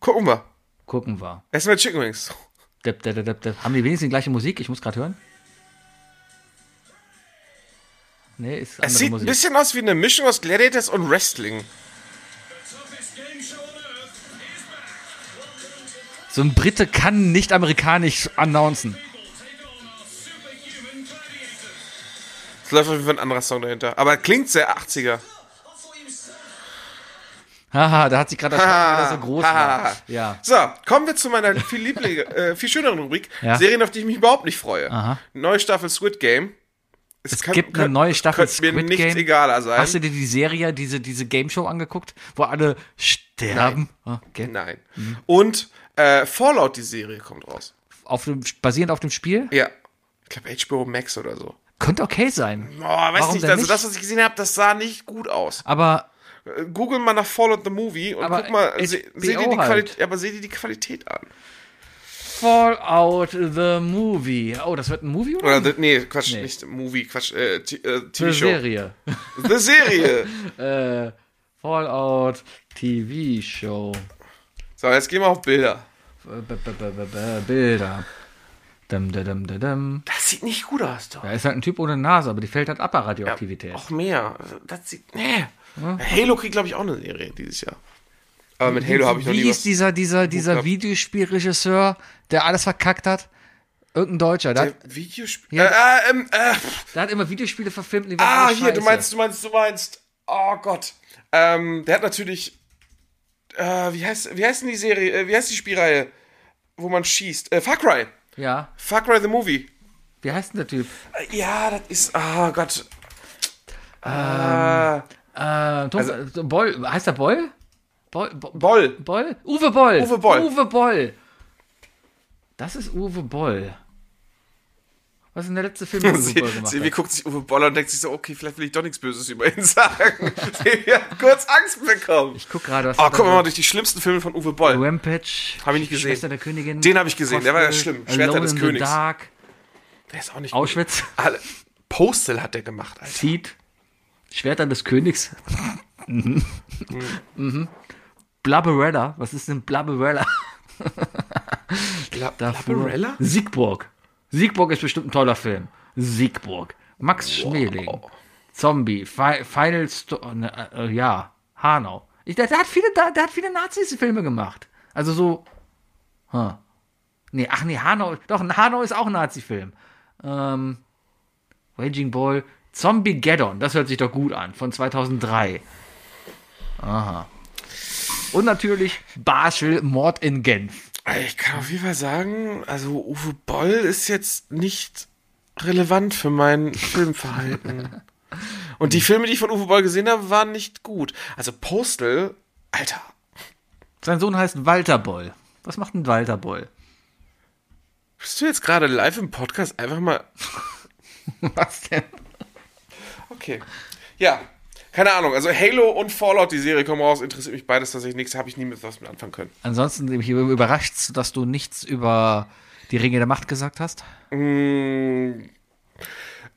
S7: Gucken wir.
S6: gucken wir.
S7: Erstmal Chicken Wings.
S6: Dep, dep, dep, dep, dep. Haben die wenigstens die gleiche Musik? Ich muss gerade hören. Nee, ist andere
S7: Es sieht ein
S6: Musik.
S7: bisschen aus wie eine Mischung aus Gladiators und Wrestling.
S6: So ein Brite kann nicht amerikanisch announcen.
S7: Es läuft auf jeden Fall ein anderer Song dahinter. Aber klingt sehr 80er.
S6: Haha, da hat sich gerade das
S7: Ah,
S6: Schwein wieder so groß
S7: ah.
S6: gemacht. Ja.
S7: So, kommen wir zu meiner viel liebling, äh, viel schöneren Rubrik.
S6: Ja.
S7: Serien, auf die ich mich überhaupt nicht freue. Neue Staffel Squid Game. Es, kann-
S6: gibt eine
S7: kann-
S6: neue Staffel
S7: könnte mir
S6: Squid
S7: nichts
S6: Game.
S7: egaler sein.
S6: Hast du dir die Serie, diese, diese Game Show angeguckt, wo alle sterben? Ah, Okay.
S7: Nein.
S6: Mhm.
S7: Und äh, Fallout, die Serie, kommt raus.
S6: Auf dem, basierend auf dem Spiel?
S7: Ja. Ich glaube HBO Max oder so.
S6: Könnte okay sein.
S7: Oh, weiß
S6: Warum
S7: nicht,
S6: denn
S7: also
S6: nicht?
S7: das, was ich gesehen habe, das sah nicht gut aus.
S6: Aber
S7: Äh, Google mal nach Fallout the Movie und
S6: Aber
S7: guck mal,
S6: HBO
S7: se, seht ihr die
S6: halt.
S7: Qualität, aber seht ihr die Qualität an.
S6: Fallout the Movie. Oh, das wird ein Movie oder?
S7: Oder, the, nee, Quatsch,
S6: Nee.
S7: nicht Movie, Quatsch, äh, T- äh,
S6: eine
S7: TV-Show.
S6: Serie?
S7: The Serie.
S6: äh, Fallout TV Show.
S7: so, jetzt gehen wir auf Bilder.
S6: B- b- b- b- b- Bilder. Dum, dum, dum, dum, dum.
S7: Das sieht nicht gut aus, doch.
S6: Da ist halt ein Typ ohne Nase, aber die fällt halt ab bei Radioaktivität.
S7: Auch mehr. Das sieht, nee. Halo kriegt, glaube ich, auch eine Serie dieses Jahr. Aber mit Halo habe ich noch
S6: Wie
S7: nie was.
S6: hieß dieser, dieser, dieser
S7: gehabt.
S6: Videospielregisseur, der alles verkackt hat? Irgendein Deutscher, der,
S7: Äh,
S6: hat-
S7: Videospiel.
S6: Ja.
S7: Äh, äh, ähm, äh,
S6: der hat immer Videospiele verfilmt. und die waren
S7: Ah,
S6: alle
S7: hier,
S6: scheiße.
S7: du meinst, du meinst, du meinst. Oh Gott. Ähm, der hat natürlich. Äh, wie heißt, wie heißt denn die Serie, äh, wie heißt die Spielreihe, wo man schießt? Äh, Far Cry.
S6: Ja,
S7: Far Cry the Movie.
S6: wie heißt denn der Typ?
S7: Äh, ja, das ist. Oh Gott. Ah.
S6: Äh, Tom,
S7: Also-
S6: äh, Boll, heißt der Boll? Boll, Bo-
S7: Boll.
S6: Boll? Uwe Boll.
S7: Uwe Boll.
S6: Uwe Boll. Das ist Uwe Boll. Was ist denn der letzte Film, den Uwe
S7: Sie,
S6: Boll gemacht
S7: Silvi
S6: hat?
S7: guckt sich Uwe Boller und denkt sich so, okay, vielleicht will ich doch nichts Böses über ihn sagen. Silvi hat kurz Angst bekommen.
S6: Ich guck gerade, was
S7: Oh,
S6: hat er
S7: guck mal
S6: gemacht?
S7: durch die schlimmsten Filme von Uwe Boll.
S6: Rampage.
S7: Hab ich nicht gesehen.
S6: Schwester der Königin.
S7: Den hab ich gesehen, der war ja
S6: Postel,
S7: schlimm. Schwerter
S6: Alone
S7: des
S6: in
S7: Königs.
S6: The Dark,
S7: Der ist auch nicht gut.
S6: Auschwitz.
S7: Alle. Postal hat der gemacht, Alter.
S6: Seed. Schwerter des Königs. mhm. Blubberella. Was ist denn Blubberella?
S7: Bla
S6: Dafür-
S7: Blubberella?
S6: Siegburg. Siegburg ist bestimmt ein toller Film. Siegburg. Max Schmeling. Zombie. Fi Final Sto ne, äh, äh, Ja. Hanau. Ich, der, der hat viele, der, der hat viele Nazis-Filme gemacht. Also so. Huh. Nee, ach nee, Hanau. Doch, Hanau ist auch ein Nazi-Film. Ähm, Raging Ball. Zombie Gaddon. Das hört sich doch gut an. Von 2003. Aha. Und natürlich Barschel Mord in Genf.
S7: Also Ich kann auf jeden Fall sagen, also Uwe Boll ist jetzt nicht relevant für mein Filmverhalten. Und Und die Filme, die ich von Uwe Boll gesehen habe, waren nicht gut. Also Postal, Alter,
S6: Sein Sohn heißt Walter Boll. Was macht ein Walter Boll?
S7: bist du jetzt gerade live im Podcast einfach mal.
S6: Was denn?
S7: Okay. Ja, keine Ahnung. Also Halo und Fallout, die Serie kommen raus, interessiert mich beides tatsächlich nichts, habe ich nie mit was mit anfangen können.
S6: Ansonsten bin ich überrascht, dass du nichts über die Ringe der Macht gesagt hast.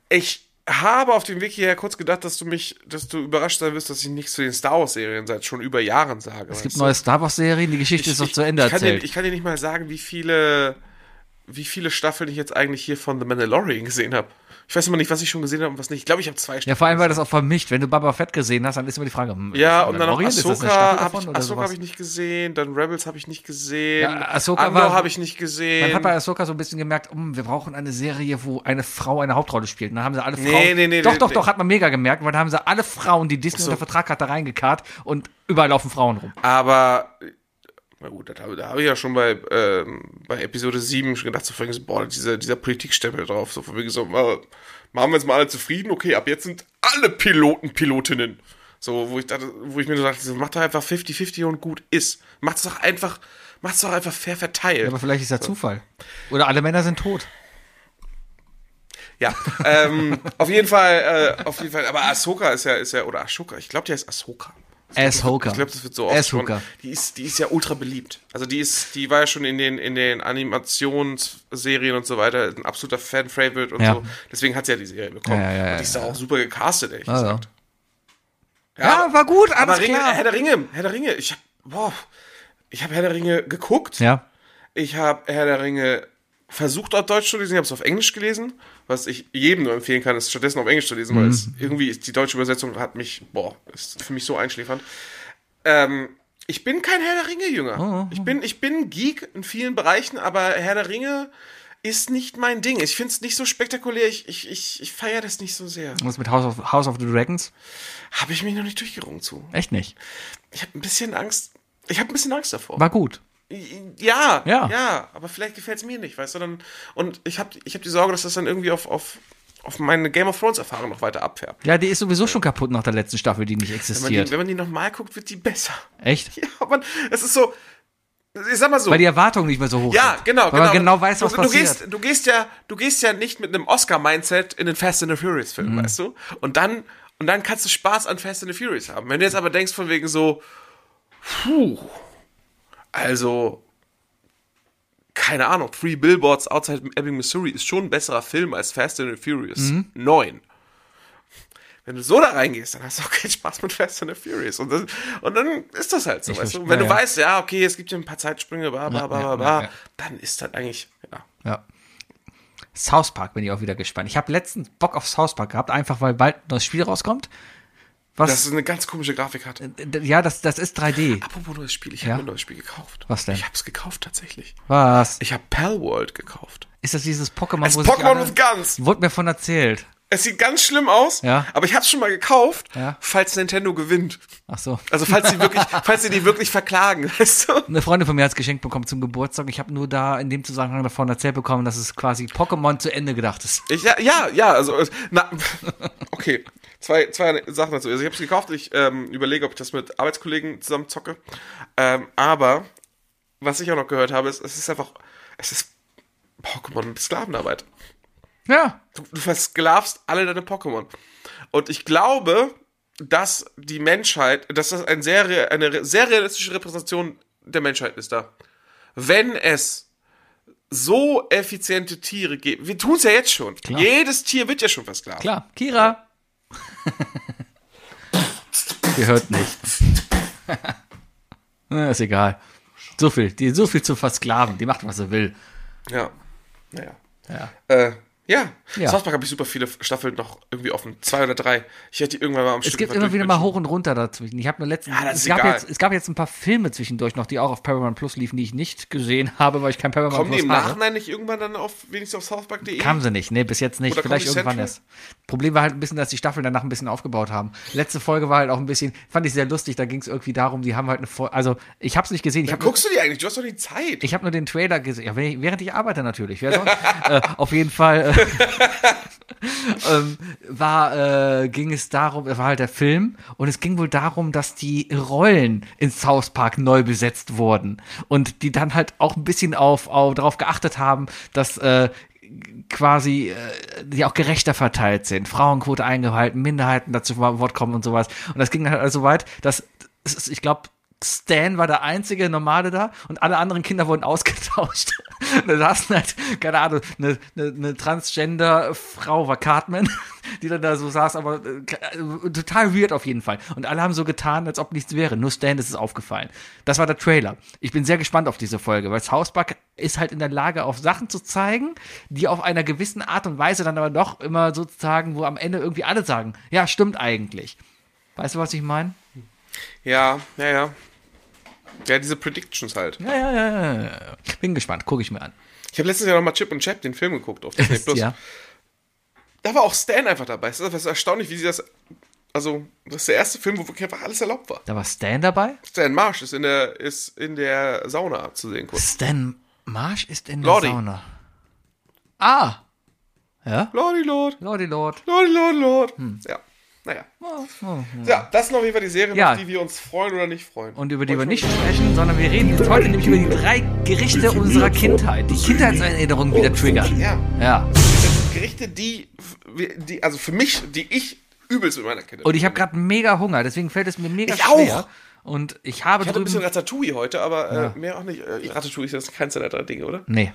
S7: Ich habe auf dem Weg hierher kurz gedacht, dass du mich, dass du überrascht sein wirst, dass ich nichts zu den Star Wars Serien seit schon über Jahren sage.
S6: Es gibt neue Star Wars-Serien, die Geschichte ist doch zu Ende
S7: ich kann, dir,
S6: erzählt.
S7: ich kann dir nicht mal sagen, wie viele, wie viele Staffeln ich jetzt eigentlich hier von The Mandalorian gesehen habe. Ich weiß immer nicht, was ich schon gesehen habe und was nicht. Ich glaube, ich habe zwei
S6: ja, vor allem war das auch vermischt. Wenn du Baba Fett gesehen hast, dann ist immer die Frage, hm, ist
S7: Ja,
S6: das
S7: und dann noch
S6: Mandalorian? Ist das eine
S7: Ahsoka
S6: Staffel
S7: habe
S6: davon
S7: ich,
S6: oder
S7: Ahsoka
S6: sowas?
S7: hab ich nicht gesehen, dann Rebels habe ich nicht gesehen,
S6: Ja, Ahsoka
S7: Andor
S6: war-
S7: habe ich nicht
S6: Man
S7: gesehen.
S6: hat bei Ahsoka so ein bisschen gemerkt, hm, wir brauchen eine Serie, wo eine Frau eine Hauptrolle spielt. Und dann haben sie alle Frauen.
S7: nee, nee,
S6: doch,
S7: nee,
S6: doch,
S7: nee.
S6: doch, hat man mega gemerkt, weil dann haben sie alle Frauen, die Disney unter Vertrag hat, da reingekarrt und überall laufen Frauen rum.
S7: Aber, na gut, da, da habe ich ja schon bei, ähm, bei Episode 7 schon gedacht, so vorhin so, boah, dieser, dieser Politikstempel drauf, so von wegen so, äh, machen wir jetzt mal alle zufrieden, okay, ab jetzt sind alle Piloten Pilotinnen. So, wo ich, dachte, wo ich mir so dachte, so, mach doch einfach 50-50 und gut ist. Macht's doch einfach, macht's doch einfach fair verteilt.
S6: Aber vielleicht ist das Zufall. Oder alle Männer sind tot.
S7: Ja, ähm, auf jeden Fall, äh, auf jeden Fall. Aber Ahsoka ist ja, ist ja, oder Ashoka, ich glaube, die heißt Ahsoka.
S6: Ashoka.
S7: Ich glaube, das wird so
S6: Ashoka.
S7: ausgesprochen. Die ist, die ist ja ultra beliebt. Also die ist, die war ja schon in den, in den Animationsserien und so weiter ein absoluter Fan-Favorite und
S6: Ja.
S7: so. Deswegen hat sie ja die Serie bekommen.
S6: Ja, ja, ja,
S7: und die ist da auch super gecastet, ehrlich
S6: Also.
S7: gesagt.
S6: Ja, war gut, alles
S7: aber Ringe,
S6: klar.
S7: Herr der Ringe, Herr der Ringe, ich hab, boah, ich habe Herr der Ringe geguckt.
S6: Ja.
S7: Ich habe Herr der Ringe versucht auf Deutsch zu lesen, ich habe es auf Englisch gelesen. Was ich jedem nur empfehlen kann, ist stattdessen auf Englisch zu lesen, weil es irgendwie ist die deutsche Übersetzung hat mich, boah, ist für mich so einschläfernd. Ähm, ich bin kein Herr der Ringe-Jünger. Ich bin, ich bin Geek in vielen Bereichen, aber Herr der Ringe ist nicht mein Ding. Ich finde es nicht so spektakulär. Ich, ich, ich, ich feiere das nicht so sehr.
S6: Was mit House of, House of the Dragons?
S7: Habe ich mich noch nicht durchgerungen zu.
S6: Echt nicht.
S7: Ich habe ein bisschen Angst. Ich habe ein bisschen Angst davor.
S6: War gut.
S7: Ja, ja,
S6: Ja.
S7: ja, aber vielleicht gefällt es mir nicht, weißt du? Dann, und ich habe ich hab die Sorge, dass das dann irgendwie auf, auf, auf meine Game of Thrones-Erfahrung noch weiter abfärbt.
S6: Ja, die ist sowieso schon kaputt nach der letzten Staffel, die nicht
S7: Wenn man, die,
S6: existiert.
S7: wenn man die nochmal guckt, wird die besser.
S6: Echt?
S7: Ja, man, es ist so, ich sag mal so.
S6: Weil die Erwartungen nicht mehr so hoch
S7: ja,
S6: sind.
S7: genau,
S6: Weil
S7: genau.
S6: man genau weiß, was
S7: du, du
S6: passiert.
S7: gehst, du gehst ja, du gehst ja nicht mit einem Oscar-Mindset in den Fast and the Furious-Film,
S6: Mhm.
S7: weißt du? Und dann, und dann kannst du Spaß an Fast and the Furious haben. Wenn du jetzt aber denkst von wegen so, puh, also keine Ahnung, Three Billboards Outside Ebbing, Missouri ist schon ein besserer Film als Fast and the Furious
S6: Mhm.
S7: 9. Wenn du so da reingehst, dann hast du auch keinen Spaß mit Fast and the Furious. Und, das, und dann ist das halt so, weißt du?
S6: verstehe,
S7: Wenn du
S6: ja.
S7: weißt, ja, okay, es gibt hier ein paar Zeitsprünge, bla, bla,
S6: Ja,
S7: bla,
S6: ja,
S7: bla,
S6: ja,
S7: bla,
S6: ja.
S7: dann ist das eigentlich, ja.
S6: Ja. South Park bin ich auch wieder gespannt. Ich habe letztens Bock auf South Park gehabt, einfach weil bald ein neues Spiel rauskommt.
S7: Dass
S6: Was?
S7: es eine ganz komische Grafik hat.
S6: d- ja, das, das ist 3D.
S7: Apropos neues Spiel, ich
S6: Ja?
S7: habe ein neues Spiel gekauft.
S6: Was denn?
S7: Ich habe es gekauft tatsächlich.
S6: Was?
S7: Ich habe Palworld gekauft.
S6: Ist das dieses Pokémon,
S7: Es
S6: wo
S7: ist
S6: sich
S7: Pokémon
S6: alle-
S7: with Guns.
S6: Wurde mir von erzählt.
S7: Es sieht ganz schlimm aus,
S6: Ja.
S7: aber ich habe es schon mal gekauft,
S6: Ja.
S7: falls Nintendo gewinnt.
S6: Ach so.
S7: Also falls sie wirklich, falls sie die wirklich verklagen, weißt du?
S6: Eine Freundin von mir hat es geschenkt bekommen zum Geburtstag. Ich habe nur da in dem Zusammenhang davon erzählt bekommen, dass es quasi Pokémon zu Ende gedacht ist.
S7: Ich, ja, ja, ja, also, äh, na, okay. Zwei, zwei Sachen dazu. Also ich habe es gekauft, ich ähm, überlege, ob ich das mit Arbeitskollegen zusammen zocke. Ähm, aber, was ich auch noch gehört habe, ist, es ist einfach, es ist Pokémon mit Sklavenarbeit.
S6: Ja.
S7: Du, du versklavst alle deine Pokémon. Und ich glaube, dass die Menschheit, dass das ein sehr, re- eine re- sehr realistische Repräsentation der Menschheit ist da. Wenn es so effiziente Tiere gibt, wir tun es ja jetzt schon. Jedes Tier wird ja schon versklavt.
S6: Klar. Kira. Ihr hört nicht. Na, ist egal. So viel, die, so viel zu versklaven. Die macht, was sie will.
S7: Ja. Naja.
S6: Ja.
S7: Äh, ja.
S6: Ja.
S7: South Park habe ich super viele Staffeln noch irgendwie offen. Zwei oder drei. Ich hätte die irgendwann mal am
S6: Es gibt immer wieder mal hoch und runter dazwischen. Ich habe nur letztens,
S7: das
S6: es,
S7: ist
S6: gab
S7: egal.
S6: jetzt, es gab jetzt ein paar Filme zwischendurch noch, die auch auf Paramount Plus liefen, die ich nicht gesehen habe, weil ich kein Paramount
S7: Kommen die
S6: Plus
S7: im
S6: habe.
S7: Nachhinein nicht irgendwann dann auf, wenigstens auf southpark.de?
S6: Kamen sie nicht, ne, bis jetzt nicht.
S7: Oder
S6: Vielleicht
S7: Comedy
S6: irgendwann erst.
S7: Central?
S6: Problem war halt ein bisschen, dass die Staffeln danach ein bisschen aufgebaut haben. Letzte Folge war halt auch ein bisschen, fand ich sehr lustig, da ging es irgendwie darum, die haben halt eine Folge, also ich habe es nicht gesehen, ich habe
S7: Guckst du die eigentlich? Du hast doch die Zeit.
S6: ich habe nur den Trailer gesehen, ja, wenn ich, während ich arbeite natürlich. Wer sonst? äh, auf jeden Fall. ähm, war, äh, ging es darum, das war halt der Film, und es ging wohl darum, dass die Rollen in South Park neu besetzt wurden. Und die dann halt auch ein bisschen auf, auf darauf geachtet haben, dass äh, quasi äh, die auch gerechter verteilt sind, Frauenquote eingehalten, Minderheiten dazu zu Wort kommen und sowas. Und das ging halt also weit, dass es ist- ich glaube Stan war der einzige Nomade da und alle anderen Kinder wurden ausgetauscht. Und da saßen halt, keine Ahnung, eine, eine, eine Transgender-Frau war Cartman, die dann da so saß, aber äh, ke- äh, total weird auf jeden Fall. Und alle haben so getan, als ob nichts wäre. Nur Stan ist es aufgefallen. Das war der Trailer. Ich bin sehr gespannt auf diese Folge, weil South Park ist halt in der Lage, auf Sachen zu zeigen, die auf einer gewissen Art und Weise dann aber doch immer sozusagen, wo am Ende irgendwie alle sagen, ja, stimmt eigentlich. Weißt du, was ich meine?
S7: Ja, ja, ja. Ja, diese Predictions halt.
S6: Ja, ja, ja, ja, ja. Bin gespannt, gucke ich mir an.
S7: Ich habe letztes Jahr nochmal Chip und Chap den Film geguckt auf Disney Plus.
S6: Ja.
S7: Da war auch Stan einfach dabei. Es ist einfach erstaunlich, wie sie das. Also, das ist der erste Film, wo wirklich einfach alles erlaubt war.
S6: Da war Stan dabei?
S7: Stan Marsh ist in der, ist in der Sauna zu sehen kurz.
S6: Stan Marsh ist in
S7: Lordi.
S6: der Sauna. Ah! Ja?
S7: Lordy Lord,
S6: Lordi Lord.
S7: Lordy Lord, Lord.
S6: Hm.
S7: Ja, naja.
S6: oh,
S7: Ja, das sind auf jeden Fall die Serien,
S6: Ja.
S7: auf die wir uns freuen oder nicht freuen.
S6: Und über die wir nicht sprechen, sondern wir reden jetzt heute nämlich über die drei Gerichte unserer Kindheit. Die Kindheitserinnerungen wieder triggern.
S7: Ja,
S6: Ja.
S7: Gerichte, die, die, also für mich, die ich übelst mit meiner Kindheit.
S6: Und ich habe gerade mega Hunger, deswegen fällt es mir mega
S7: Ich
S6: schwer.
S7: auch.
S6: Und ich habe
S7: Ich hatte ein bisschen
S6: drüben.
S7: Ratatouille heute, aber äh, mehr auch nicht. Äh, Ratatouille ist jetzt keins der drei Dinge, oder?
S6: Nee.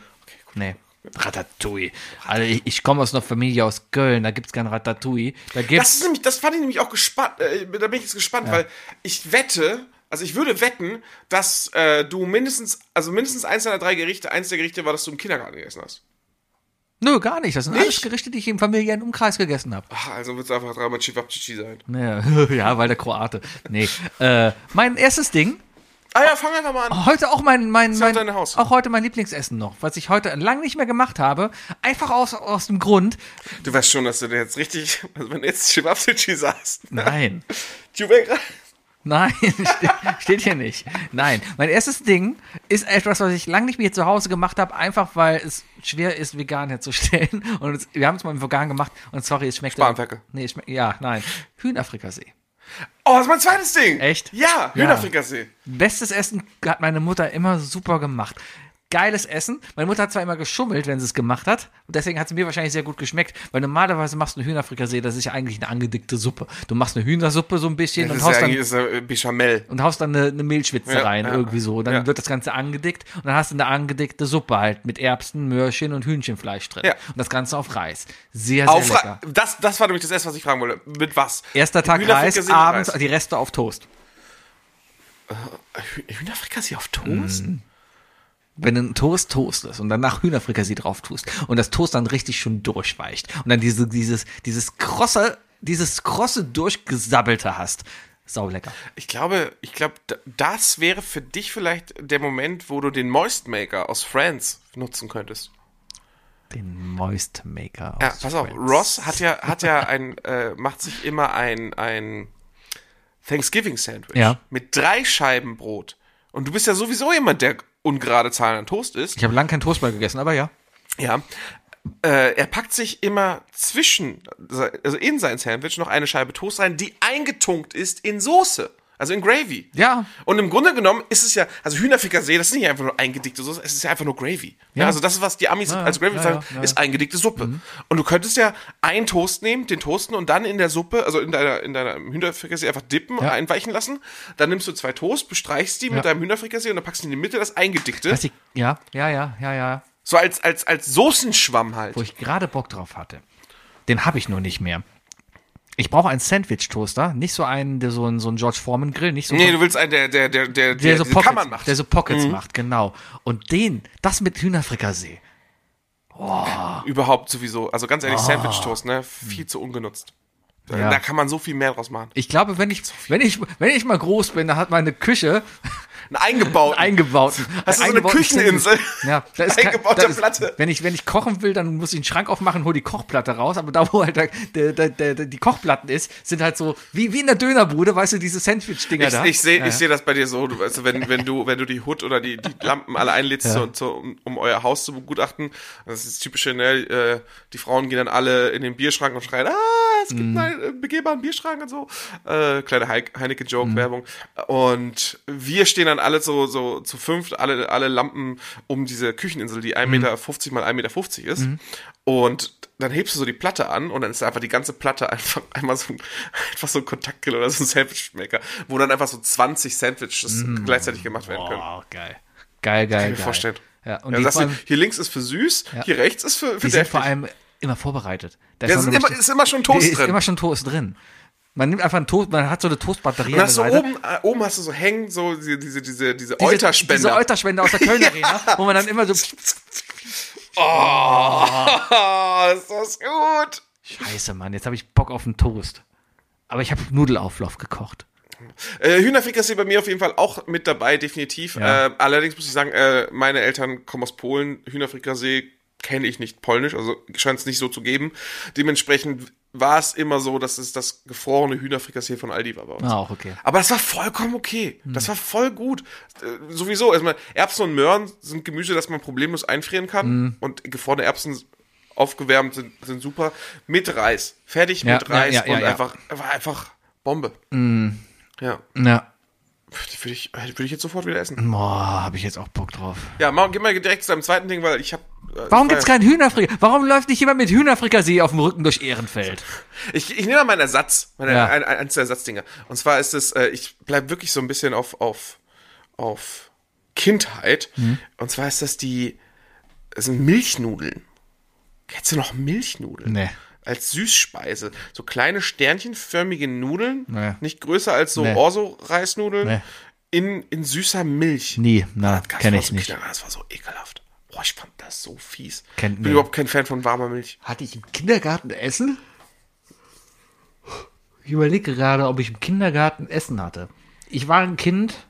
S6: Nee. Ratatouille. Also ich, ich komme aus einer Familie aus Köln, da gibt's kein Ratatouille. Da
S7: Das ist
S6: gibt's.
S7: nämlich, das fand ich nämlich auch gespannt. Äh, da bin ich jetzt gespannt, weil ich wette, also ich würde wetten, dass äh, du mindestens, also mindestens eins deiner drei Gerichte, eins der Gerichte war, dass du im Kindergarten gegessen hast.
S6: Nö, gar nicht. Das sind alles Gerichte, die ich im familiären Umkreis gegessen habe.
S7: Ach, also wird es einfach dreimal Chivapchichi sein.
S6: Ja, ja, weil der Kroate. Nee. äh, mein erstes Ding,
S7: Ah ja, fang einfach mal an.
S6: heute auch mein, mein,
S7: ja auch
S6: mein
S7: deine Haus.
S6: auch heute mein Lieblingsessen noch, was ich heute lang nicht mehr gemacht habe, einfach aus, aus dem Grund,
S7: Du weißt schon, dass du dir jetzt richtig, also wenn du jetzt Chivapchichi sagst,
S6: nein,
S7: Chewbacca.
S6: nein, ste- steht hier nicht. Nein, mein erstes Ding ist etwas, was ich lang nicht mehr zu Hause gemacht habe, einfach weil es schwer ist, vegan herzustellen. Und es, wir haben es mal im Vegan gemacht und sorry, es schmeckt.
S7: Spanferkel.
S6: Nee, es schmeckt, ja, nein. Hühnerfrikassee.
S7: Oh, das ist mein zweites Ding.
S6: Echt?
S7: Ja,
S6: Ja.
S7: Hühnerfrikassee.
S6: Bestes Essen hat meine Mutter immer super gemacht. Geiles Essen. Meine Mutter hat zwar immer geschummelt, wenn sie es gemacht hat. Und deswegen hat es mir wahrscheinlich sehr gut geschmeckt, weil normalerweise machst du eine Hühnerfrikassee, das ist ja eigentlich eine angedickte Suppe. Du machst eine Hühnersuppe so ein bisschen
S7: Das
S6: und
S7: ist ja
S6: haust dann
S7: eigentlich ist, ja, äh, Bechamel.
S6: und haust dann eine, eine Mehlschwitze
S7: Ja,
S6: rein,
S7: ja,
S6: irgendwie so. Und dann
S7: ja.
S6: wird das Ganze angedickt und dann hast du eine angedickte Suppe halt mit Erbsen, Möhrchen und Hühnchenfleisch drin.
S7: Ja.
S6: Und das Ganze auf Reis. Sehr, sehr
S7: Auf Ra-
S6: lecker.
S7: das, das war nämlich das erste, was ich fragen wollte. Mit was?
S6: Erster Tag Reis,
S7: Hühnerfrikassee mit
S6: abends
S7: Reis.
S6: die Reste auf Toast.
S7: Hü- Hühnerfrikassee auf
S6: Mm.
S7: Toast?
S6: wenn du einen Toast toastest und danach Hühnerfrikassee drauf tust und das Toast dann richtig schon durchweicht und dann diese, dieses, dieses krosse, dieses krosse durchgesabbelte hast. Sau lecker.
S7: Ich glaube, ich glaube, d- das wäre für dich vielleicht der Moment, wo du den Moist Maker aus Friends nutzen könntest.
S6: Den Moist Maker.
S7: Ja,
S6: aus
S7: pass auf,
S6: Friends.
S7: Ross hat ja, hat ja ein, äh, macht sich immer ein, ein Thanksgiving-Sandwich
S6: Ja.
S7: mit drei Scheiben Brot. Und du bist ja sowieso jemand, der ungerade Zahlen an Toast isst.
S6: Ich habe lange keinen Toast mehr gegessen, aber ja.
S7: Ja. Äh, er packt sich immer zwischen, se- also in sein Sandwich noch eine Scheibe Toast rein, die eingetunkt ist in Soße. Also in Gravy.
S6: Ja.
S7: Und im Grunde genommen ist es ja, also Hühnerfrikassee, das ist nicht einfach nur eingedickte Soße, es ist ja einfach nur Gravy. Ja. also das ist, was die Amis als Gravy
S6: ja,
S7: sagen,
S6: ja, Mhm. ja,
S7: ist eingedickte Suppe. Und du könntest ja einen Toast nehmen, den toasten und dann in der Suppe, also in deiner, in deiner Hühnerfrikassee einfach dippen, einweichen lassen. Dann nimmst du zwei Toast, bestreichst die mit deinem Hühnerfrikassee und dann packst du in die Mitte das eingedickte.
S6: Was ich, ja, ja, ja, ja, ja.
S7: so als, als, als Soßenschwamm halt.
S6: Wo ich gerade Bock drauf hatte. Den habe ich nur nicht mehr. Ich brauche einen Sandwich-Toaster, nicht so einen, der so ein, so ein George Foreman-Grill, nicht so
S7: Nee, du willst einen, der, der, der, der,
S6: der, so
S7: diese
S6: Pockets,
S7: Kammern macht.
S6: der so Pockets macht, genau. Und den, das mit Hühnerfrikassee.
S7: Überhaupt sowieso. Also ganz
S6: Ah.
S7: ehrlich, Sandwich Toast, ne? Viel zu ungenutzt. Da- Da kann man so viel mehr draus machen.
S6: Ich glaube, wenn ich, wenn ich, wenn ich mal groß bin, dann hat meine Küche
S7: Einen eingebauten.
S6: eingebauten.
S7: Hast du so eine
S6: eingebauten
S7: Kücheninsel?
S6: Ständer. Ja, da ist
S7: Eingebaute
S6: da ist,
S7: Platte.
S6: Wenn ich, wenn ich kochen will, dann muss ich den Schrank aufmachen, hol die Kochplatte raus. Aber da, wo halt der, der, der, der, die Kochplatten ist, sind halt so, wie, wie in der Dönerbude, weißt du, diese Sandwich-Dinger
S7: Ich,
S6: da.
S7: ich sehe ich seh das bei dir so, du, weißt, du, wenn, wenn, du, wenn du die Hut oder die, die Lampen alle einlädst, zu, zu, um, um euer Haus zu begutachten, das ist typisch ne, äh, die Frauen gehen dann alle in den Bierschrank und schreien, ah, es gibt einen äh, begehbaren Bierschrank und so. Äh, kleine Hei- Heineke-Joke-Werbung. Und wir stehen dann alle so, so zu fünft, alle, alle Lampen um diese Kücheninsel, die 1,50 Meter mal 1,50 Meter ist. Und dann hebst du so die Platte an und dann ist da einfach die ganze Platte einfach einmal so ein, einfach so ein Kontaktgrill oder so ein Sandwichmaker, wo dann einfach so 20 Sandwiches gleichzeitig gemacht werden können.
S6: Mm. Wow, geil. Geil, geil, geil.
S7: Kann ich mir vorstellen.
S6: Ja, und
S7: Ja,
S6: die,
S7: sagst
S6: vor
S7: du,
S6: allem,
S7: hier links ist für süß, hier rechts ist für, für
S6: die sind vor
S7: deftig.
S6: allem immer vorbereitet. Da
S7: Ja,
S6: noch
S7: es
S6: eine
S7: ist, immer,
S6: bestimmte-
S7: ist immer schon Toast
S6: ist
S7: drin.
S6: immer schon Toast drin. Man nimmt einfach einen Toast, man hat so eine Toastbatterie an
S7: und
S6: der
S7: hast du
S6: Seite.
S7: oben, äh, oben hast du so hängen, so diese, diese, diese, diese
S6: Diese-
S7: Euterspender.
S6: Diese Euterspender aus der Kölner Arena, wo man dann immer so,
S7: oh, ist das gut.
S6: scheiße, Mann, jetzt habe ich Bock auf einen Toast. Aber ich habe Nudelauflauf gekocht.
S7: Äh, Hühnerfrikassee bei mir auf jeden Fall auch mit dabei, definitiv.
S6: Ja.
S7: Äh, allerdings muss ich sagen, äh, meine Eltern kommen aus Polen. Hühnerfrikassee kenne ich nicht polnisch, also scheint es nicht so zu geben. Dementsprechend war es immer so, dass es das gefrorene Hühnerfrikassee von Aldi war bei uns.
S6: Ah, auch okay.
S7: Aber das war vollkommen okay.
S6: Hm.
S7: Das war voll gut. Äh, sowieso, erstmal, Erbsen und Möhren sind Gemüse, das man problemlos einfrieren kann.
S6: Hm.
S7: Und gefrorene Erbsen aufgewärmt sind, sind super. Mit Reis. Fertig
S6: Ja,
S7: mit
S6: ja,
S7: Reis
S6: ja, ja,
S7: und
S6: ja. Hm.
S7: einfach, war einfach Bombe. Ja.
S6: Ja,
S7: Die würde ich, würde ich jetzt sofort wieder essen.
S6: boah, habe ich jetzt auch Bock drauf.
S7: Ja, Marc, geh mal direkt zu deinem zweiten Ding, weil ich habe.
S6: Warum gibt's keinen Hühnerfrikassee? Warum läuft nicht jemand mit Hühnerfrikassee auf dem Rücken durch Ehrenfeld?
S7: Ich, ich nehme mal meinen Ersatz, meine,
S6: Ja.
S7: ein, ein, eins der Ersatzdinger. Und zwar ist es, äh, ich bleib wirklich so ein bisschen auf, auf, auf Kindheit.
S6: Mhm.
S7: Und zwar ist das die, es sind Milchnudeln. Kennst du noch Milchnudeln?
S6: Nee.
S7: Als Süßspeise. So kleine sternchenförmige Nudeln,
S6: Nee.
S7: nicht größer als so
S6: Nee.
S7: Orso-Reisnudeln,
S6: Nee.
S7: in, in süßer Milch.
S6: Nie, na,
S7: Das
S6: kenne
S7: war
S6: ich
S7: so
S6: nicht.
S7: knall- Das war so ekelhaft. Boah, ich fand das so fies.
S6: Kennt
S7: ich bin
S6: man.
S7: überhaupt kein Fan von warmer Milch.
S6: Hatte ich im Kindergarten Essen? Ich überlege gerade, ob ich im Kindergarten Essen hatte. Ich war ein Kind.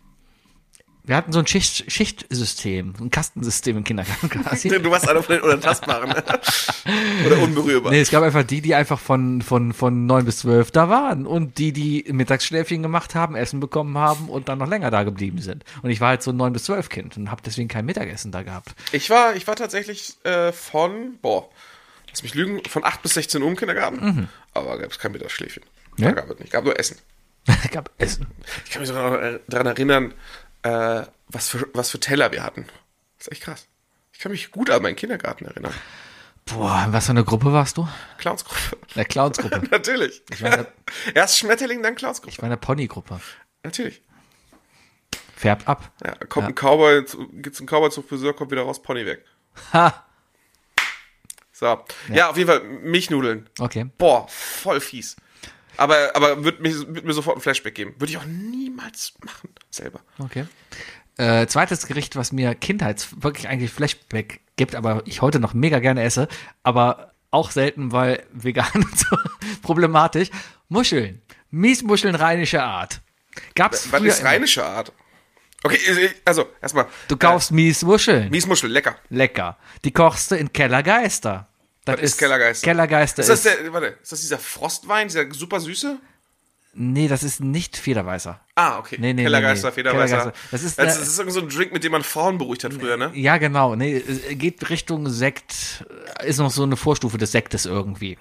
S6: Wir hatten so ein Schicht, Schichtsystem, ein Kastensystem im Kindergarten quasi.
S7: Du warst einer von den Unantastbaren. Oder unberührbar.
S6: Nee, es gab einfach die, die einfach von, von, von 9 bis 12 da waren und die, die Mittagsschläfchen gemacht haben, Essen bekommen haben und dann noch länger da geblieben sind. Und ich war halt so ein 9 bis 12 Kind und habe deswegen kein Mittagessen da gehabt.
S7: Ich war, ich war tatsächlich äh, von, boah, lass mich lügen, von 8 bis 16 Uhr im Kindergarten. Aber gab es kein Mittagsschläfchen.
S6: Mhm. Ja?
S7: Da gab es nicht. Gab nur Essen.
S6: Es gab Essen.
S7: Ich kann mich sogar daran erinnern, äh, was, für, was für Teller wir hatten. Das ist echt krass. Ich kann mich gut an meinen Kindergarten erinnern.
S6: Boah, in was für eine Gruppe warst du?
S7: Clownsgruppe.
S6: In der Clownsgruppe.
S7: Natürlich.
S6: meine-
S7: Erst Schmetterling, dann Clownsgruppe.
S6: Ich war in der Ponygruppe.
S7: Natürlich.
S6: Färbt ab.
S7: Ja, kommt ein Cowboy, zu- gibt's einen Cowboy zum Friseur, kommt wieder raus, Pony weg.
S6: Ha!
S7: So. Ja, auf jeden Fall Milchnudeln.
S6: Okay.
S7: Boah, voll fies. Aber, aber wird, mich, wird mir sofort ein Flashback geben. Würde ich auch niemals machen, selber.
S6: Okay. Äh, zweites Gericht, was mir Kindheits wirklich eigentlich Flashback gibt, aber ich heute noch mega gerne esse, aber auch selten, weil vegan und so problematisch. Muscheln. Miesmuscheln rheinischer Art. Gab's
S7: Was
S6: früher
S7: ist
S6: immer.
S7: rheinische Art? Okay, äh, also, erstmal.
S6: Du kaufst Miesmuscheln.
S7: Äh, Miesmuschel, lecker.
S6: Lecker. Die kochst du in Kellergeister. Das
S7: ist Kellergeister?
S6: Kellergeister
S7: Ist das der, warte, ist das dieser Frostwein, dieser super süße?
S6: nee, das ist nicht Federweißer.
S7: Ah, okay.
S6: Nee, nee,
S7: Kellergeister,
S6: nee, nee.
S7: Federweißer.
S6: Kellergeister. Das ist
S7: das
S6: eine-
S7: ist irgend so ein Drink, mit dem man Frauen beruhigt hat früher, ne?
S6: Ja, genau. Nee, es geht Richtung Sekt. Ist noch so eine Vorstufe des Sektes irgendwie.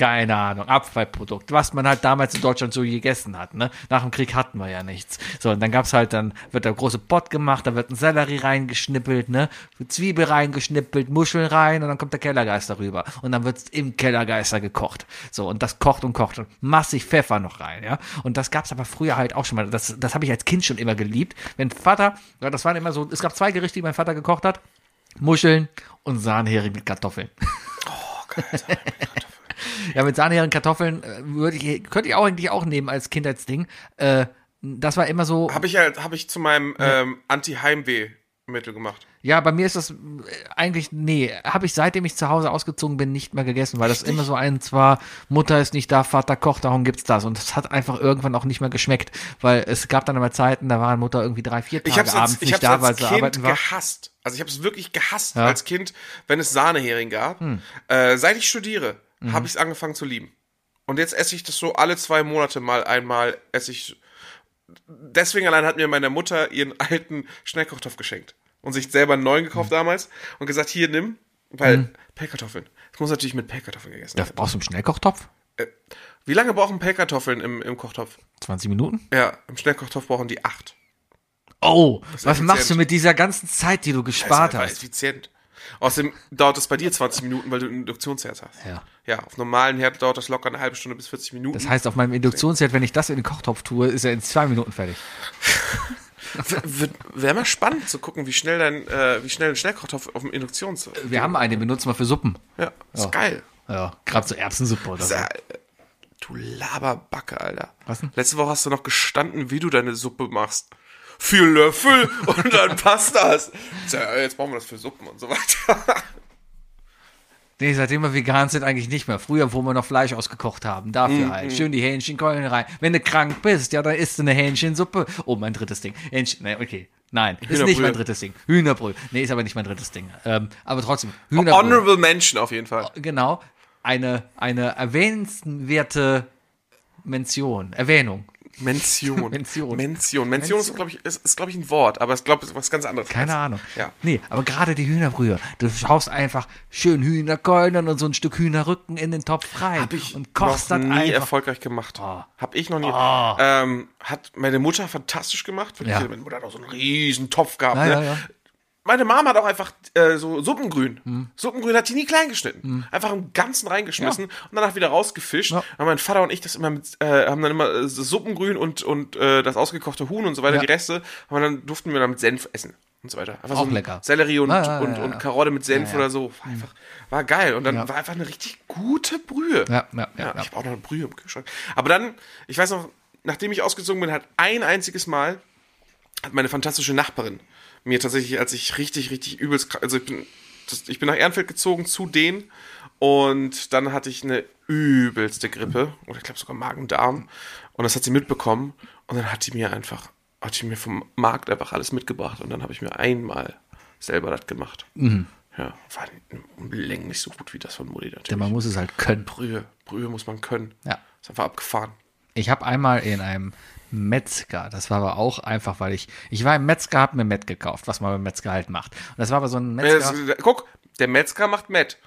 S6: Keine Ahnung, Abfallprodukt, was man halt damals in Deutschland so gegessen hat. Ne? Nach dem Krieg hatten wir ja nichts. So, und dann gab's halt, dann wird der große Pott gemacht, da wird ein Sellerie reingeschnippelt, ne? Zwiebel reingeschnippelt, Muscheln rein und dann kommt der Kellergeister rüber. Und dann wird's im Kellergeister gekocht. So, und das kocht und kocht und massig Pfeffer noch rein, ja. Und das gab's aber früher halt auch schon mal. Das, das habe ich als Kind schon immer geliebt. Wenn Vater, ja, das waren immer so, es gab zwei Gerichte, die mein Vater gekocht hat. Muscheln und Sahnhering mit Kartoffeln.
S7: Oh,
S6: Ja, mit Sahnehering, Kartoffeln äh, würde ich, könnte ich auch eigentlich auch nehmen als Kindheitsding. Äh, das war immer so.
S7: Habe ich, halt, hab ich zu meinem ähm, Anti-Heimweh Mittel gemacht.
S6: Ja, bei mir ist das äh, eigentlich, nee, habe ich seitdem ich zu Hause ausgezogen bin, nicht mehr gegessen, weil das immer so ein zwar, Mutter ist nicht da, Vater kocht, darum gibt's das. Und das hat einfach irgendwann auch nicht mehr geschmeckt, weil es gab dann immer Zeiten, da waren Mutter irgendwie drei, vier
S7: Ich
S6: Tage
S7: hab's
S6: abends
S7: als, ich
S6: nicht
S7: hab's
S6: da, weil
S7: als
S6: sie
S7: Kind
S6: arbeiten war.
S7: gehasst. Also ich habe es wirklich gehasst als Kind, wenn es Sahnehering gab.
S6: Hm.
S7: Äh, seit ich studiere,
S6: Mhm.
S7: habe ich es angefangen zu lieben. Und jetzt esse ich das so alle zwei Monate mal einmal. Esse ich. Deswegen allein hat mir meine Mutter ihren alten Schnellkochtopf geschenkt und sich selber einen neuen gekauft
S6: Hm.
S7: damals und gesagt: Hier nimm, weil Pellkartoffeln. Es muss natürlich mit Pellkartoffeln gegessen
S6: Da
S7: werden.
S6: brauchst du einen Schnellkochtopf?
S7: Äh, Wie lange brauchen Pellkartoffeln im, im Kochtopf?
S6: 20 Minuten?
S7: Ja, im Schnellkochtopf brauchen die acht.
S6: Oh, was
S7: effizient.
S6: machst du mit dieser ganzen Zeit, die du gespart
S7: Das ist
S6: hast?
S7: effizient. Außerdem dauert es bei dir 20 Minuten, weil du einen Induktionsherd hast.
S6: Ja.
S7: Ja, auf normalen Herd dauert das locker eine halbe Stunde bis 40 Minuten.
S6: Das heißt, auf meinem Induktionsherd, wenn ich das in den Kochtopf tue, ist er in zwei Minuten fertig.
S7: wäre mal spannend zu gucken, wie schnell dein, äh, wie schnell ein Schnellkochtopf auf dem Induktions.
S6: Wir haben einen, den benutzen wir für Suppen.
S7: Ja, ist
S6: Oh.
S7: geil.
S6: Ja, gerade so Erbsensuppe oder so.
S7: Da, äh, du Laberbacke, Alter.
S6: Was denn?
S7: Letzte Woche hast du noch gestanden, wie du deine Suppe machst. Vier Löffel und dann passt das. Tja, jetzt brauchen wir das für Suppen und so weiter.
S6: Nee, seitdem wir vegan sind, eigentlich nicht mehr. Früher, wo wir noch Fleisch ausgekocht haben, dafür
S7: Mhm.
S6: halt. Schön die Hähnchenkeulen rein. Wenn du krank bist, ja, dann isst du eine Hähnchensuppe. Oh, mein drittes Ding. Hähnchen, nee, okay. Nein, ist nicht
S7: Hühnerbrühe.
S6: mein drittes Ding. Hühnerbrühe. Nee, ist aber nicht mein drittes Ding. Ähm, aber trotzdem, Hühnerbrühe.
S7: Honorable Mention auf jeden Fall.
S6: Genau. Eine, eine erwähnenswerte Mention, Erwähnung.
S7: Mention.
S6: Mention.
S7: Mention. Mention ist, glaube ich, ist, ist, glaub ich, ein Wort, aber ich glaube, es ist was ganz anderes.
S6: Keine Ahnung.
S7: Ja.
S6: Nee, aber gerade die Hühnerbrühe. Du schaust einfach schön Hühnerkeulen und so ein Stück Hühnerrücken in den Topf rein
S7: Hab ich
S6: und kochst
S7: noch
S6: das
S7: nie
S6: einfach. Ah.
S7: erfolgreich gemacht. Hab ich noch nie. Ähm, hat meine Mutter fantastisch gemacht. Wirklich,
S6: Ja.
S7: Meine Mutter hat auch so einen riesen Topf gehabt.
S6: Ja,
S7: ne?
S6: ja, ja.
S7: Meine Mama hat auch einfach äh, so Suppengrün.
S6: Hm.
S7: Suppengrün hat die nie klein geschnitten. Einfach im Ganzen reingeschmissen und danach wieder rausgefischt.
S6: Ja.
S7: Und mein Vater und ich das immer mit, äh, haben dann immer äh, Suppengrün und, und äh, das ausgekochte Huhn und so weiter,
S6: Ja.
S7: die Reste, haben wir dann durften wir dann mit Senf essen und so weiter. Einfach
S6: Auch
S7: so ein
S6: lecker.
S7: Sellerie und,
S6: Ja, ja, ja,
S7: und,
S6: ja,
S7: und
S6: ja. Hm.
S7: Karotte mit Senf oder so. War einfach, war geil. Und dann war einfach eine richtig gute Brühe.
S6: Ja, ja, ja,
S7: ja,
S6: ja.
S7: Ich brauche noch eine Brühe im Kühlschrank. Aber dann, ich weiß noch, nachdem ich ausgezogen bin, hat ein einziges Mal hat meine fantastische Nachbarin mir tatsächlich, als ich richtig, richtig übelst, krank- also ich bin, das, ich bin nach Ehrenfeld gezogen zu denen und dann hatte ich eine übelste Grippe oder ich glaube sogar Magen-Darm und das hat sie mitbekommen und dann hat sie mir einfach, hat sie mir vom Markt einfach alles mitgebracht und dann habe ich mir einmal selber das gemacht.
S6: Mhm.
S7: Ja, war um Längen nicht so gut wie das von Mutti natürlich.
S6: Man muss es halt können.
S7: Brühe, Brühe muss man können.
S6: Ja.
S7: Ist einfach abgefahren.
S6: Ich habe einmal in einem Metzger, das war aber auch einfach, weil ich, ich war im Metzger, hab mir Met gekauft, was man beim Metzger halt macht. Und das war aber so ein
S7: Äh, das-
S6: Metzger,
S7: äh, guck, der Metzger macht Matt.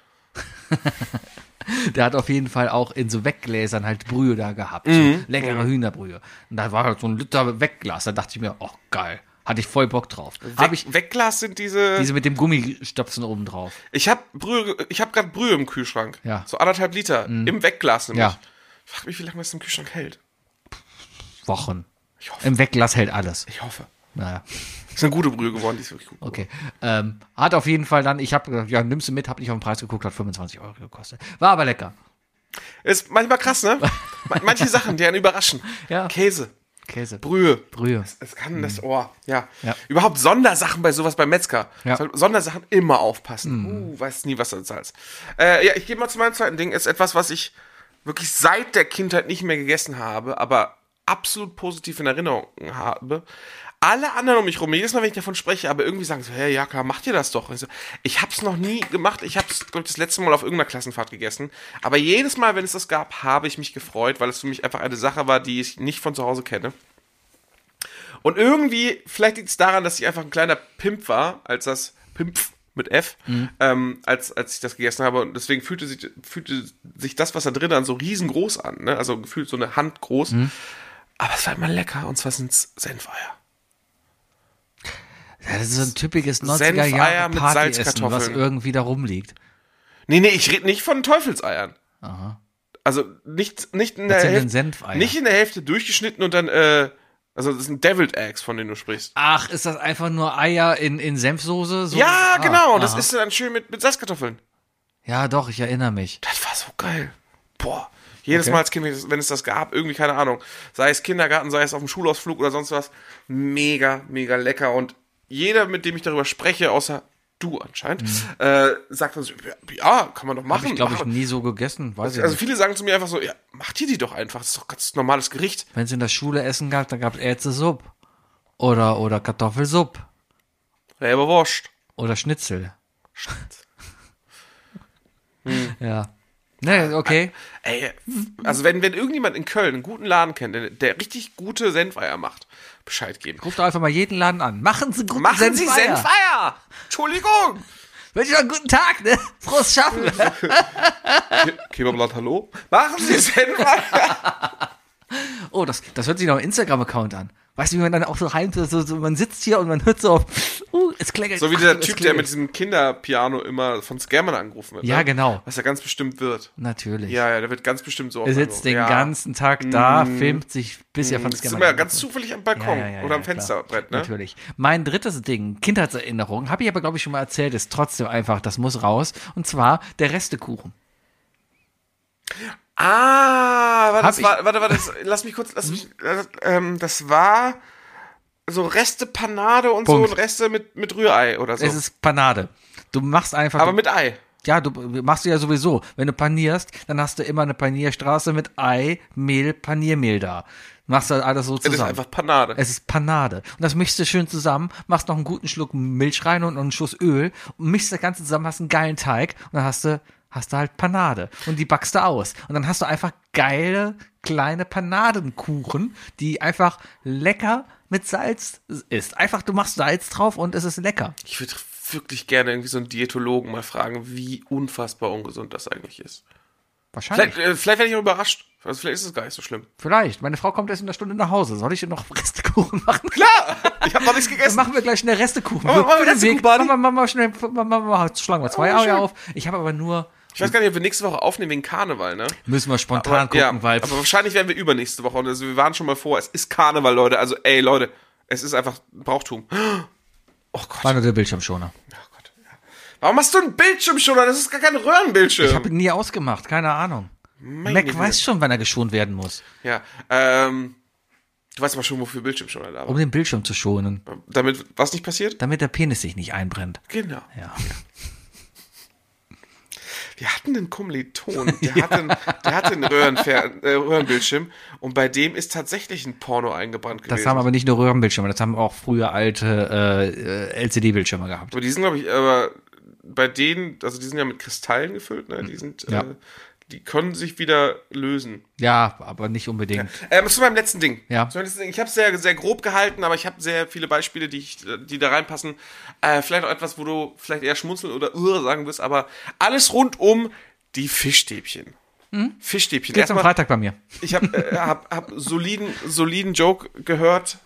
S6: der hat auf jeden Fall auch in so Weggläsern halt Brühe da gehabt,
S7: Mhm.
S6: so leckere Hühnerbrühe. Und da war halt so ein Liter Wegglas, da dachte ich mir, oh geil, hatte ich voll Bock drauf. Hab ich
S7: Weg, Wegglas sind diese.
S6: diese mit dem Gummistöpsel oben drauf.
S7: ich habe Brühe, ich habe gerade Brühe im Kühlschrank.
S6: Ja. Mhm.
S7: So anderthalb Liter im Wegglas nämlich.
S6: Ja.
S7: Ich frag mich, wie lange das im Kühlschrank hält.
S6: Wochen.
S7: Ich hoffe.
S6: Im Wegglas hält alles.
S7: Ich hoffe.
S6: Naja.
S7: Ist eine gute Brühe geworden, die ist wirklich gut.
S6: Okay. Ähm, hat auf jeden Fall dann, ich habe gesagt, ja, nimmst du mit, hab nicht auf den Preis geguckt, hat 25 Euro gekostet. War aber lecker.
S7: Ist manchmal krass, ne? Ma- Manche Sachen, die einen überraschen.
S6: Ja.
S7: Käse,
S6: Käse.
S7: Brühe.
S6: Brühe. Mhm.
S7: Es kann das Ohr, ja.
S6: Ja.
S7: Überhaupt Sondersachen bei sowas beim Metzger.
S6: Ja. Mhm.
S7: Soll- Sondersachen immer aufpassen. Uh, weißt nie, was du zahlst. Äh, ja, ich gehe mal zu meinem zweiten Ding. Ist etwas, was ich wirklich seit der Kindheit nicht mehr gegessen habe, aber absolut positiv in Erinnerung habe. Alle anderen um mich rum, jedes Mal, wenn ich davon spreche, aber irgendwie sagen so, hey, ja klar, macht ihr das doch. Ich, so, ich hab's noch nie gemacht. Ich hab's, glaube ich, das letzte Mal auf irgendeiner Klassenfahrt gegessen. Aber jedes Mal, wenn es das gab, habe ich mich gefreut, weil es für mich einfach eine Sache war, die ich nicht von zu Hause kenne. Und irgendwie, vielleicht liegt es daran, dass ich einfach ein kleiner Pimp war, als das Pimp mit F,
S6: Mhm.
S7: ähm, als, als ich das gegessen habe. Und deswegen fühlte sich, fühlte sich das, was da drin an, so riesengroß an. Ne? Also gefühlt so eine Hand groß.
S6: Mhm.
S7: Aber es war immer lecker. Und zwar sind es Senfeier.
S6: Ja, das ist so ein typisches
S7: Senfeier
S6: 90er Jahre
S7: mit
S6: Partyessen,
S7: Salzkartoffeln.
S6: was irgendwie da rumliegt.
S7: Nee, nee, ich rede nicht von Teufelseiern. Also nicht, nicht, in der
S6: sind denn
S7: Hälfte,
S6: Senfeier?
S7: nicht in der Hälfte durchgeschnitten und dann, äh, also das sind Deviled Eggs, von denen du sprichst.
S6: Ach, ist das einfach nur Eier in, in Senfsoße? So?
S7: ja,
S6: Ah,
S7: genau. Das
S6: aha.
S7: ist dann schön mit, mit Salzkartoffeln.
S6: Ja, doch, ich erinnere mich.
S7: Das war so geil. Boah. Jedes Mal als Kind, wenn es- wenn es das gab, irgendwie, keine Ahnung. Sei es Kindergarten, sei es auf dem Schulausflug oder sonst was. Mega, mega lecker. Und jeder, mit dem ich darüber spreche, außer du anscheinend, äh, sagt dann so, ja, ja, kann man doch machen.
S6: Habe Mhm. ich, glaube ich,
S7: machen.
S6: nie so gegessen. Weiß ich
S7: Also
S6: nicht.
S7: viele sagen zu mir einfach so, ja, macht ihr die doch einfach, das ist doch ganz normales Gericht.
S6: Wenn es in der Schule Essen gab, dann gab es Ärztesupp. Oder, oder Kartoffelsupp.
S7: Selber wurscht.
S6: Oder Schnitzel.
S7: Hm.
S6: Ja. Ne,
S7: Ah,
S6: okay.
S7: Ey, also wenn, wenn irgendjemand in Köln einen guten Laden kennt, der, der richtig gute Senfeier macht, Bescheid geben.
S6: Ruft doch einfach mal jeden Laden an. Machen Sie guten
S7: Machen Sie
S6: Senfeier.
S7: Senfeier! Entschuldigung!
S6: Wünsche noch einen guten Tag, ne? Frohes Schaffen.
S7: Kebabladen, hallo? Machen Sie Senfeier!
S6: Oh, das, das hört sich nach einem Instagram-Account an. Weißt du, wie man dann auch so heim, so, so, man sitzt hier und man hört so auf, uh, es klingelt.
S7: So wie
S6: ach,
S7: dieser
S6: es
S7: Typ, der mit
S6: klingelt.
S7: diesem Kinderpiano immer von Scammern angerufen wird.
S6: Ja,
S7: ne?
S6: genau.
S7: Was er ganz bestimmt wird.
S6: Natürlich.
S7: Ja, ja, der wird ganz bestimmt so
S6: er sitzt den
S7: ja. Mhm.
S6: ganzen Tag da, filmt sich, bis er von
S7: Das ist
S6: Scammern
S7: immer ganz
S6: angerufen
S7: zufällig am Balkon
S6: Ja, ja, ja,
S7: oder am
S6: ja, klar.
S7: Fensterbrett, ne?
S6: Natürlich. Mein drittes Ding, Kindheitserinnerung, habe ich aber, glaube ich, schon mal erzählt, ist trotzdem einfach, das muss raus. Und zwar der Restekuchen.
S7: Ah, warte,
S6: Hab
S7: das
S6: ich-
S7: war, warte, warte, das, lass mich kurz, lass mich, äh, ähm, das war so Reste Panade und
S6: Punkt.
S7: so und Reste mit, mit Rührei oder so.
S6: Es ist Panade. Du machst einfach.
S7: Aber mit Ei.
S6: ja, du machst du ja sowieso. Wenn du panierst, dann hast du immer eine Panierstraße mit Ei, Mehl, Paniermehl da. Machst du halt alles so
S7: Es ist
S6: zusammen.
S7: einfach Panade.
S6: Es ist Panade. Und das mischst du schön zusammen, machst noch einen guten Schluck Milch rein und noch einen Schuss Öl und mischst das Ganze zusammen, hast einen geilen Teig und dann hast du, hast du halt Panade. Und die backst du aus. Und dann hast du einfach geile kleine Panadenkuchen, die einfach lecker mit Salz ist. Einfach, du machst Salz drauf und es ist lecker.
S7: ich würde wirklich gerne irgendwie so einen Diätologen mal fragen, wie unfassbar ungesund das eigentlich ist.
S6: Wahrscheinlich.
S7: Vielleicht,
S6: Vielleicht.
S7: äh, vielleicht werde ich auch überrascht. Also vielleicht ist es gar nicht so schlimm.
S6: Meine Frau kommt erst in der Stunde nach Hause. Soll ich ihr noch Restekuchen machen?
S7: Klar! Ich habe noch nichts
S6: Dann
S7: gegessen.
S6: machen wir gleich schnell Restekuchen.
S7: Machen wir- machen wir
S6: Für den
S7: Restekuchen,
S6: Weg.
S7: Buddy.
S6: Machen wir- machen wir schnell, machen wir- machen wir- schlagen wir zwei
S7: Oh, schön.
S6: Eier auf. Ich habe aber nur
S7: Ich weiß gar nicht, ob wir nächste Woche aufnehmen wegen Karneval, ne?
S6: Müssen wir spontan
S7: Aber,
S6: gucken,
S7: ja,
S6: weil.
S7: aber wahrscheinlich werden wir übernächste Woche. Und also wir waren schon mal vor. Es ist Karneval, Leute. Also, ey, Leute, es ist einfach Brauchtum. Oh Gott.
S6: war nur der Bildschirmschoner.
S7: Oh Gott. Ja. Warum hast du einen Bildschirmschoner? Das ist gar kein Röhrenbildschirm.
S6: Ich habe ihn nie ausgemacht, keine Ahnung. Mac
S7: Güte.
S6: weiß schon, wann er geschont werden muss,
S7: ja, ähm, du weißt aber schon, wofür Bildschirmschoner da
S6: um
S7: war.
S6: den Bildschirm zu schonen,
S7: Damit was nicht passiert?
S6: damit der Penis sich nicht einbrennt.
S7: Genau.
S6: Ja.
S7: Wir hatten einen Kommiliton, der, hatte, einen, der hatte einen Röhrenfer äh, Röhrenbildschirm und bei dem ist tatsächlich ein Porno eingebrannt gewesen.
S6: Das haben aber nicht nur Röhrenbildschirme, das haben auch früher alte äh, äh, LCD-Bildschirme gehabt.
S7: Aber die sind, glaube ich, aber bei denen, also die sind ja mit Kristallen gefüllt, ne? Die sind,
S6: Ja.
S7: äh, die können sich wieder lösen.
S6: Ja, aber nicht unbedingt.
S7: Ähm, zu meinem letzten Ding.
S6: Ja.
S7: Zu meinem letzten Ding. Ich habe es sehr, sehr grob gehalten, aber ich habe sehr viele Beispiele, die, ich, die da reinpassen. Äh, vielleicht auch etwas, wo du vielleicht eher schmunzeln oder irre sagen wirst, aber alles rund um die Fischstäbchen.
S6: Hm?
S7: Fischstäbchen.
S6: Jetzt am
S7: Erstmal-
S6: Freitag bei mir.
S7: ich habe äh, hab, hab soliden, soliden Joke gehört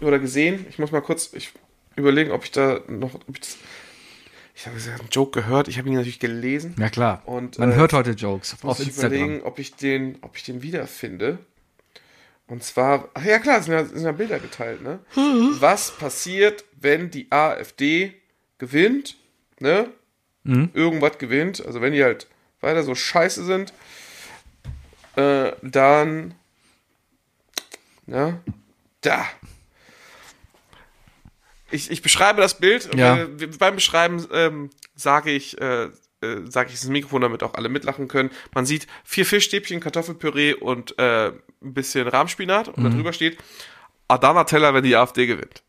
S7: oder gesehen. Ich muss mal kurz ich überlegen, ob ich da noch. Ob ich das- ich habe einen Joke gehört. Ich habe ihn natürlich gelesen.
S6: Ja klar.
S7: Und,
S6: Man
S7: äh,
S6: hört heute Jokes
S7: Muss
S6: auf
S7: ich
S6: Instagram.
S7: überlegen, ob ich den, ob ich den wiederfinde. Und zwar, ach ja klar, sind ja, sind ja Bilder geteilt, ne? Was passiert, wenn die AfD gewinnt, ne?
S6: Mhm.
S7: Irgendwas gewinnt, also wenn die halt weiter so scheiße sind, äh, dann, ne? Da. Ich, ich beschreibe das Bild. und,
S6: Ja.
S7: Äh, beim Beschreiben ähm, sage ich, äh, äh, sage ich ins Mikrofon, damit auch alle mitlachen können. Man sieht vier Fischstäbchen, Kartoffelpüree und äh, ein bisschen Rahmspinat. Und
S6: Mhm.
S7: darüber steht Adana Teller, wenn die AfD gewinnt.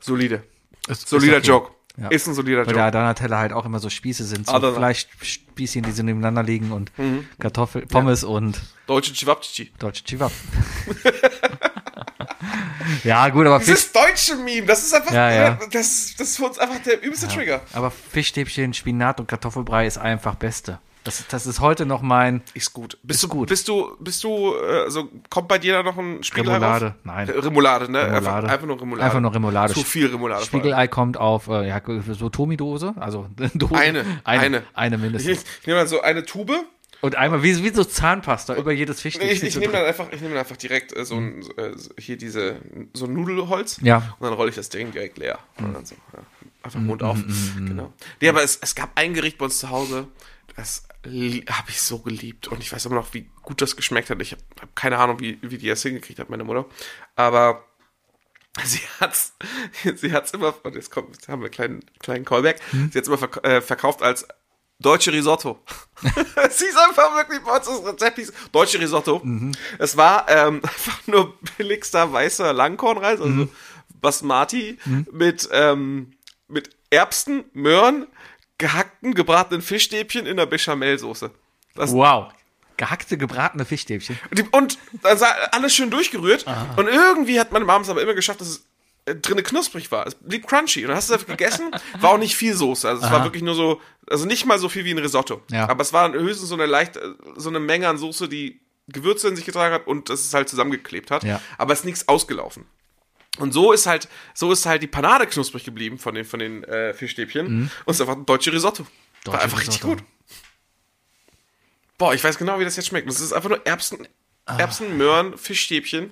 S7: Solide.
S6: Ist-
S7: Solider
S6: ist okay.
S7: Joke.
S6: Ja.
S7: Ist ein solider
S6: Weil der
S7: Joke.
S6: Adana-Teller halt auch immer so Spieße sind, so
S7: Adana.
S6: Fleischspießchen, die so nebeneinander liegen und Kartoffel, Pommes und
S7: Deutsche Chivapchichi.
S6: Deutsche Chivap. ja, gut, aber Fisch,
S7: Dieses deutsche Meme, das ist einfach,
S6: Ja, ja.
S7: äh, Das, das ist für uns einfach der übelste Trigger.
S6: aber Fischstäbchen, Spinat und Kartoffelbrei ist einfach Beste. Das, das ist heute noch mein
S7: Ist gut. Bist
S6: Ist
S7: du
S6: gut.
S7: Bist du, bist du, äh, also kommt bei dir da noch ein Spiegel
S6: Remoulade.
S7: herauf?
S6: Nein.
S7: Äh, Remoulade, ne?
S6: Remoulade.
S7: Einfach, einfach nur Remoulade.
S6: Einfach nur Remoulade.
S7: Zu viel Remoulade. vor allem.
S6: Spiegelei kommt auf äh, ja, so Tomi-Dose, also Dose.
S7: Eine,
S6: eine,
S7: eine.
S6: eine mindestens.
S7: Ich, ich nehme dann so eine Tube.
S6: Und einmal wie, wie so Zahnpasta über jedes
S7: Nee,
S6: Fischstäbchen.
S7: ich, ich
S6: zu
S7: nehme
S6: drücken.
S7: dann einfach, ich nehme dann einfach direkt äh, so ein, äh, so- hier diese, so ein Nudelholz.
S6: Ja.
S7: Und dann rolle ich das Ding direkt leer. Und dann so, ja, einfach Mund auf. Genau. Nee, aber es, es gab ein Gericht bei uns zu Hause, das habe ich so geliebt. Und ich weiß immer noch, wie gut das geschmeckt hat. Ich habe hab keine Ahnung, wie, wie die das hingekriegt hat, meine Mutter. Aber Sie hat's, sie hat's immer, und jetzt kommt, jetzt haben wir einen kleinen, kleinen Callback, sie hat's immer verk äh, verkauft als deutsche Risotto. sie ist einfach wirklich bei uns das Rezept hieß deutsche Risotto. Es war ähm, einfach nur billigster weißer Langkornreis, also Basmati mit, ähm, mit Erbsen, Möhren, gehackten, gebratenen Fischstäbchen in der Bechamelsoße. Das,
S6: Wow. Gehackte, gebratene Fischstäbchen.
S7: und die- Und dann sah alles schön durchgerührt. Und irgendwie hat meine Mom es aber immer geschafft, dass es äh, drinne knusprig war. Es blieb crunchy. Und dann hast du es gegessen, war auch nicht viel Soße. Also es war wirklich nur so, also nicht mal so viel wie ein Risotto.
S6: Ja.
S7: Aber es war höchstens so eine leicht, äh, so eine Menge an Soße, die Gewürze in sich getragen hat und dass es halt zusammengeklebt hat.
S6: Ja.
S7: Aber es ist nichts ausgelaufen. Und so ist halt, so ist halt die Panade knusprig geblieben von den, von den äh, Fischstäbchen. Und es ist einfach ein deutsche Risotto. war
S6: Deutsche
S7: einfach richtig
S6: Mhm. Risotto.
S7: gut. Boah, ich weiß genau, wie das jetzt schmeckt. Das ist einfach nur Erbsen,
S6: Ah.
S7: Erbsen, Möhren, Fischstäbchen.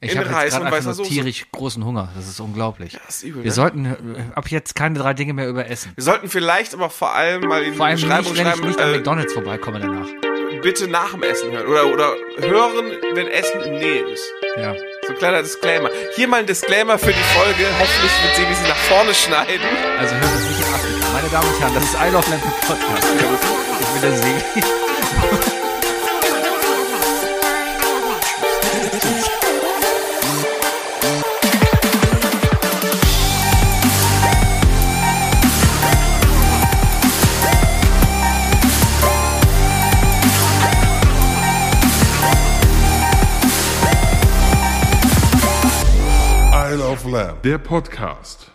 S6: Ich
S7: In
S6: habe jetzt
S7: Reis
S6: gerade
S7: und
S6: einfach
S7: weißer
S6: nur
S7: Soße.
S6: tierisch großen Hunger. Das ist unglaublich.
S7: ist übel,
S6: Wir
S7: ne?
S6: sollten äh, ab jetzt keine drei Dinge mehr überessen.
S7: Wir sollten vielleicht aber vor allem mal in die
S6: Vor allem
S7: Beschreibung
S6: nicht, wenn ich
S7: schreiben,
S6: nicht an McDonalds vorbeikomme danach.
S7: äh, bitte nach dem Essen hören. Oder, oder hören, wenn Essen in Nähe ist.
S6: Ja. Also
S7: So ein kleiner Disclaimer. Hier mal ein Disclaimer für die Folge. Hoffentlich wird sie sie nach vorne schneiden.
S6: Also hört es nicht in Afrika. Meine Damen und Herren, das ist Isle of Lamp Podcast. Ich bin der See.
S5: I Love Lamb, der Podcast.